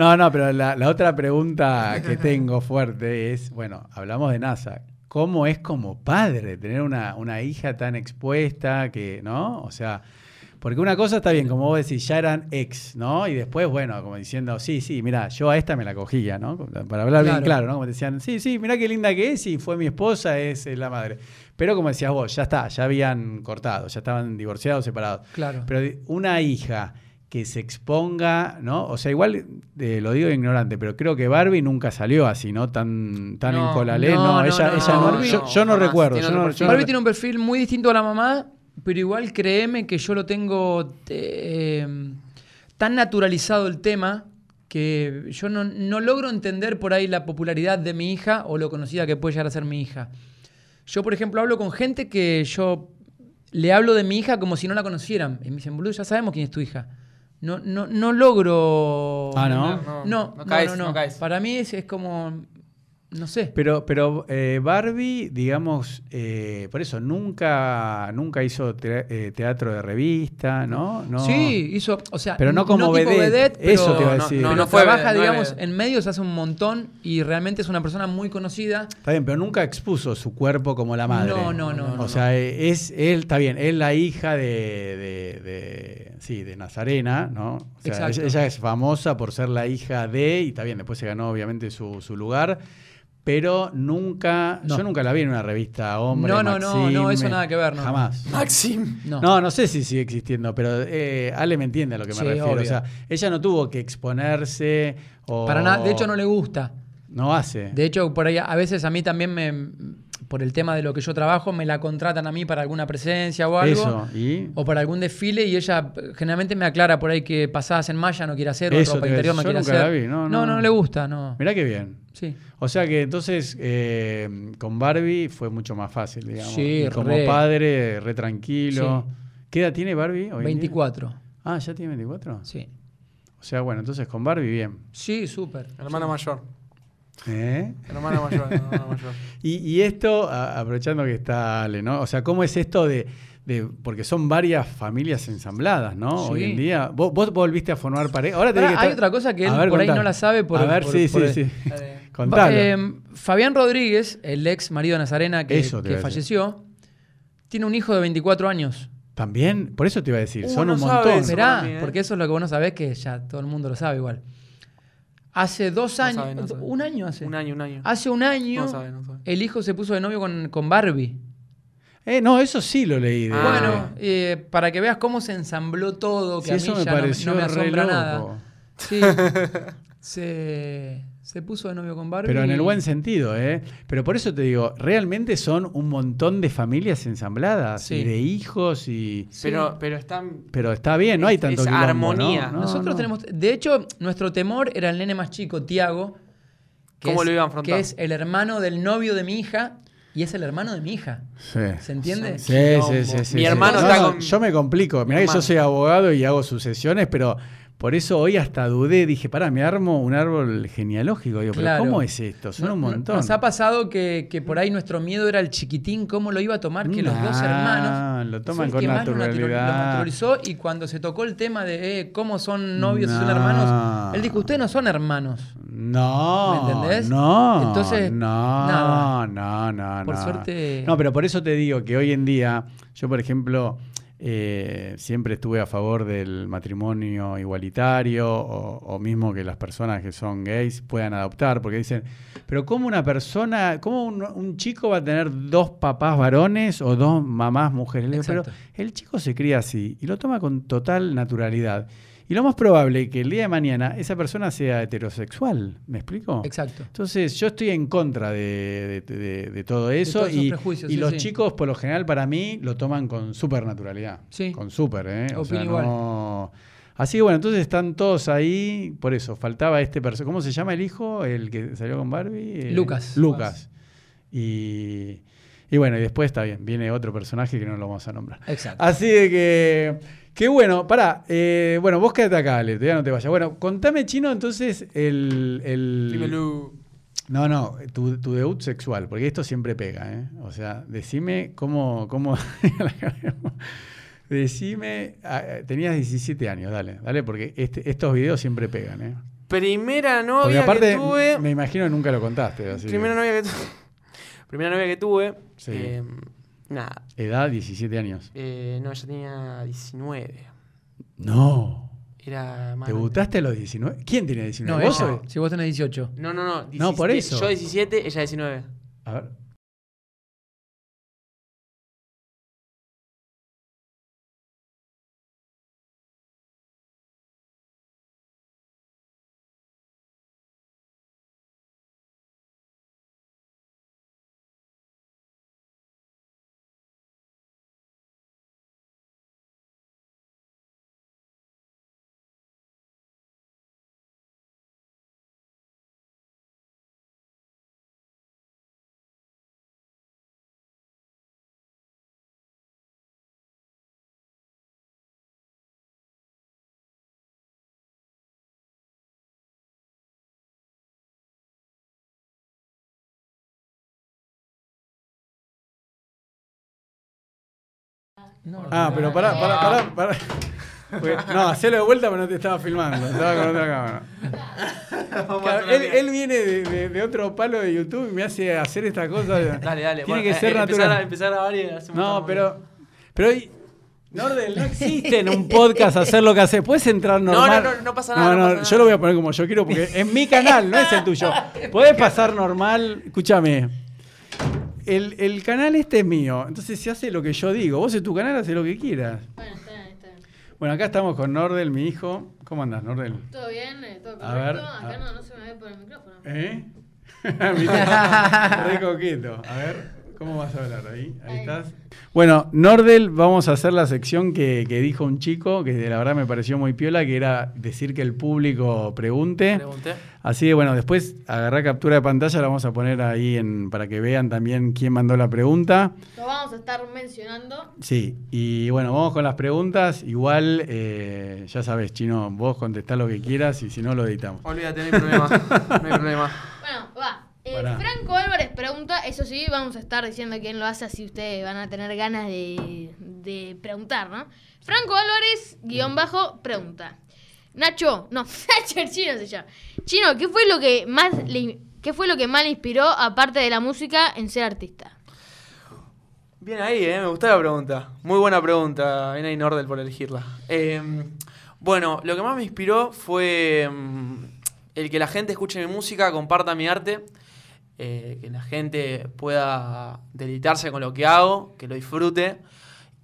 Speaker 1: no, no, pero la, la otra pregunta que tengo fuerte es, bueno, hablamos de NASA. ¿Cómo es como padre tener una, una hija tan expuesta que, ¿no? O sea, porque una cosa está bien, como vos decís, ya eran ex, ¿no? Y después, bueno, como diciendo, sí, sí, mira, yo a esta me la cogía, ¿no? Para hablar bien
Speaker 4: Claro.
Speaker 1: claro, ¿no? Como decían, sí, sí, mira qué linda que es y fue mi esposa, es eh, la madre. Pero como decías vos, ya está, ya habían cortado, ya estaban divorciados, separados.
Speaker 4: Claro.
Speaker 1: Pero de- una hija que se exponga, ¿no? O sea, igual eh, lo digo ignorante, pero creo que Barbie nunca salió así, ¿no? Tan, tan
Speaker 2: No,
Speaker 1: en colalé.
Speaker 4: no,
Speaker 1: No,
Speaker 4: no,
Speaker 1: ella,
Speaker 4: no,
Speaker 1: ella no-
Speaker 4: Barbie
Speaker 1: yo,
Speaker 2: no,
Speaker 1: yo no
Speaker 2: jamás.
Speaker 1: recuerdo.
Speaker 2: Tiene
Speaker 1: yo no-
Speaker 2: otro
Speaker 1: Pues yo no-
Speaker 4: Barbie tiene un perfil muy distinto a la mamá, pero igual créeme que yo lo tengo eh, tan naturalizado el tema que yo no, no logro entender por ahí la popularidad de mi hija o lo conocida que puede llegar a ser mi hija. Yo, por ejemplo, hablo con gente que yo le hablo de mi hija como si no la conocieran. Y me dicen, boludo, ya sabemos quién es tu hija. No, no, no logro...
Speaker 1: Ah, ¿no?
Speaker 4: No, no, no.
Speaker 2: caes, no caes.
Speaker 4: Para mí es, es como... No sé.
Speaker 1: Pero, pero eh, Barbie, digamos, eh, por eso nunca, nunca hizo te- eh, teatro de revista, ¿no? No.
Speaker 4: Sí, hizo, o sea,
Speaker 1: Pero no como
Speaker 4: tipo
Speaker 1: vedette, eso te iba a
Speaker 4: no-
Speaker 1: decir.
Speaker 4: No,
Speaker 1: No,
Speaker 2: no fue
Speaker 4: fue trabaja,
Speaker 2: vedette, no
Speaker 4: digamos,
Speaker 2: era-
Speaker 4: en medios hace un montón y realmente es una persona muy conocida.
Speaker 1: Está bien, pero nunca expuso su cuerpo como la madre.
Speaker 4: No, no, no,
Speaker 1: O
Speaker 4: no,
Speaker 1: sea, eh, es él, está bien, es la hija de, de- de- sí, de Nazarena, ¿no? O sea,
Speaker 4: Exacto.
Speaker 1: ella, ella es famosa por ser la hija de, y está bien, después se ganó obviamente su, su lugar, pero nunca,
Speaker 4: No.
Speaker 1: yo nunca la vi en una revista hombre.
Speaker 4: No, no, no, no,
Speaker 1: Maxim,
Speaker 4: eso nada que ver, no.
Speaker 1: Jamás.
Speaker 2: Maxim.
Speaker 4: No.
Speaker 1: No, no sé si sigue existiendo, pero eh, Ale me entiende a lo que me
Speaker 4: Sí,
Speaker 1: refiero.
Speaker 4: obvio.
Speaker 1: O sea, ella no tuvo que exponerse o...
Speaker 4: Para nada, de hecho no le gusta.
Speaker 1: No hace.
Speaker 4: De hecho, por ahí a veces a mí también me por el tema de lo que yo trabajo me la contratan a mí para alguna presencia o algo.
Speaker 1: Eso, y...
Speaker 4: O para algún desfile y ella eh, generalmente me aclara por ahí que pasadas en malla no quiere hacer, o
Speaker 1: Eso
Speaker 4: ropa
Speaker 1: te iba a
Speaker 4: interior no
Speaker 1: decir,
Speaker 4: quiere
Speaker 1: yo nunca la
Speaker 4: hacer.
Speaker 1: vi, no,
Speaker 4: no,
Speaker 1: no, no.
Speaker 4: le gusta, no.
Speaker 1: Mirá qué bien.
Speaker 4: Sí.
Speaker 1: O sea que entonces eh, con Barbie fue mucho más fácil, digamos.
Speaker 4: Sí,
Speaker 1: Y como
Speaker 4: re.
Speaker 1: padre, re tranquilo. ¿Qué edad tiene Barbie? hoy en día?
Speaker 4: 24.
Speaker 1: Ah, ya tiene 24.
Speaker 4: Sí.
Speaker 1: O sea, bueno, entonces con Barbie bien.
Speaker 4: Sí, súper.
Speaker 2: Hermana mayor.
Speaker 1: ¿Eh?
Speaker 2: Hermana mayor, hermana mayor.
Speaker 1: Y, y esto, a- aprovechando que está Ale, ¿no? O sea, ¿cómo es esto de... de- porque son varias familias ensambladas, ¿no?
Speaker 4: Sí.
Speaker 1: Hoy en día. Vos, vos volviste a formar pareja. Ahora tenés
Speaker 4: Pará,
Speaker 1: que
Speaker 4: hay
Speaker 1: estar-
Speaker 4: otra cosa que él
Speaker 1: A ver,
Speaker 4: por ahí
Speaker 1: contá.
Speaker 4: no la sabe por
Speaker 1: A ver,
Speaker 4: por-
Speaker 1: sí,
Speaker 4: por-
Speaker 1: sí, sí.
Speaker 2: La de-
Speaker 1: Contalo.
Speaker 4: Eh, Fabián Rodríguez, el ex marido de Nazarena que,
Speaker 1: Eso te
Speaker 4: que
Speaker 1: iba a decir.
Speaker 4: falleció, tiene un hijo de 24 años.
Speaker 1: También, por eso te iba a decir,
Speaker 2: Uh,
Speaker 1: son
Speaker 2: no
Speaker 1: un
Speaker 2: sabe
Speaker 1: montón.
Speaker 2: eso.
Speaker 4: Esperá,
Speaker 2: para mí, ¿eh?
Speaker 4: porque eso es lo que vos no sabés, que ya todo el mundo lo sabe igual. Hace dos
Speaker 2: No
Speaker 4: años.
Speaker 2: sabe, no sabe.
Speaker 4: Un año hace.
Speaker 2: Un año, un año.
Speaker 4: Hace un año
Speaker 2: No sabe, no sabe.
Speaker 4: el hijo se puso de novio con, con Barbie.
Speaker 1: Eh, no, eso sí lo leí. de-
Speaker 2: Ah.
Speaker 4: Bueno, eh, para que veas cómo se ensambló todo, que
Speaker 1: Sí,
Speaker 4: a mí
Speaker 1: eso me
Speaker 4: ya no-
Speaker 1: pareció
Speaker 4: no, me
Speaker 1: re
Speaker 4: asombra
Speaker 1: loco.
Speaker 4: nada. Sí. se, se puso de novio con Barbie.
Speaker 1: Pero en el buen
Speaker 4: y-
Speaker 1: sentido, ¿eh? Pero por eso te digo, realmente son un montón de familias ensambladas
Speaker 4: Sí.
Speaker 1: y de hijos y...
Speaker 4: Sí.
Speaker 2: Pero, pero están.
Speaker 1: Pero está bien, no hay
Speaker 2: Es-
Speaker 1: tanto
Speaker 2: es
Speaker 1: quilombo,
Speaker 2: armonía.
Speaker 1: ¿no? No,
Speaker 4: Nosotros
Speaker 1: no.
Speaker 4: tenemos. De hecho, nuestro temor era el nene más chico, Tiago. que
Speaker 2: ¿Cómo
Speaker 4: es-
Speaker 2: lo iba a afrontar?
Speaker 4: Que es el hermano del novio de mi hija y es el hermano de mi hija. ¿Se
Speaker 1: Sí.
Speaker 4: entiende?
Speaker 2: Sí.
Speaker 1: Sí, sí,
Speaker 2: Quilombo.
Speaker 1: sí, sí,
Speaker 2: Mi
Speaker 1: sí.
Speaker 2: hermano
Speaker 1: No,
Speaker 2: está
Speaker 1: no,
Speaker 2: con-
Speaker 1: Yo me complico. Mirá
Speaker 2: Mi
Speaker 1: que
Speaker 2: hermano.
Speaker 1: yo soy abogado y hago sucesiones, pero por eso hoy hasta dudé. Dije, pará, me armo un árbol genealógico. Digo,
Speaker 4: Claro.
Speaker 1: pero ¿cómo es esto? Son
Speaker 4: No-
Speaker 1: un
Speaker 4: no-
Speaker 1: montón.
Speaker 4: Nos ha pasado que, que por ahí nuestro miedo era el chiquitín, cómo lo iba a tomar, que los dos
Speaker 1: Nah,
Speaker 4: hermanos.
Speaker 1: Lo
Speaker 4: fue
Speaker 1: toman
Speaker 4: el
Speaker 1: con
Speaker 4: que más lo
Speaker 1: naturalidad.
Speaker 4: natu- lo naturalizó y cuando se tocó el tema de eh, cómo son novios y son
Speaker 1: Nah.
Speaker 4: hermanos, él dijo, ustedes no son hermanos.
Speaker 1: No.
Speaker 4: ¿Me entendés?
Speaker 1: No.
Speaker 4: Entonces,
Speaker 1: no,
Speaker 4: nada.
Speaker 1: no, no,
Speaker 4: Por
Speaker 1: no.
Speaker 4: suerte-
Speaker 1: No, pero por eso te digo que hoy en día, yo por ejemplo, eh, siempre estuve a favor del matrimonio igualitario o, o mismo que las personas que son gays puedan adoptar, porque dicen, pero ¿cómo una persona, cómo un, un chico va a tener dos papás varones o dos mamás mujeres? Le digo, pero
Speaker 4: Exacto.
Speaker 1: el chico se cría así y lo toma con total naturalidad. Y lo más probable que el día de mañana esa persona sea heterosexual, ¿me explico?
Speaker 4: Exacto.
Speaker 1: Entonces yo estoy en contra de, de- de- de todo eso
Speaker 4: todos esos
Speaker 1: y,
Speaker 4: prejuicios,
Speaker 1: y
Speaker 4: sí,
Speaker 1: los
Speaker 4: sí.
Speaker 1: chicos por lo general para mí lo toman con súper naturalidad.
Speaker 4: Sí.
Speaker 1: Con súper, ¿eh? O
Speaker 4: Opino
Speaker 1: sea,
Speaker 4: igual.
Speaker 1: no- Así que bueno, entonces están todos ahí, por eso, faltaba este personaje. ¿Cómo se llama el hijo? El que salió con Barbie. Eh,
Speaker 4: Lucas.
Speaker 1: Lucas. Y, y bueno, y después está bien, viene otro personaje que no lo vamos a nombrar.
Speaker 4: Exacto.
Speaker 1: Así de que. Qué bueno, pará. eh, bueno, vos quédate acá, Ale, todavía no te vayas. Bueno, contame, Chino, entonces el. el-
Speaker 2: Dímelo.
Speaker 1: No, no, tu, tu debut sexual, porque esto siempre pega, ¿eh? O sea, decime cómo. cómo... decime. ah, Tenías 17 años, dale, dale, porque este- estos videos siempre pegan, ¿eh?
Speaker 2: Primera
Speaker 1: Porque
Speaker 2: novia que
Speaker 1: aparte,
Speaker 2: tuve.
Speaker 1: me imagino que nunca lo contaste. Así que-
Speaker 2: Primera novia que tuve. Primera novia que tuve.
Speaker 1: Sí.
Speaker 2: eh, nada.
Speaker 1: Edad, 17 años.
Speaker 2: Eh, no, ya tenía 19.
Speaker 1: No.
Speaker 2: Era más
Speaker 1: ¿Te gustaste a los 19? ¿Quién tiene 19?
Speaker 4: No,
Speaker 1: ¿Vos
Speaker 4: ella,
Speaker 1: o-
Speaker 4: si vos tenés 18.
Speaker 2: No, no, no.
Speaker 1: No, por
Speaker 2: 17,
Speaker 1: eso.
Speaker 2: Yo 17, ella 19.
Speaker 1: A ver.
Speaker 4: No,
Speaker 1: Ah, pero pará, pará, pará, pará. Porque- No, hacelo de vuelta, pero no te estaba filmando. Estaba con otra cámara. Claro, él, él viene de, de- de otro palo de YouTube y me hace hacer esta cosa.
Speaker 2: Dale, dale.
Speaker 1: Tiene
Speaker 2: bueno,
Speaker 1: que
Speaker 2: eh,
Speaker 1: ser
Speaker 2: empezar
Speaker 1: natural.
Speaker 2: a- Empezar a grabar y hacemos
Speaker 1: No,
Speaker 2: otra
Speaker 1: pero. Pero hoy. Nordel, no existe en un podcast hacer lo que haces. Puedes entrar normal.
Speaker 2: no, no, no pasa nada, no pasa nada.
Speaker 1: yo lo voy a poner como yo quiero porque es mi canal, no es el tuyo. Podés pasar normal. Escúchame. El, el canal este es mío. Entonces se hace lo que yo digo. Vos en tu canal haces lo que quieras.
Speaker 5: Bueno, está bien, está bien.
Speaker 1: Bueno, acá estamos con Nordel, mi hijo. ¿Cómo andás, Nordel?
Speaker 5: ¿Todo bien? Eh, ¿Todo
Speaker 1: A
Speaker 5: correcto?
Speaker 1: ver,
Speaker 5: Acá
Speaker 1: a-
Speaker 5: No, no se me ve por el micrófono.
Speaker 1: ¿Eh? Mirá, re coqueto. A ver, ¿cómo vas a hablar ahí? Ahí
Speaker 5: Ahí.
Speaker 1: estás. Bueno, Nordel, vamos a hacer la sección que, que dijo un chico, que de la verdad me pareció muy piola, que era decir que el público pregunte.
Speaker 2: Pregunté.
Speaker 1: Así que bueno, después agarrar captura de pantalla, la vamos a poner ahí en, para que vean también quién mandó la pregunta.
Speaker 5: Lo vamos a estar mencionando.
Speaker 1: Sí, y bueno, vamos con las preguntas. Igual, eh, ya sabes, Chino, vos contestá lo que quieras y si no lo editamos.
Speaker 2: Olvídate, no hay problema. No hay problema.
Speaker 5: Bueno, va. Eh,
Speaker 1: Pará.
Speaker 5: Franco Álvarez pregunta, eso sí, vamos a estar diciendo quién lo hace, así ustedes van a tener ganas de, de preguntar, ¿no? Franco Álvarez, guión bajo, pregunta. Nacho, no, Nacho el chino se llama. Chino, ¿qué fue lo que más le, qué fue lo que más le inspiró, aparte de la música, en ser artista?
Speaker 2: Bien ahí, ¿eh? me gustó la pregunta. Muy buena pregunta. Bien ahí, Nordel, por elegirla. Eh, bueno, lo que más me inspiró fue mm, el que la gente escuche mi música, comparta mi arte, eh, que la gente pueda deleitarse con lo que hago, que lo disfrute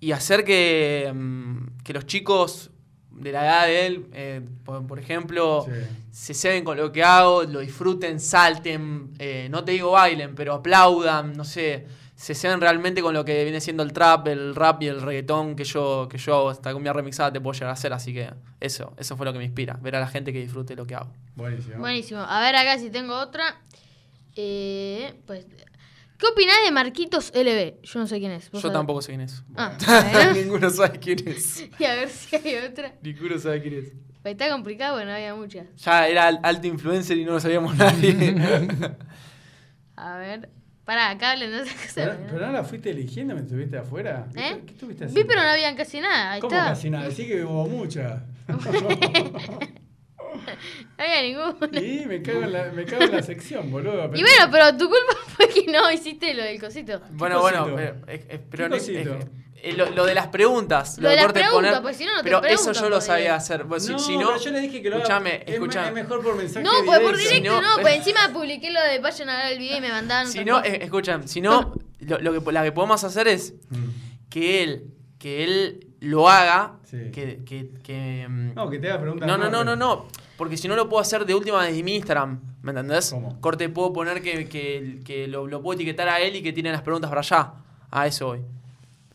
Speaker 2: y hacer que, mm, que los chicos de la edad de él, eh, por, por ejemplo, se ceden con lo que hago, lo disfruten, salten, eh, no te digo bailen, pero aplaudan, no sé, se ceden realmente con lo que viene siendo el trap, el rap y el reggaetón que yo, que yo hago, esta cumbia remixada te puedo llegar a hacer, así que eso, eso fue lo que me inspira, ver a la gente que disfrute lo que hago.
Speaker 1: Buenísimo.
Speaker 5: Buenísimo. A ver acá si tengo otra. Eh, pues, ¿Qué opinás de Marquitos LB? Yo no sé quién es. ¿Vos
Speaker 2: Yo
Speaker 5: sabés?
Speaker 2: tampoco sé quién es.
Speaker 5: Ah, bueno.
Speaker 2: Ninguno sabe quién es.
Speaker 5: y a ver si hay otra.
Speaker 2: Ninguno sabe quién es.
Speaker 5: Pues está complicado porque no había muchas.
Speaker 2: Ya era al- alto influencer y no lo sabíamos nadie.
Speaker 5: A ver. Pará, acá hablen de otra cosa.
Speaker 1: Pero,
Speaker 5: ¿no?
Speaker 1: pero este no la fuiste eligiendo, me estuviste afuera.
Speaker 5: ¿Eh?
Speaker 1: ¿Qué estuviste
Speaker 5: Vi, pero no habían casi nada. Ahí
Speaker 1: ¿Cómo
Speaker 5: está.
Speaker 1: casi nada? Así que hubo muchas.
Speaker 5: No había ninguna.
Speaker 1: Y me cago, en la, me cago en la sección, boludo.
Speaker 5: Y bueno, pero tu culpa fue que no hiciste lo del cosito.
Speaker 2: Bueno,
Speaker 1: cosito?
Speaker 2: bueno, pero, eh, eh, pero
Speaker 1: ¿Qué
Speaker 2: no es- es-
Speaker 1: cosito?
Speaker 2: eh, lo, lo de las preguntas,
Speaker 5: Lo de las
Speaker 2: corte
Speaker 5: preguntas, porque si no, no te
Speaker 2: Pero eso
Speaker 5: preguntan
Speaker 2: yo lo
Speaker 5: todavía.
Speaker 2: sabía hacer. Bueno, Pues si, si no,
Speaker 1: pero yo le dije que lo
Speaker 2: escuchame,
Speaker 1: haga. Es me-
Speaker 2: escuchame.
Speaker 1: Es, mejor por mensaje
Speaker 5: No, pues por
Speaker 2: Si
Speaker 5: directo
Speaker 2: no,
Speaker 5: no,
Speaker 2: pero-
Speaker 5: pues encima publiqué lo de vayan a ver el video y me mandaron.
Speaker 2: si
Speaker 5: otra
Speaker 2: no,
Speaker 5: cosa.
Speaker 2: eh, escuchan, si no, lo, lo que, la que podemos hacer es
Speaker 1: Mm.
Speaker 2: que él, que él lo haga,
Speaker 1: Sí.
Speaker 2: que, que, que, mm,
Speaker 1: No, que te haga preguntas.
Speaker 2: No, no, no,
Speaker 1: Nordel.
Speaker 2: no, no. Porque si no lo puedo hacer de última desde mi Instagram. ¿Me entendés?
Speaker 1: ¿Cómo?
Speaker 2: Corte, puedo poner que, que- que lo, lo puedo etiquetar a él y que tiren las preguntas para allá. A eso voy.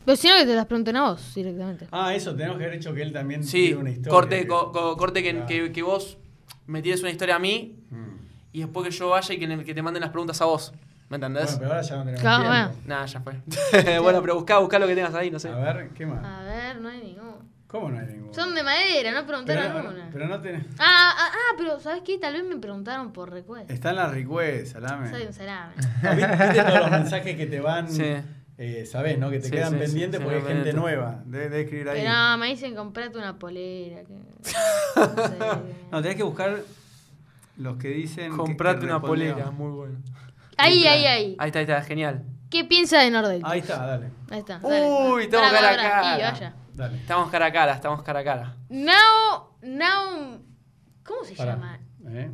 Speaker 5: Pero si no, que te las pregunten a vos directamente.
Speaker 1: Ah, eso, tenemos que haber hecho que él también
Speaker 2: Sí,
Speaker 1: tiene una historia.
Speaker 2: corte,
Speaker 1: que-
Speaker 2: co- co- corte que,
Speaker 1: Claro.
Speaker 2: que- que vos me tires una historia a mí
Speaker 1: Mm.
Speaker 2: y después que yo vaya y que, ne- que te manden las preguntas a vos. ¿Me entendés?
Speaker 1: Bueno, pero ahora ya no tenemos
Speaker 5: Claro,
Speaker 1: tiempo.
Speaker 2: Nada, ya fue. bueno, pero buscá, buscá lo que tengas ahí, no sé.
Speaker 1: A ver, ¿qué más?
Speaker 5: A ver, no hay ninguna.
Speaker 1: ¿Cómo no hay ninguno?
Speaker 5: Ah. Son de madera, no preguntaron
Speaker 1: pero,
Speaker 5: una.
Speaker 1: pero no tenés...
Speaker 5: Ah, ah, ah, pero ¿sabes qué? Tal vez me preguntaron por recuerdo.
Speaker 1: Están las requests, salame.
Speaker 5: Soy un salame.
Speaker 1: No, ¿Viste viste todos los mensajes que te van?
Speaker 2: Sí.
Speaker 1: Eh, sabés, ¿no? Que te
Speaker 2: Sí,
Speaker 1: quedan
Speaker 2: sí, sí,
Speaker 1: pendientes
Speaker 2: sí,
Speaker 1: porque hay
Speaker 2: me
Speaker 1: gente
Speaker 2: pendiente.
Speaker 1: nueva. Debes de escribir ahí.
Speaker 5: Pero no, me dicen comprate una polera. Que... no sé.
Speaker 1: No, tenés que buscar los que dicen. que-
Speaker 2: Comprate
Speaker 1: que
Speaker 2: una
Speaker 1: respondió.
Speaker 2: polera, muy bueno.
Speaker 5: Ahí, ahí, ahí.
Speaker 2: Ahí está, ahí está, genial.
Speaker 5: ¿Qué piensa de Nordel?
Speaker 1: Ahí está, dale.
Speaker 5: Ahí está.
Speaker 2: Uy,
Speaker 5: tengo
Speaker 2: estamos cara a cara.
Speaker 5: Y vaya.
Speaker 1: Dale.
Speaker 2: Estamos cara a cara, estamos cara a cara.
Speaker 5: Now, now. ¿Cómo se
Speaker 1: Pará.
Speaker 5: llama?
Speaker 1: ¿Eh?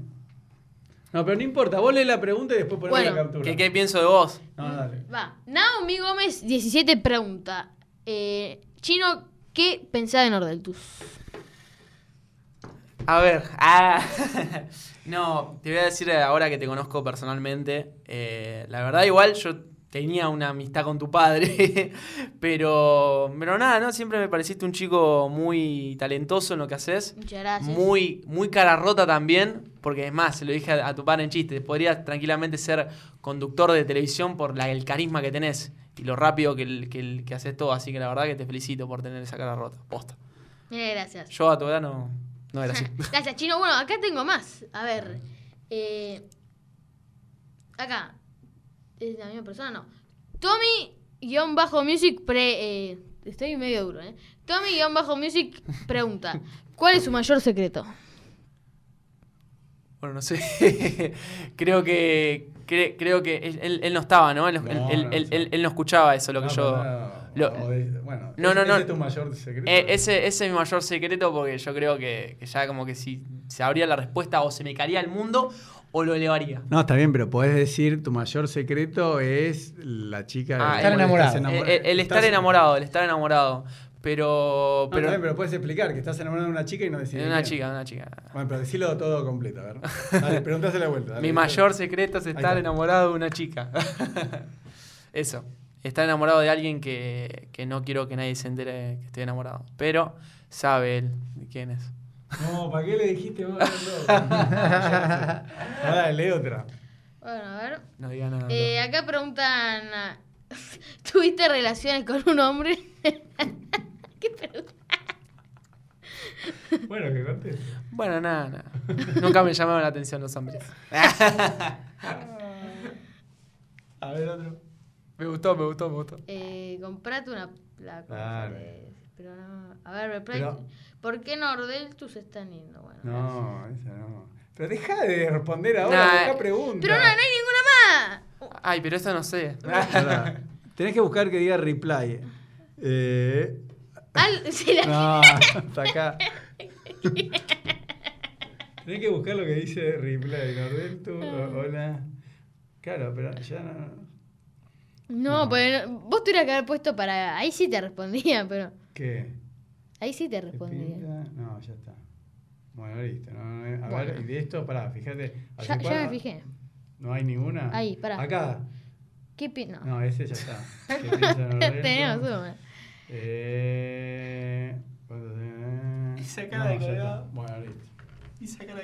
Speaker 1: No, pero no importa. Vos lees la pregunta y después ponemos
Speaker 5: Bueno.
Speaker 1: la captura.
Speaker 2: ¿Qué, qué pienso de vos?
Speaker 1: No, dale.
Speaker 5: Va. Naomi Gómez 17 pregunta. Eh, Chino, ¿qué pensás de Nordel? Tus-
Speaker 2: A ver, ah, no, te voy a decir ahora que te conozco personalmente. eh, la verdad, igual yo tenía una amistad con tu padre, pero, pero nada, ¿no? Siempre me pareciste un chico muy talentoso en lo que haces.
Speaker 5: Muchas gracias.
Speaker 2: Muy, muy cara rota también, porque es más, se lo dije a, a tu padre en chiste, podrías tranquilamente ser conductor de televisión por la- el carisma que tenés y lo rápido que, el- que, el- que haces todo, así que la verdad que te felicito por tener esa cara rota, posta.
Speaker 5: Mira, gracias.
Speaker 2: Yo a tu edad no, no era así.
Speaker 5: Gracias, Chino. Bueno, acá tengo más. A ver. eh, acá. ¿Es la misma persona? No. Tommy-music pre, eh, Estoy medio duro, ¿eh? Tommy-Music pregunta: ¿Cuál es su mayor secreto?
Speaker 2: Bueno, no sé. creo que. cre- creo que él, él- él no estaba, ¿no? Él, él-
Speaker 1: No,
Speaker 2: él-
Speaker 1: no,
Speaker 2: él-
Speaker 1: sí.
Speaker 2: él- él no escuchaba eso, lo que yo. lo-
Speaker 1: bueno,
Speaker 2: No, no,
Speaker 1: ese
Speaker 2: no.
Speaker 1: es tu mayor secreto.
Speaker 2: Eh, ese, ese es mi mayor secreto porque yo creo que, que ya como que si se abría la respuesta o se me caería el mundo o lo elevaría.
Speaker 1: No, está bien, pero podés decir tu mayor secreto es la chica. de
Speaker 2: Ah,
Speaker 1: la
Speaker 2: estar
Speaker 1: cual
Speaker 4: enamorado.
Speaker 1: estás enamor-
Speaker 2: El, Eh, el- el estar
Speaker 1: estás-
Speaker 2: enamorado, el estar enamorado. Pero.
Speaker 1: No,
Speaker 2: pero
Speaker 1: está bien, pero puedes explicar que estás enamorado de una chica y no decís.
Speaker 2: de
Speaker 1: de
Speaker 2: una
Speaker 1: quién.
Speaker 2: chica, de una chica.
Speaker 1: Bueno, pero decilo todo completo, a ver. Dale, preguntase la vuelta. dale.
Speaker 2: Mi mayor secreto es
Speaker 1: Ahí
Speaker 2: estar
Speaker 1: está.
Speaker 2: enamorado de una chica. Eso. Estar enamorado de alguien que, que no quiero que nadie se entere que estoy enamorado. Pero sabe él de quién es.
Speaker 1: No, ¿para qué le dijiste vos? Ahora, lee otra.
Speaker 5: Bueno, a ver.
Speaker 2: No diga nada. bro.
Speaker 5: Eh, acá preguntan: ah, ¿Tuviste relaciones con un hombre? ¿Qué pregunta?
Speaker 1: Bueno, que cortes.
Speaker 2: Bueno, nada, nada. Nunca me llamaron la atención los hombres.
Speaker 1: A ver, otro.
Speaker 2: Me gustó, me gustó, me gustó.
Speaker 5: Eh, comprate una placa.
Speaker 1: Claro.
Speaker 5: Pero no. A ver, reply-
Speaker 1: Pero-
Speaker 5: ¿por qué Nordeltus es tan lindo? Bueno, gracias.
Speaker 1: No, esa no. Pero deja de responder
Speaker 2: Nah,
Speaker 1: ahora,
Speaker 2: eh.
Speaker 1: busca pregunta.
Speaker 5: Pero no, no hay ninguna más.
Speaker 2: Ay, pero eso no sé.
Speaker 1: Pará. Tenés que buscar que diga reply. Eh,
Speaker 5: Al- se la-
Speaker 1: no, está acá. Tenés que buscar lo que dice reply. Norberto,
Speaker 5: Ah.
Speaker 1: o- hola. Claro, pero ya no.
Speaker 5: No, pero no- vos tuvieras que haber puesto para. Ahí sí te respondía, pero.
Speaker 1: ¿Qué?
Speaker 5: Ahí sí
Speaker 1: ¿Te
Speaker 5: te respondía.
Speaker 1: pinta? No, ya está. Bueno, listo. no, no, a
Speaker 5: Bueno.
Speaker 1: ver, y de esto, pará, fíjate.
Speaker 5: Ya,
Speaker 1: ¿hace
Speaker 5: ya me
Speaker 1: cuándo?
Speaker 5: fijé.
Speaker 1: ¿No hay ninguna?
Speaker 5: Ahí, pará.
Speaker 1: Acá.
Speaker 5: ¿Qué pi- No.
Speaker 1: No, ese ya está. Que piensa en Norberto.
Speaker 5: Tenemos uno.
Speaker 1: Eh, ¿cuánto tenés?
Speaker 2: Y saca la de
Speaker 1: ya
Speaker 2: colgado.
Speaker 1: está. Bueno, listo.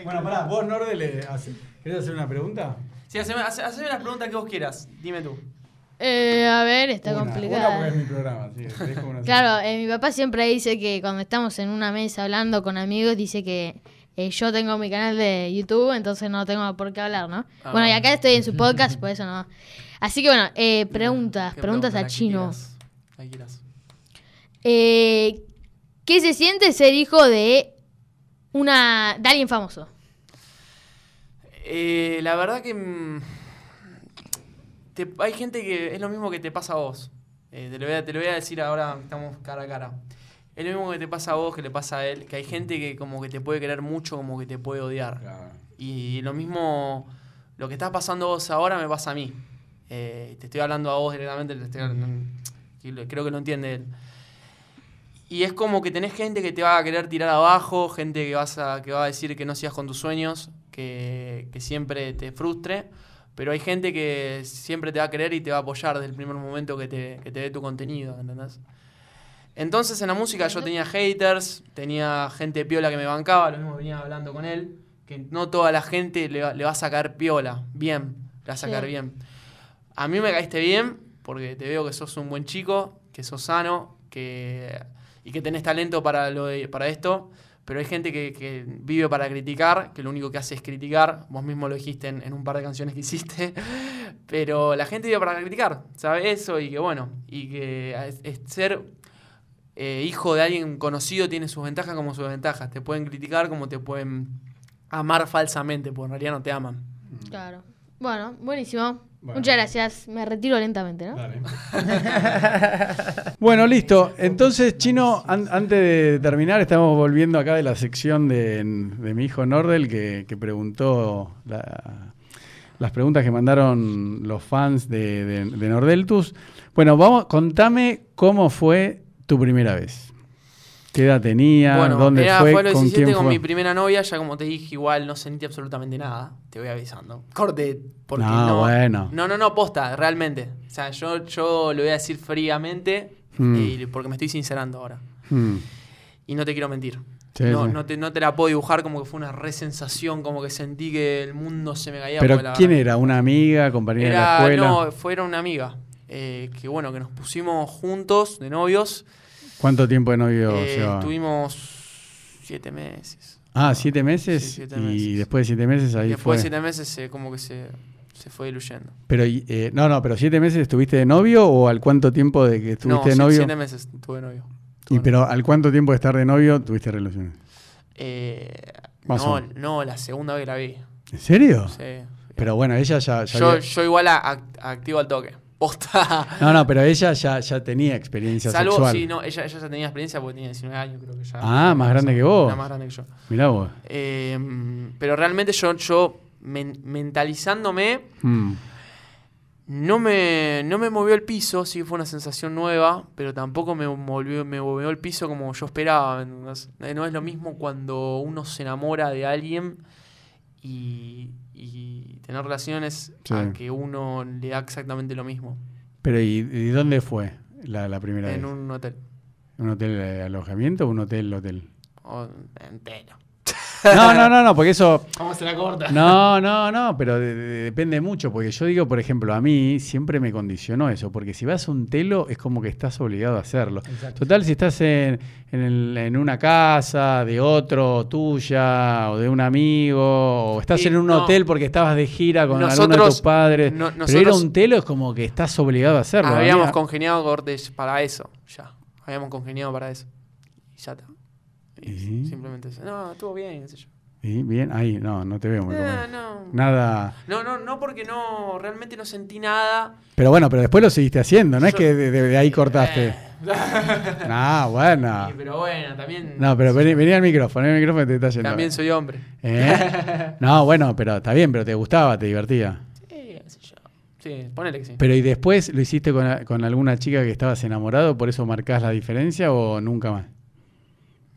Speaker 1: Bueno, pará, vos, Norde, le hace- ¿querés hacer una pregunta?
Speaker 2: Sí, haceme, hace- haceme las preguntas que vos quieras. Dime tú.
Speaker 5: Eh, a ver, está
Speaker 1: Una, Una
Speaker 5: complicado.
Speaker 1: porque es mi programa, sí. te dejo una sola.
Speaker 5: Claro, eh, mi papá siempre dice que cuando estamos en una mesa hablando con amigos, dice que eh, yo tengo mi canal de YouTube, entonces no tengo por qué hablar, ¿no?
Speaker 2: Ah.
Speaker 5: Bueno, y acá estoy en su podcast, por eso no. Así que bueno, eh, preguntas,
Speaker 2: ¿Qué
Speaker 5: preguntas
Speaker 2: pregunta?
Speaker 5: a
Speaker 2: La que
Speaker 5: Chino.
Speaker 2: quieras, la que quieras.
Speaker 5: Eh, ¿Qué se siente ser hijo de una de alguien famoso?
Speaker 2: Eh, la verdad que. mm, te- hay gente que es lo mismo que te pasa a vos. Eh, te, lo voy a, te lo voy a decir ahora, que estamos cara a cara. Es lo mismo que te pasa a vos, que le pasa a él. Que hay gente que como que te puede querer mucho, como que te puede odiar.
Speaker 1: Claro.
Speaker 2: Y lo mismo, lo que estás pasando vos ahora me pasa a mí. Eh, te estoy hablando a vos directamente, te estoy hablando- y lo- creo que lo entiende él. Y es como que tenés gente que te va a querer tirar abajo, gente que, vas a, que va a decir que no sigas con tus sueños, que, que siempre te frustre. Pero hay gente que siempre te va a querer y te va a apoyar desde el primer momento que te, que te ve tu contenido, ¿entendés? Entonces en la música yo tenía haters, tenía gente piola que me bancaba, lo mismo venía hablando con él, que no toda la gente le va, le va a sacar piola, bien, le va a sacar
Speaker 5: Sí.
Speaker 2: bien. A mí me caíste bien porque te veo que sos un buen chico, que sos sano, que y que tenés talento para lo de- para esto, pero hay gente que, que vive para criticar, que lo único que hace es criticar, vos mismo lo dijiste en, en un par de canciones que hiciste, pero la gente vive para criticar, sabe eso y que bueno, y que es- es ser eh, hijo de alguien conocido tiene sus ventajas como sus ventajas, te pueden criticar como te pueden amar falsamente, porque en realidad no te aman.
Speaker 5: Claro. Bueno, buenísimo.
Speaker 1: Bueno.
Speaker 5: Muchas gracias. Me retiro lentamente, ¿no?
Speaker 1: Dale. Bueno, listo. Entonces, Chino, an- antes de terminar, estamos volviendo acá de la sección de, de mi hijo Nordel, que, que preguntó la- las preguntas que mandaron los fans de, de- de Nordeltus. Bueno, vamos, contame cómo fue tu primera vez. ¿Qué edad tenía? ¿Dónde
Speaker 2: era-
Speaker 1: fue?
Speaker 2: a los
Speaker 1: ¿Con
Speaker 2: 17
Speaker 1: quién
Speaker 2: con
Speaker 1: fue?
Speaker 2: mi primera novia, ya como te dije, igual no sentí absolutamente nada. Te voy avisando. Corte, porque
Speaker 1: No,
Speaker 2: no.
Speaker 1: Ah, bueno.
Speaker 2: No, no, no, posta, realmente. O sea, yo, yo lo voy a decir fríamente
Speaker 1: Mm.
Speaker 2: y- porque me estoy sincerando ahora.
Speaker 1: Hmm.
Speaker 2: Y no te quiero mentir.
Speaker 1: Sí,
Speaker 2: no,
Speaker 1: sí.
Speaker 2: No, te, no te la puedo dibujar como que fue una resensación, como que sentí que el mundo se me caía.
Speaker 1: Pero
Speaker 2: porque la
Speaker 1: ¿quién
Speaker 2: verdad-
Speaker 1: era? ¿Una amiga? ¿Compañera de la
Speaker 2: era,
Speaker 1: escuela?
Speaker 2: no, fue, era una amiga. eh, que bueno, que nos pusimos juntos de novios.
Speaker 1: ¿Cuánto tiempo de novio
Speaker 2: eh,
Speaker 1: llevaban?
Speaker 2: estuvimos siete meses.
Speaker 1: Ah, siete meses.
Speaker 2: Sí, siete
Speaker 1: y
Speaker 2: meses.
Speaker 1: después de siete meses ahí
Speaker 2: Después
Speaker 1: fue.
Speaker 2: de siete meses eh, como que se, se fue diluyendo.
Speaker 1: Pero, y, eh, no, no, pero siete meses estuviste de novio o al cuánto tiempo de que
Speaker 2: No,
Speaker 1: estuviste de
Speaker 2: si-
Speaker 1: novio.
Speaker 2: siete meses tuve novio.
Speaker 1: y pero al cuánto tiempo de estar de novio tuviste relaciones.
Speaker 2: Eh,
Speaker 1: Más o
Speaker 2: no,
Speaker 1: menos.
Speaker 2: no, la segunda vez que la vi.
Speaker 1: ¿En serio?
Speaker 2: Sí.
Speaker 1: Pero bueno, ella ya, ya
Speaker 2: Yo,
Speaker 1: había-
Speaker 2: yo igual a- act- activo al toque. Posta.
Speaker 1: No, no, pero ella ya, ya tenía experiencia
Speaker 2: Salvo,
Speaker 1: sexual.
Speaker 2: sí, no, ella, ella ya tenía experiencia porque tenía 19 años, creo que ya.
Speaker 1: Ah, más grande que vos.
Speaker 2: Era más grande que yo.
Speaker 1: Mirá vos.
Speaker 2: Eh, pero realmente yo, yo men- mentalizándome,
Speaker 1: Mm.
Speaker 2: no me, no me movió el piso, sí fue una sensación nueva, pero tampoco me movió, me movió el piso como yo esperaba. No es, no es lo mismo cuando uno se enamora de alguien y, y tener relaciones
Speaker 1: Sí.
Speaker 2: a que uno le da exactamente lo mismo
Speaker 1: Pero ¿y, y dónde fue la, la primera
Speaker 2: en
Speaker 1: vez?
Speaker 2: un hotel.
Speaker 1: ¿Un hotel de alojamiento o un hotel hotel?
Speaker 2: O entero.
Speaker 1: No, no, no, no, porque eso
Speaker 2: ¿Cómo se la corta?
Speaker 1: No, no, no, pero de- de- depende mucho, porque yo digo, por ejemplo, a mí siempre me condicionó eso, porque si vas a un telo es como que estás obligado a hacerlo.
Speaker 4: Exacto.
Speaker 1: Total, si estás en, en el- en una casa de otro, tuya, o de un amigo, o estás
Speaker 2: Y
Speaker 1: en un
Speaker 2: no.
Speaker 1: hotel porque estabas de gira con alguno de
Speaker 2: Nosotros-
Speaker 1: tus padres,
Speaker 2: no-
Speaker 1: pero ir a
Speaker 2: nosotros-
Speaker 1: un telo es como que estás obligado a hacerlo.
Speaker 2: Habíamos
Speaker 1: Había-
Speaker 2: congeniado Cortés para eso, ya. Habíamos congeniado para eso. Y ya está. Y
Speaker 1: Ujú.
Speaker 2: Simplemente eso. No, estuvo bien, qué sé yo.
Speaker 1: Sí, Bien, ahí, no, no te veo muy
Speaker 2: Eh,
Speaker 1: cómodo.
Speaker 2: no.
Speaker 1: Nada.
Speaker 2: No, no, no, porque no, realmente no sentí nada.
Speaker 1: Pero bueno, pero después lo seguiste haciendo, no es
Speaker 2: Yo- Eh.
Speaker 1: que de, de- de ahí cortaste. No, bueno.
Speaker 2: Sí, pero bueno, también.
Speaker 1: Ah. No, pues, pero vení, vení al micrófono, vení al micrófono que te está yendo.
Speaker 2: También soy hombre.
Speaker 1: ¿Eh? No, bueno, pero está bien, pero te gustaba, te divertía.
Speaker 2: Sí, Eh, qué sé yo. Sí, ponele que sí.
Speaker 1: Pero ¿y después lo hiciste con, con alguna chica que estabas enamorado? ¿Por eso marcás la diferencia o nunca más?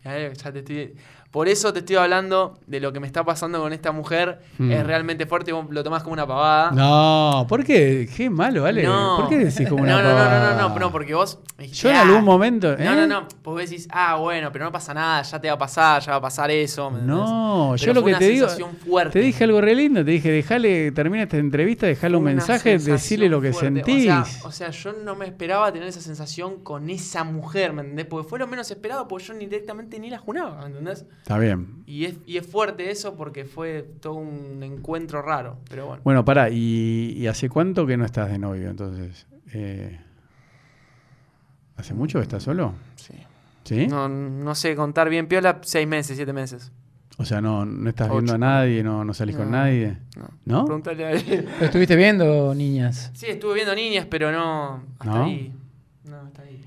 Speaker 2: Ya, eh, ya te estoy- Por eso te estoy hablando de lo que me está pasando con esta mujer.
Speaker 1: Hmm.
Speaker 2: Es realmente fuerte, vos lo tomás como una pavada.
Speaker 1: No, ¿por qué? Qué malo, ¿vale?
Speaker 2: Ah. No.
Speaker 1: ¿Por qué decís como una
Speaker 2: no, no, no,
Speaker 1: pavada?
Speaker 2: no, no, no, no, porque vos. me dijiste,
Speaker 1: Yo en
Speaker 2: "Ah".
Speaker 1: algún momento... ¿eh?
Speaker 2: No, no, no. Vos decís, ah, bueno, pero no pasa nada, ya te va a pasar, ya va a pasar eso. ¿me entendés?
Speaker 1: No, yo
Speaker 2: Pero
Speaker 1: lo
Speaker 2: fue
Speaker 1: que
Speaker 2: una
Speaker 1: te digo,
Speaker 2: sensación fuerte.
Speaker 1: te dije algo re lindo, te dije, dejale, termina esta entrevista, dejale un
Speaker 2: Una
Speaker 1: mensaje,
Speaker 2: sensación
Speaker 1: decirle lo que
Speaker 2: fuerte.
Speaker 1: sentís.
Speaker 2: O sea, o sea, yo no me esperaba tener esa sensación con esa mujer, ¿me entendés? Porque fue lo menos esperado, porque yo ni directamente ni la junaba, ¿me entendés?
Speaker 1: Está bien,
Speaker 2: Y es, y es fuerte eso porque fue todo un encuentro raro, pero bueno.
Speaker 1: Bueno, pará, ¿y, y hace cuánto que no estás de novio entonces? Eh, ¿Hace mucho que estás solo?
Speaker 2: Sí.
Speaker 1: ¿Sí?
Speaker 2: No, no sé contar bien, piola, seis meses, siete meses.
Speaker 1: O sea, no, no estás viendo a
Speaker 2: Ocho.
Speaker 1: nadie, no, no salís con
Speaker 2: No.
Speaker 1: nadie.
Speaker 2: No.
Speaker 1: ¿No?
Speaker 2: Preguntale a él.
Speaker 4: ¿Lo estuviste viendo, niñas?
Speaker 2: Sí, estuve viendo niñas, pero no. Hasta
Speaker 1: ¿No?
Speaker 2: ahí. No, hasta ahí.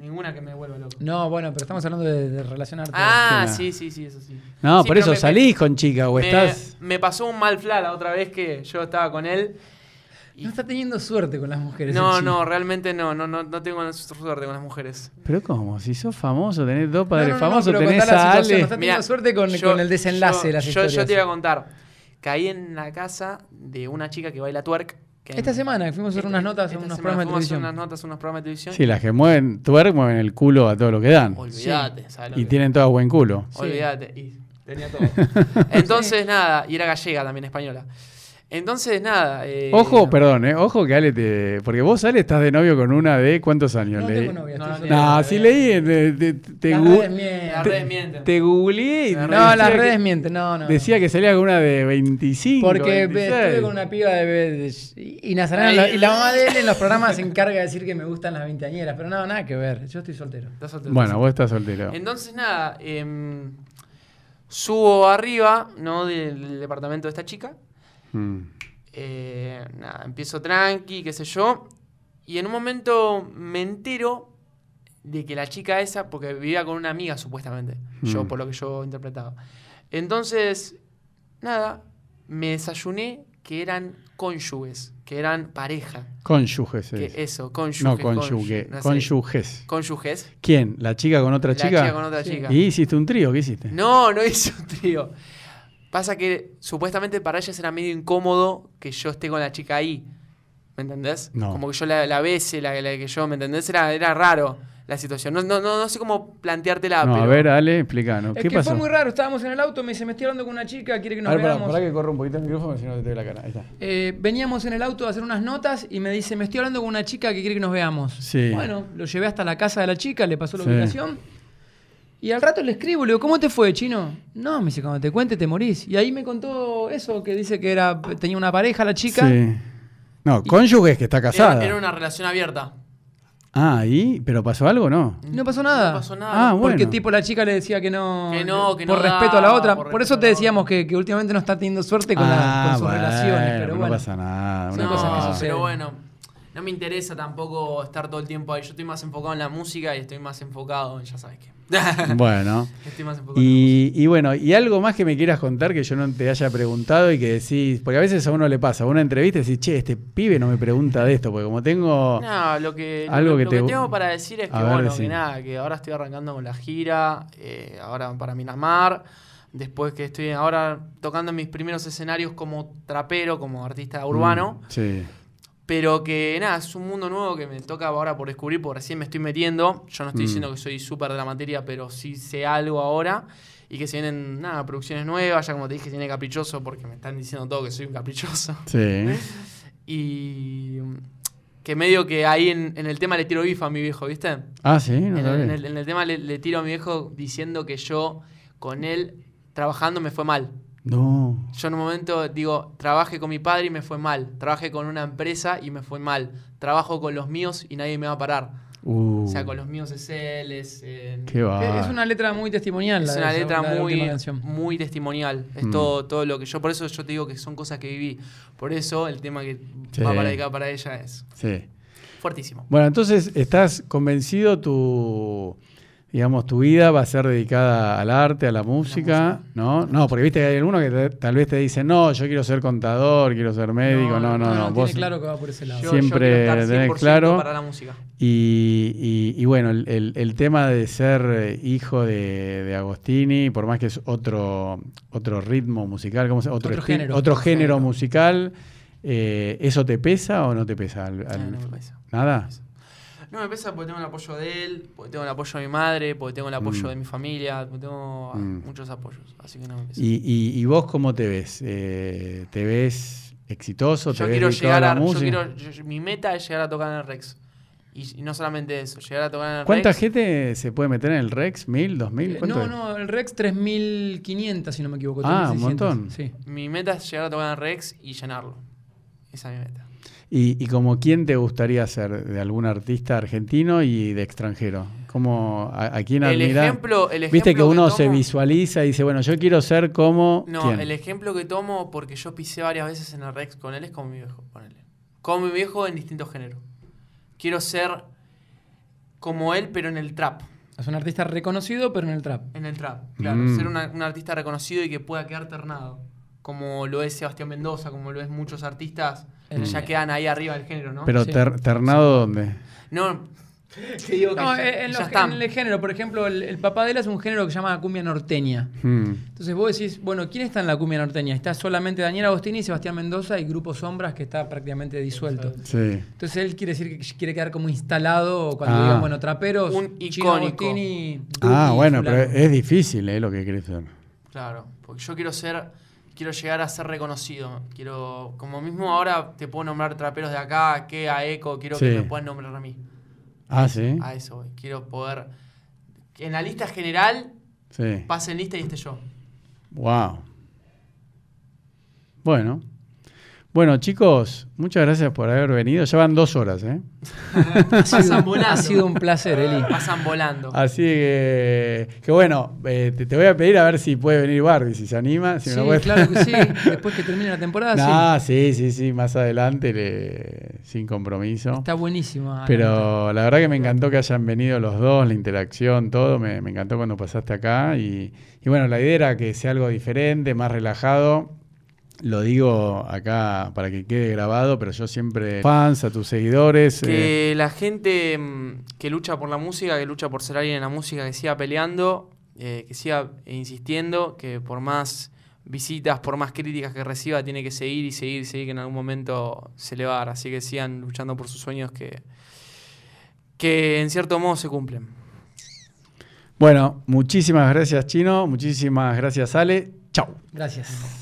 Speaker 2: Ninguna que me vuelva loco.
Speaker 4: No, bueno, pero estamos hablando de, de relacionarte.
Speaker 2: Ah,
Speaker 1: Nada.
Speaker 2: sí, sí, sí, eso sí.
Speaker 1: No,
Speaker 2: Sí,
Speaker 1: por
Speaker 2: pero
Speaker 1: eso
Speaker 2: me-
Speaker 1: salís con chica o
Speaker 2: me-
Speaker 1: estás.
Speaker 2: Me pasó un mal fla la otra vez que yo estaba con él. y-
Speaker 4: No está teniendo suerte con las mujeres. el
Speaker 2: no,
Speaker 4: chico.
Speaker 2: no, realmente no, no, no, no tengo suerte con las mujeres.
Speaker 1: Pero ¿cómo? Si sos famoso, tenés dos
Speaker 4: No,
Speaker 1: padres
Speaker 4: no, no,
Speaker 1: famosos,
Speaker 4: pero
Speaker 1: tenés
Speaker 4: contá la
Speaker 1: a
Speaker 4: situación,
Speaker 1: Ale.
Speaker 4: no está- teniendo suerte con- con el desenlace
Speaker 2: yo-
Speaker 4: de las
Speaker 2: yo,
Speaker 4: historias.
Speaker 2: Yo te iba a contar. Caí en la casa de una chica que baila twerk. que
Speaker 4: Esta
Speaker 2: en-
Speaker 4: semana fuimos a hacer
Speaker 2: esta-
Speaker 4: unas notas,
Speaker 2: esta
Speaker 4: unos
Speaker 2: semana
Speaker 4: programas de
Speaker 2: fuimos a hacer
Speaker 4: televisión.
Speaker 2: unas notas, unos programas de televisión.
Speaker 1: Sí, las que mueven twerk mueven el culo a todo lo que dan.
Speaker 2: Olvídate, ¿sabes lo
Speaker 1: Y
Speaker 2: que-
Speaker 1: tienen todas buen culo.
Speaker 4: Sí.
Speaker 2: Olvídate. Y tenía todo. Entonces, nada, y era gallega también, española. Entonces, nada. eh,
Speaker 1: Ojo, perdón, eh, ojo que Ale te. Porque vos, Ale, estás de novio con una de cuántos años
Speaker 4: No
Speaker 1: leí.
Speaker 4: tengo novia,
Speaker 2: No,
Speaker 4: estoy
Speaker 2: no,
Speaker 4: soltero,
Speaker 1: No,
Speaker 4: la
Speaker 1: si
Speaker 4: verdad.
Speaker 1: leí, en- de- de- te,
Speaker 4: eh, Las
Speaker 1: gu-
Speaker 4: redes mienten.
Speaker 2: Las redes mienten.
Speaker 1: te googleé y
Speaker 2: Las
Speaker 4: No,
Speaker 1: decía
Speaker 4: las
Speaker 1: que-
Speaker 4: redes mienten, no, no. no.
Speaker 1: Decía que eh, salía con una de 25.
Speaker 4: Porque
Speaker 1: 26.
Speaker 4: estuve con una piba de. de- y Nazarena,
Speaker 2: Ahí.
Speaker 4: lo- y la mamá de él en los programas se encarga de decir que me gustan las veinteañeras, pero no, nada que ver. Yo estoy soltero.
Speaker 2: estás soltero,
Speaker 1: Bueno, vos estás soltero.
Speaker 2: Entonces, nada, em, subo arriba, ¿no? Del departamento de esta chica.
Speaker 1: Mm.
Speaker 2: Eh, nada, empiezo tranqui, qué sé yo. Y en un momento me entero de que la chica esa, porque vivía con una amiga supuestamente, yo
Speaker 1: Mm.
Speaker 2: por lo que yo interpretaba. Entonces, nada, me desayuné que eran cónyuges, que eran pareja.
Speaker 1: Cónyuges. es.
Speaker 2: Que eso, cónyuges.
Speaker 1: no,
Speaker 2: cónyuge,
Speaker 1: cónyuge.
Speaker 2: no sé.
Speaker 1: Cónyuges.
Speaker 2: Cónyuges.
Speaker 1: ¿Quién? ¿La chica con otra
Speaker 2: La
Speaker 1: chica?
Speaker 2: con otra
Speaker 4: Sí.
Speaker 2: chica.
Speaker 1: ¿Y hiciste un trío? ¿Qué hiciste?
Speaker 2: No, no hice un trío. Pasa que supuestamente para ellas era medio incómodo que yo esté con la chica ahí. ¿Me entendés?
Speaker 1: No.
Speaker 2: Como que yo la, la bese, la, la que yo, ¿me entendés? Era, era raro la situación. No, no, no, no sé cómo planteártela,
Speaker 1: No,
Speaker 2: pero.
Speaker 1: a ver, Ale, explícanos.
Speaker 4: Es
Speaker 1: ¿Qué
Speaker 4: que
Speaker 1: pasó?
Speaker 4: fue muy raro, estábamos en el auto, me dice, me estoy hablando con una chica, quiere que nos
Speaker 1: a ver, pará,
Speaker 4: veamos.
Speaker 1: pará que corra un poquito el micrófono, si no te veo la cara. Ahí está.
Speaker 4: Eh, veníamos en el auto a hacer unas notas y me dice, me estoy hablando con una chica que quiere que nos veamos.
Speaker 1: Sí.
Speaker 4: Bueno, lo llevé hasta la casa de la chica, le pasó la
Speaker 1: Sí.
Speaker 4: ubicación Y al rato le escribo, le digo, ¿cómo te fue, chino? No, me dice, cuando te cuente te morís. Y ahí me contó eso, que dice que era tenía una pareja la chica.
Speaker 1: Sí. No, cónyuge es que está casada.
Speaker 2: Era, era una relación abierta.
Speaker 1: Ah, ¿y? ¿Pero pasó algo o no?
Speaker 4: No pasó nada.
Speaker 2: No pasó nada.
Speaker 1: Ah, bueno.
Speaker 4: Porque tipo la chica le decía que no.
Speaker 2: Que no, que no
Speaker 4: Por
Speaker 2: da,
Speaker 4: respeto a la otra.
Speaker 2: por
Speaker 4: Por,
Speaker 2: respeto
Speaker 4: eso
Speaker 2: a
Speaker 4: te
Speaker 2: la
Speaker 4: decíamos que, que últimamente no está teniendo suerte con, la- con sus
Speaker 1: Ah, bueno,
Speaker 4: relaciones. Pero bueno.
Speaker 1: No pasa nada. una
Speaker 2: no,
Speaker 4: cosa que
Speaker 1: pasa nada.
Speaker 4: sucede.
Speaker 2: pero bueno, no me interesa tampoco estar todo el tiempo ahí. Yo estoy más enfocado en la música y estoy más enfocado en ya sabes qué.
Speaker 1: Bueno.
Speaker 2: estoy más enfocado en
Speaker 1: Y, y bueno, y algo más que me quieras contar que yo no te haya preguntado y que decís, porque a veces a uno le pasa, a una entrevista y decís, che, este pibe no me pregunta de esto, porque como tengo...
Speaker 2: la música. No, lo que, lo-
Speaker 1: Algo
Speaker 2: lo
Speaker 1: que te-
Speaker 2: que, tengo para decir es que,
Speaker 1: A ver,
Speaker 2: bueno,
Speaker 1: decí.
Speaker 2: que nada, que ahora estoy arrancando con la gira, eh, ahora para Miramar. Después que estoy ahora tocando mis primeros escenarios como trapero, como artista urbano.
Speaker 1: Mm, Sí.
Speaker 2: Pero que nada, es un mundo nuevo que me toca ahora por descubrir, porque recién me estoy metiendo. Yo no estoy
Speaker 1: Mm.
Speaker 2: diciendo que soy súper de la materia, pero sí sé algo ahora. Y que se vienen, nada, producciones nuevas. Ya como te dije, tiene caprichoso, porque me están diciendo todo que soy un caprichoso.
Speaker 1: Sí.
Speaker 4: ¿Eh?
Speaker 2: Y mm, que medio que ahí en, en el tema le tiro bifa a mi viejo, ¿viste?
Speaker 1: Ah, sí,
Speaker 2: En
Speaker 1: no
Speaker 2: el,
Speaker 1: sabía.
Speaker 2: en el- en el tema le, le tiro a mi viejo diciendo que yo con él trabajando me fue mal.
Speaker 1: No.
Speaker 2: Yo en un momento digo, trabajé con mi padre y me fue mal. Trabajé con una empresa y me fue mal. Trabajo con los míos y nadie me va a parar.
Speaker 1: Uh,
Speaker 2: O sea, con los míos es él, es... eh,
Speaker 1: Qué va.
Speaker 4: Es una letra muy testimonial.
Speaker 2: es
Speaker 4: la de
Speaker 2: una
Speaker 4: esa-
Speaker 2: letra
Speaker 4: la de la última
Speaker 2: muy,
Speaker 4: canción.
Speaker 2: muy testimonial. Es
Speaker 1: Mm.
Speaker 2: todo, todo lo que yo... Por eso yo te digo que son cosas que viví. Por eso el tema que
Speaker 1: Sí.
Speaker 2: va para dedicado para ella es
Speaker 1: Sí.
Speaker 2: fuertísimo.
Speaker 1: Bueno, entonces, ¿estás convencido tu, digamos, tu vida va a ser dedicada al arte, a la música? ¿No? No, porque viste que hay algunos que te- tal vez te dicen, no, yo quiero ser contador, quiero ser médico, Eh, no, no, no. vos-
Speaker 4: Ah, tiene claro que va por ese lado.
Speaker 2: Yo,
Speaker 1: Siempre
Speaker 2: yo quiero estar
Speaker 1: tenés
Speaker 2: 100%
Speaker 1: claro.
Speaker 2: para la música.
Speaker 1: Y, y- y bueno, el, el- el tema de ser eh, hijo de, de Agostini, por más que es otro, otro ritmo musical, ¿cómo se llama?
Speaker 4: Otro
Speaker 1: esti-
Speaker 4: género.
Speaker 1: otro género
Speaker 2: Género.
Speaker 1: musical, eh, ¿eso te pesa o no te pesa? al-
Speaker 2: Ah,
Speaker 1: al-
Speaker 2: no me pesa.
Speaker 1: ¿Nada?
Speaker 2: No, me pesa porque tengo el apoyo de él, porque tengo el apoyo de mi madre, porque tengo el apoyo
Speaker 1: Mm.
Speaker 2: de mi familia, porque tengo ah,
Speaker 1: Mm.
Speaker 2: muchos apoyos. Así que no me pesa.
Speaker 1: ¿Y, y- y vos cómo te ves? Eh, ¿Te ves exitoso? ¿Te
Speaker 2: yo
Speaker 1: ves
Speaker 2: quiero
Speaker 1: dedicado
Speaker 2: llegar a,
Speaker 1: la
Speaker 2: yo
Speaker 1: música?
Speaker 2: quiero- yo- yo- mi meta es llegar a tocar en el Rex. Y, y no solamente eso, llegar a tocar en el
Speaker 1: ¿Cuánta
Speaker 2: Rex.
Speaker 1: gente se puede meter en el Rex? ¿Mil? ¿Dos mil?
Speaker 4: Eh,
Speaker 1: ¿Cuánto
Speaker 4: No,
Speaker 1: es?
Speaker 4: no, el Rex 3500, si no me equivoco.
Speaker 1: Ah,
Speaker 4: 3600,
Speaker 1: un montón.
Speaker 4: Sí.
Speaker 2: Mi meta es llegar a tocar en el Rex y llenarlo. Esa es mi meta.
Speaker 1: ¿Y, y como quién te gustaría ser? ¿De algún artista argentino y de extranjero? ¿Cómo, a, a quién
Speaker 2: El
Speaker 1: admirar?
Speaker 2: ejemplo, el ejemplo
Speaker 1: Viste que uno se
Speaker 2: tomo-
Speaker 1: visualiza y dice, bueno, yo quiero ser como...
Speaker 2: No,
Speaker 1: ¿quién?
Speaker 2: el ejemplo que tomo porque yo pisé varias veces en el Rex con él es como mi viejo, ponele. Como mi viejo en distintos géneros. Quiero ser como él, pero en el trap.
Speaker 4: Es un artista reconocido, pero en el trap.
Speaker 2: En el trap, claro.
Speaker 1: Mm.
Speaker 2: Ser una- un artista reconocido y que pueda quedar ternado. Como lo es Sebastián Mendoza, como lo es muchos artistas que
Speaker 4: Mm.
Speaker 2: ya quedan ahí arriba del género, ¿no?
Speaker 1: Pero
Speaker 4: Sí.
Speaker 1: ter- ternado, ¿dónde?
Speaker 2: no, te digo que
Speaker 4: No,
Speaker 2: ya-
Speaker 4: eh, en,
Speaker 2: ya
Speaker 4: los-
Speaker 2: están.
Speaker 4: en el género, por ejemplo, el, el papadela es un género que se llama cumbia norteña.
Speaker 1: Hmm.
Speaker 4: Entonces vos decís, bueno, ¿quién está en la cumbia norteña? Está solamente Daniel Agostini, Sebastián Mendoza y Grupo Sombras que está prácticamente disuelto.
Speaker 1: Sí.
Speaker 4: Entonces él quiere decir que quiere quedar como instalado cuando
Speaker 1: Ah.
Speaker 4: digan, bueno, traperos,
Speaker 2: Un
Speaker 4: Chino
Speaker 2: icónico.
Speaker 4: Agostini,
Speaker 1: Ah,
Speaker 4: Duki,
Speaker 1: bueno, pero
Speaker 4: fulano.
Speaker 1: es difícil eh, lo que querés ser.
Speaker 2: Claro, porque yo quiero ser, quiero llegar a ser reconocido. Quiero, como mismo ahora te puedo nombrar traperos de acá, que a Eco, quiero
Speaker 1: Sí.
Speaker 2: que me puedan nombrar a mí.
Speaker 1: Ah, sí.
Speaker 2: A eso voy. Quiero poder, que en la lista general,
Speaker 1: Sí.
Speaker 2: pase en lista y esté yo.
Speaker 1: Wow. Bueno. Bueno, chicos, muchas gracias por haber venido. Ya van dos horas, ¿eh?
Speaker 4: Ha sido-
Speaker 2: Pasan volando.
Speaker 4: ha sido un placer, Eli.
Speaker 2: Pasan volando.
Speaker 1: Así que, que bueno, eh, te, te voy a pedir a ver si puede venir Barbie, si se anima. Si me
Speaker 4: Sí,
Speaker 1: lo puede-
Speaker 4: claro que sí. Después que termine la temporada, sí.
Speaker 1: Nah, sí, sí, sí, más adelante, le- sin compromiso.
Speaker 4: Está buenísima. la nota.
Speaker 1: Pero la verdad que me encantó que hayan venido los dos, la interacción, todo. Me, me encantó cuando pasaste acá. Y, y bueno, la idea era que sea algo diferente, más relajado. Lo digo acá para que quede grabado, pero yo siempre. Fans, a tus seguidores. eh,
Speaker 2: Que la gente mm, que lucha por la música, que lucha por ser alguien en la música, que siga peleando, eh, que siga insistiendo, que por más visitas, por más críticas que reciba, tiene que seguir y seguir y seguir, que en algún momento se le va a dar. Así que sigan luchando por sus sueños que, que en cierto modo se cumplen.
Speaker 1: Bueno, muchísimas gracias, Chino. Muchísimas gracias, Ale. Chau.
Speaker 4: Gracias.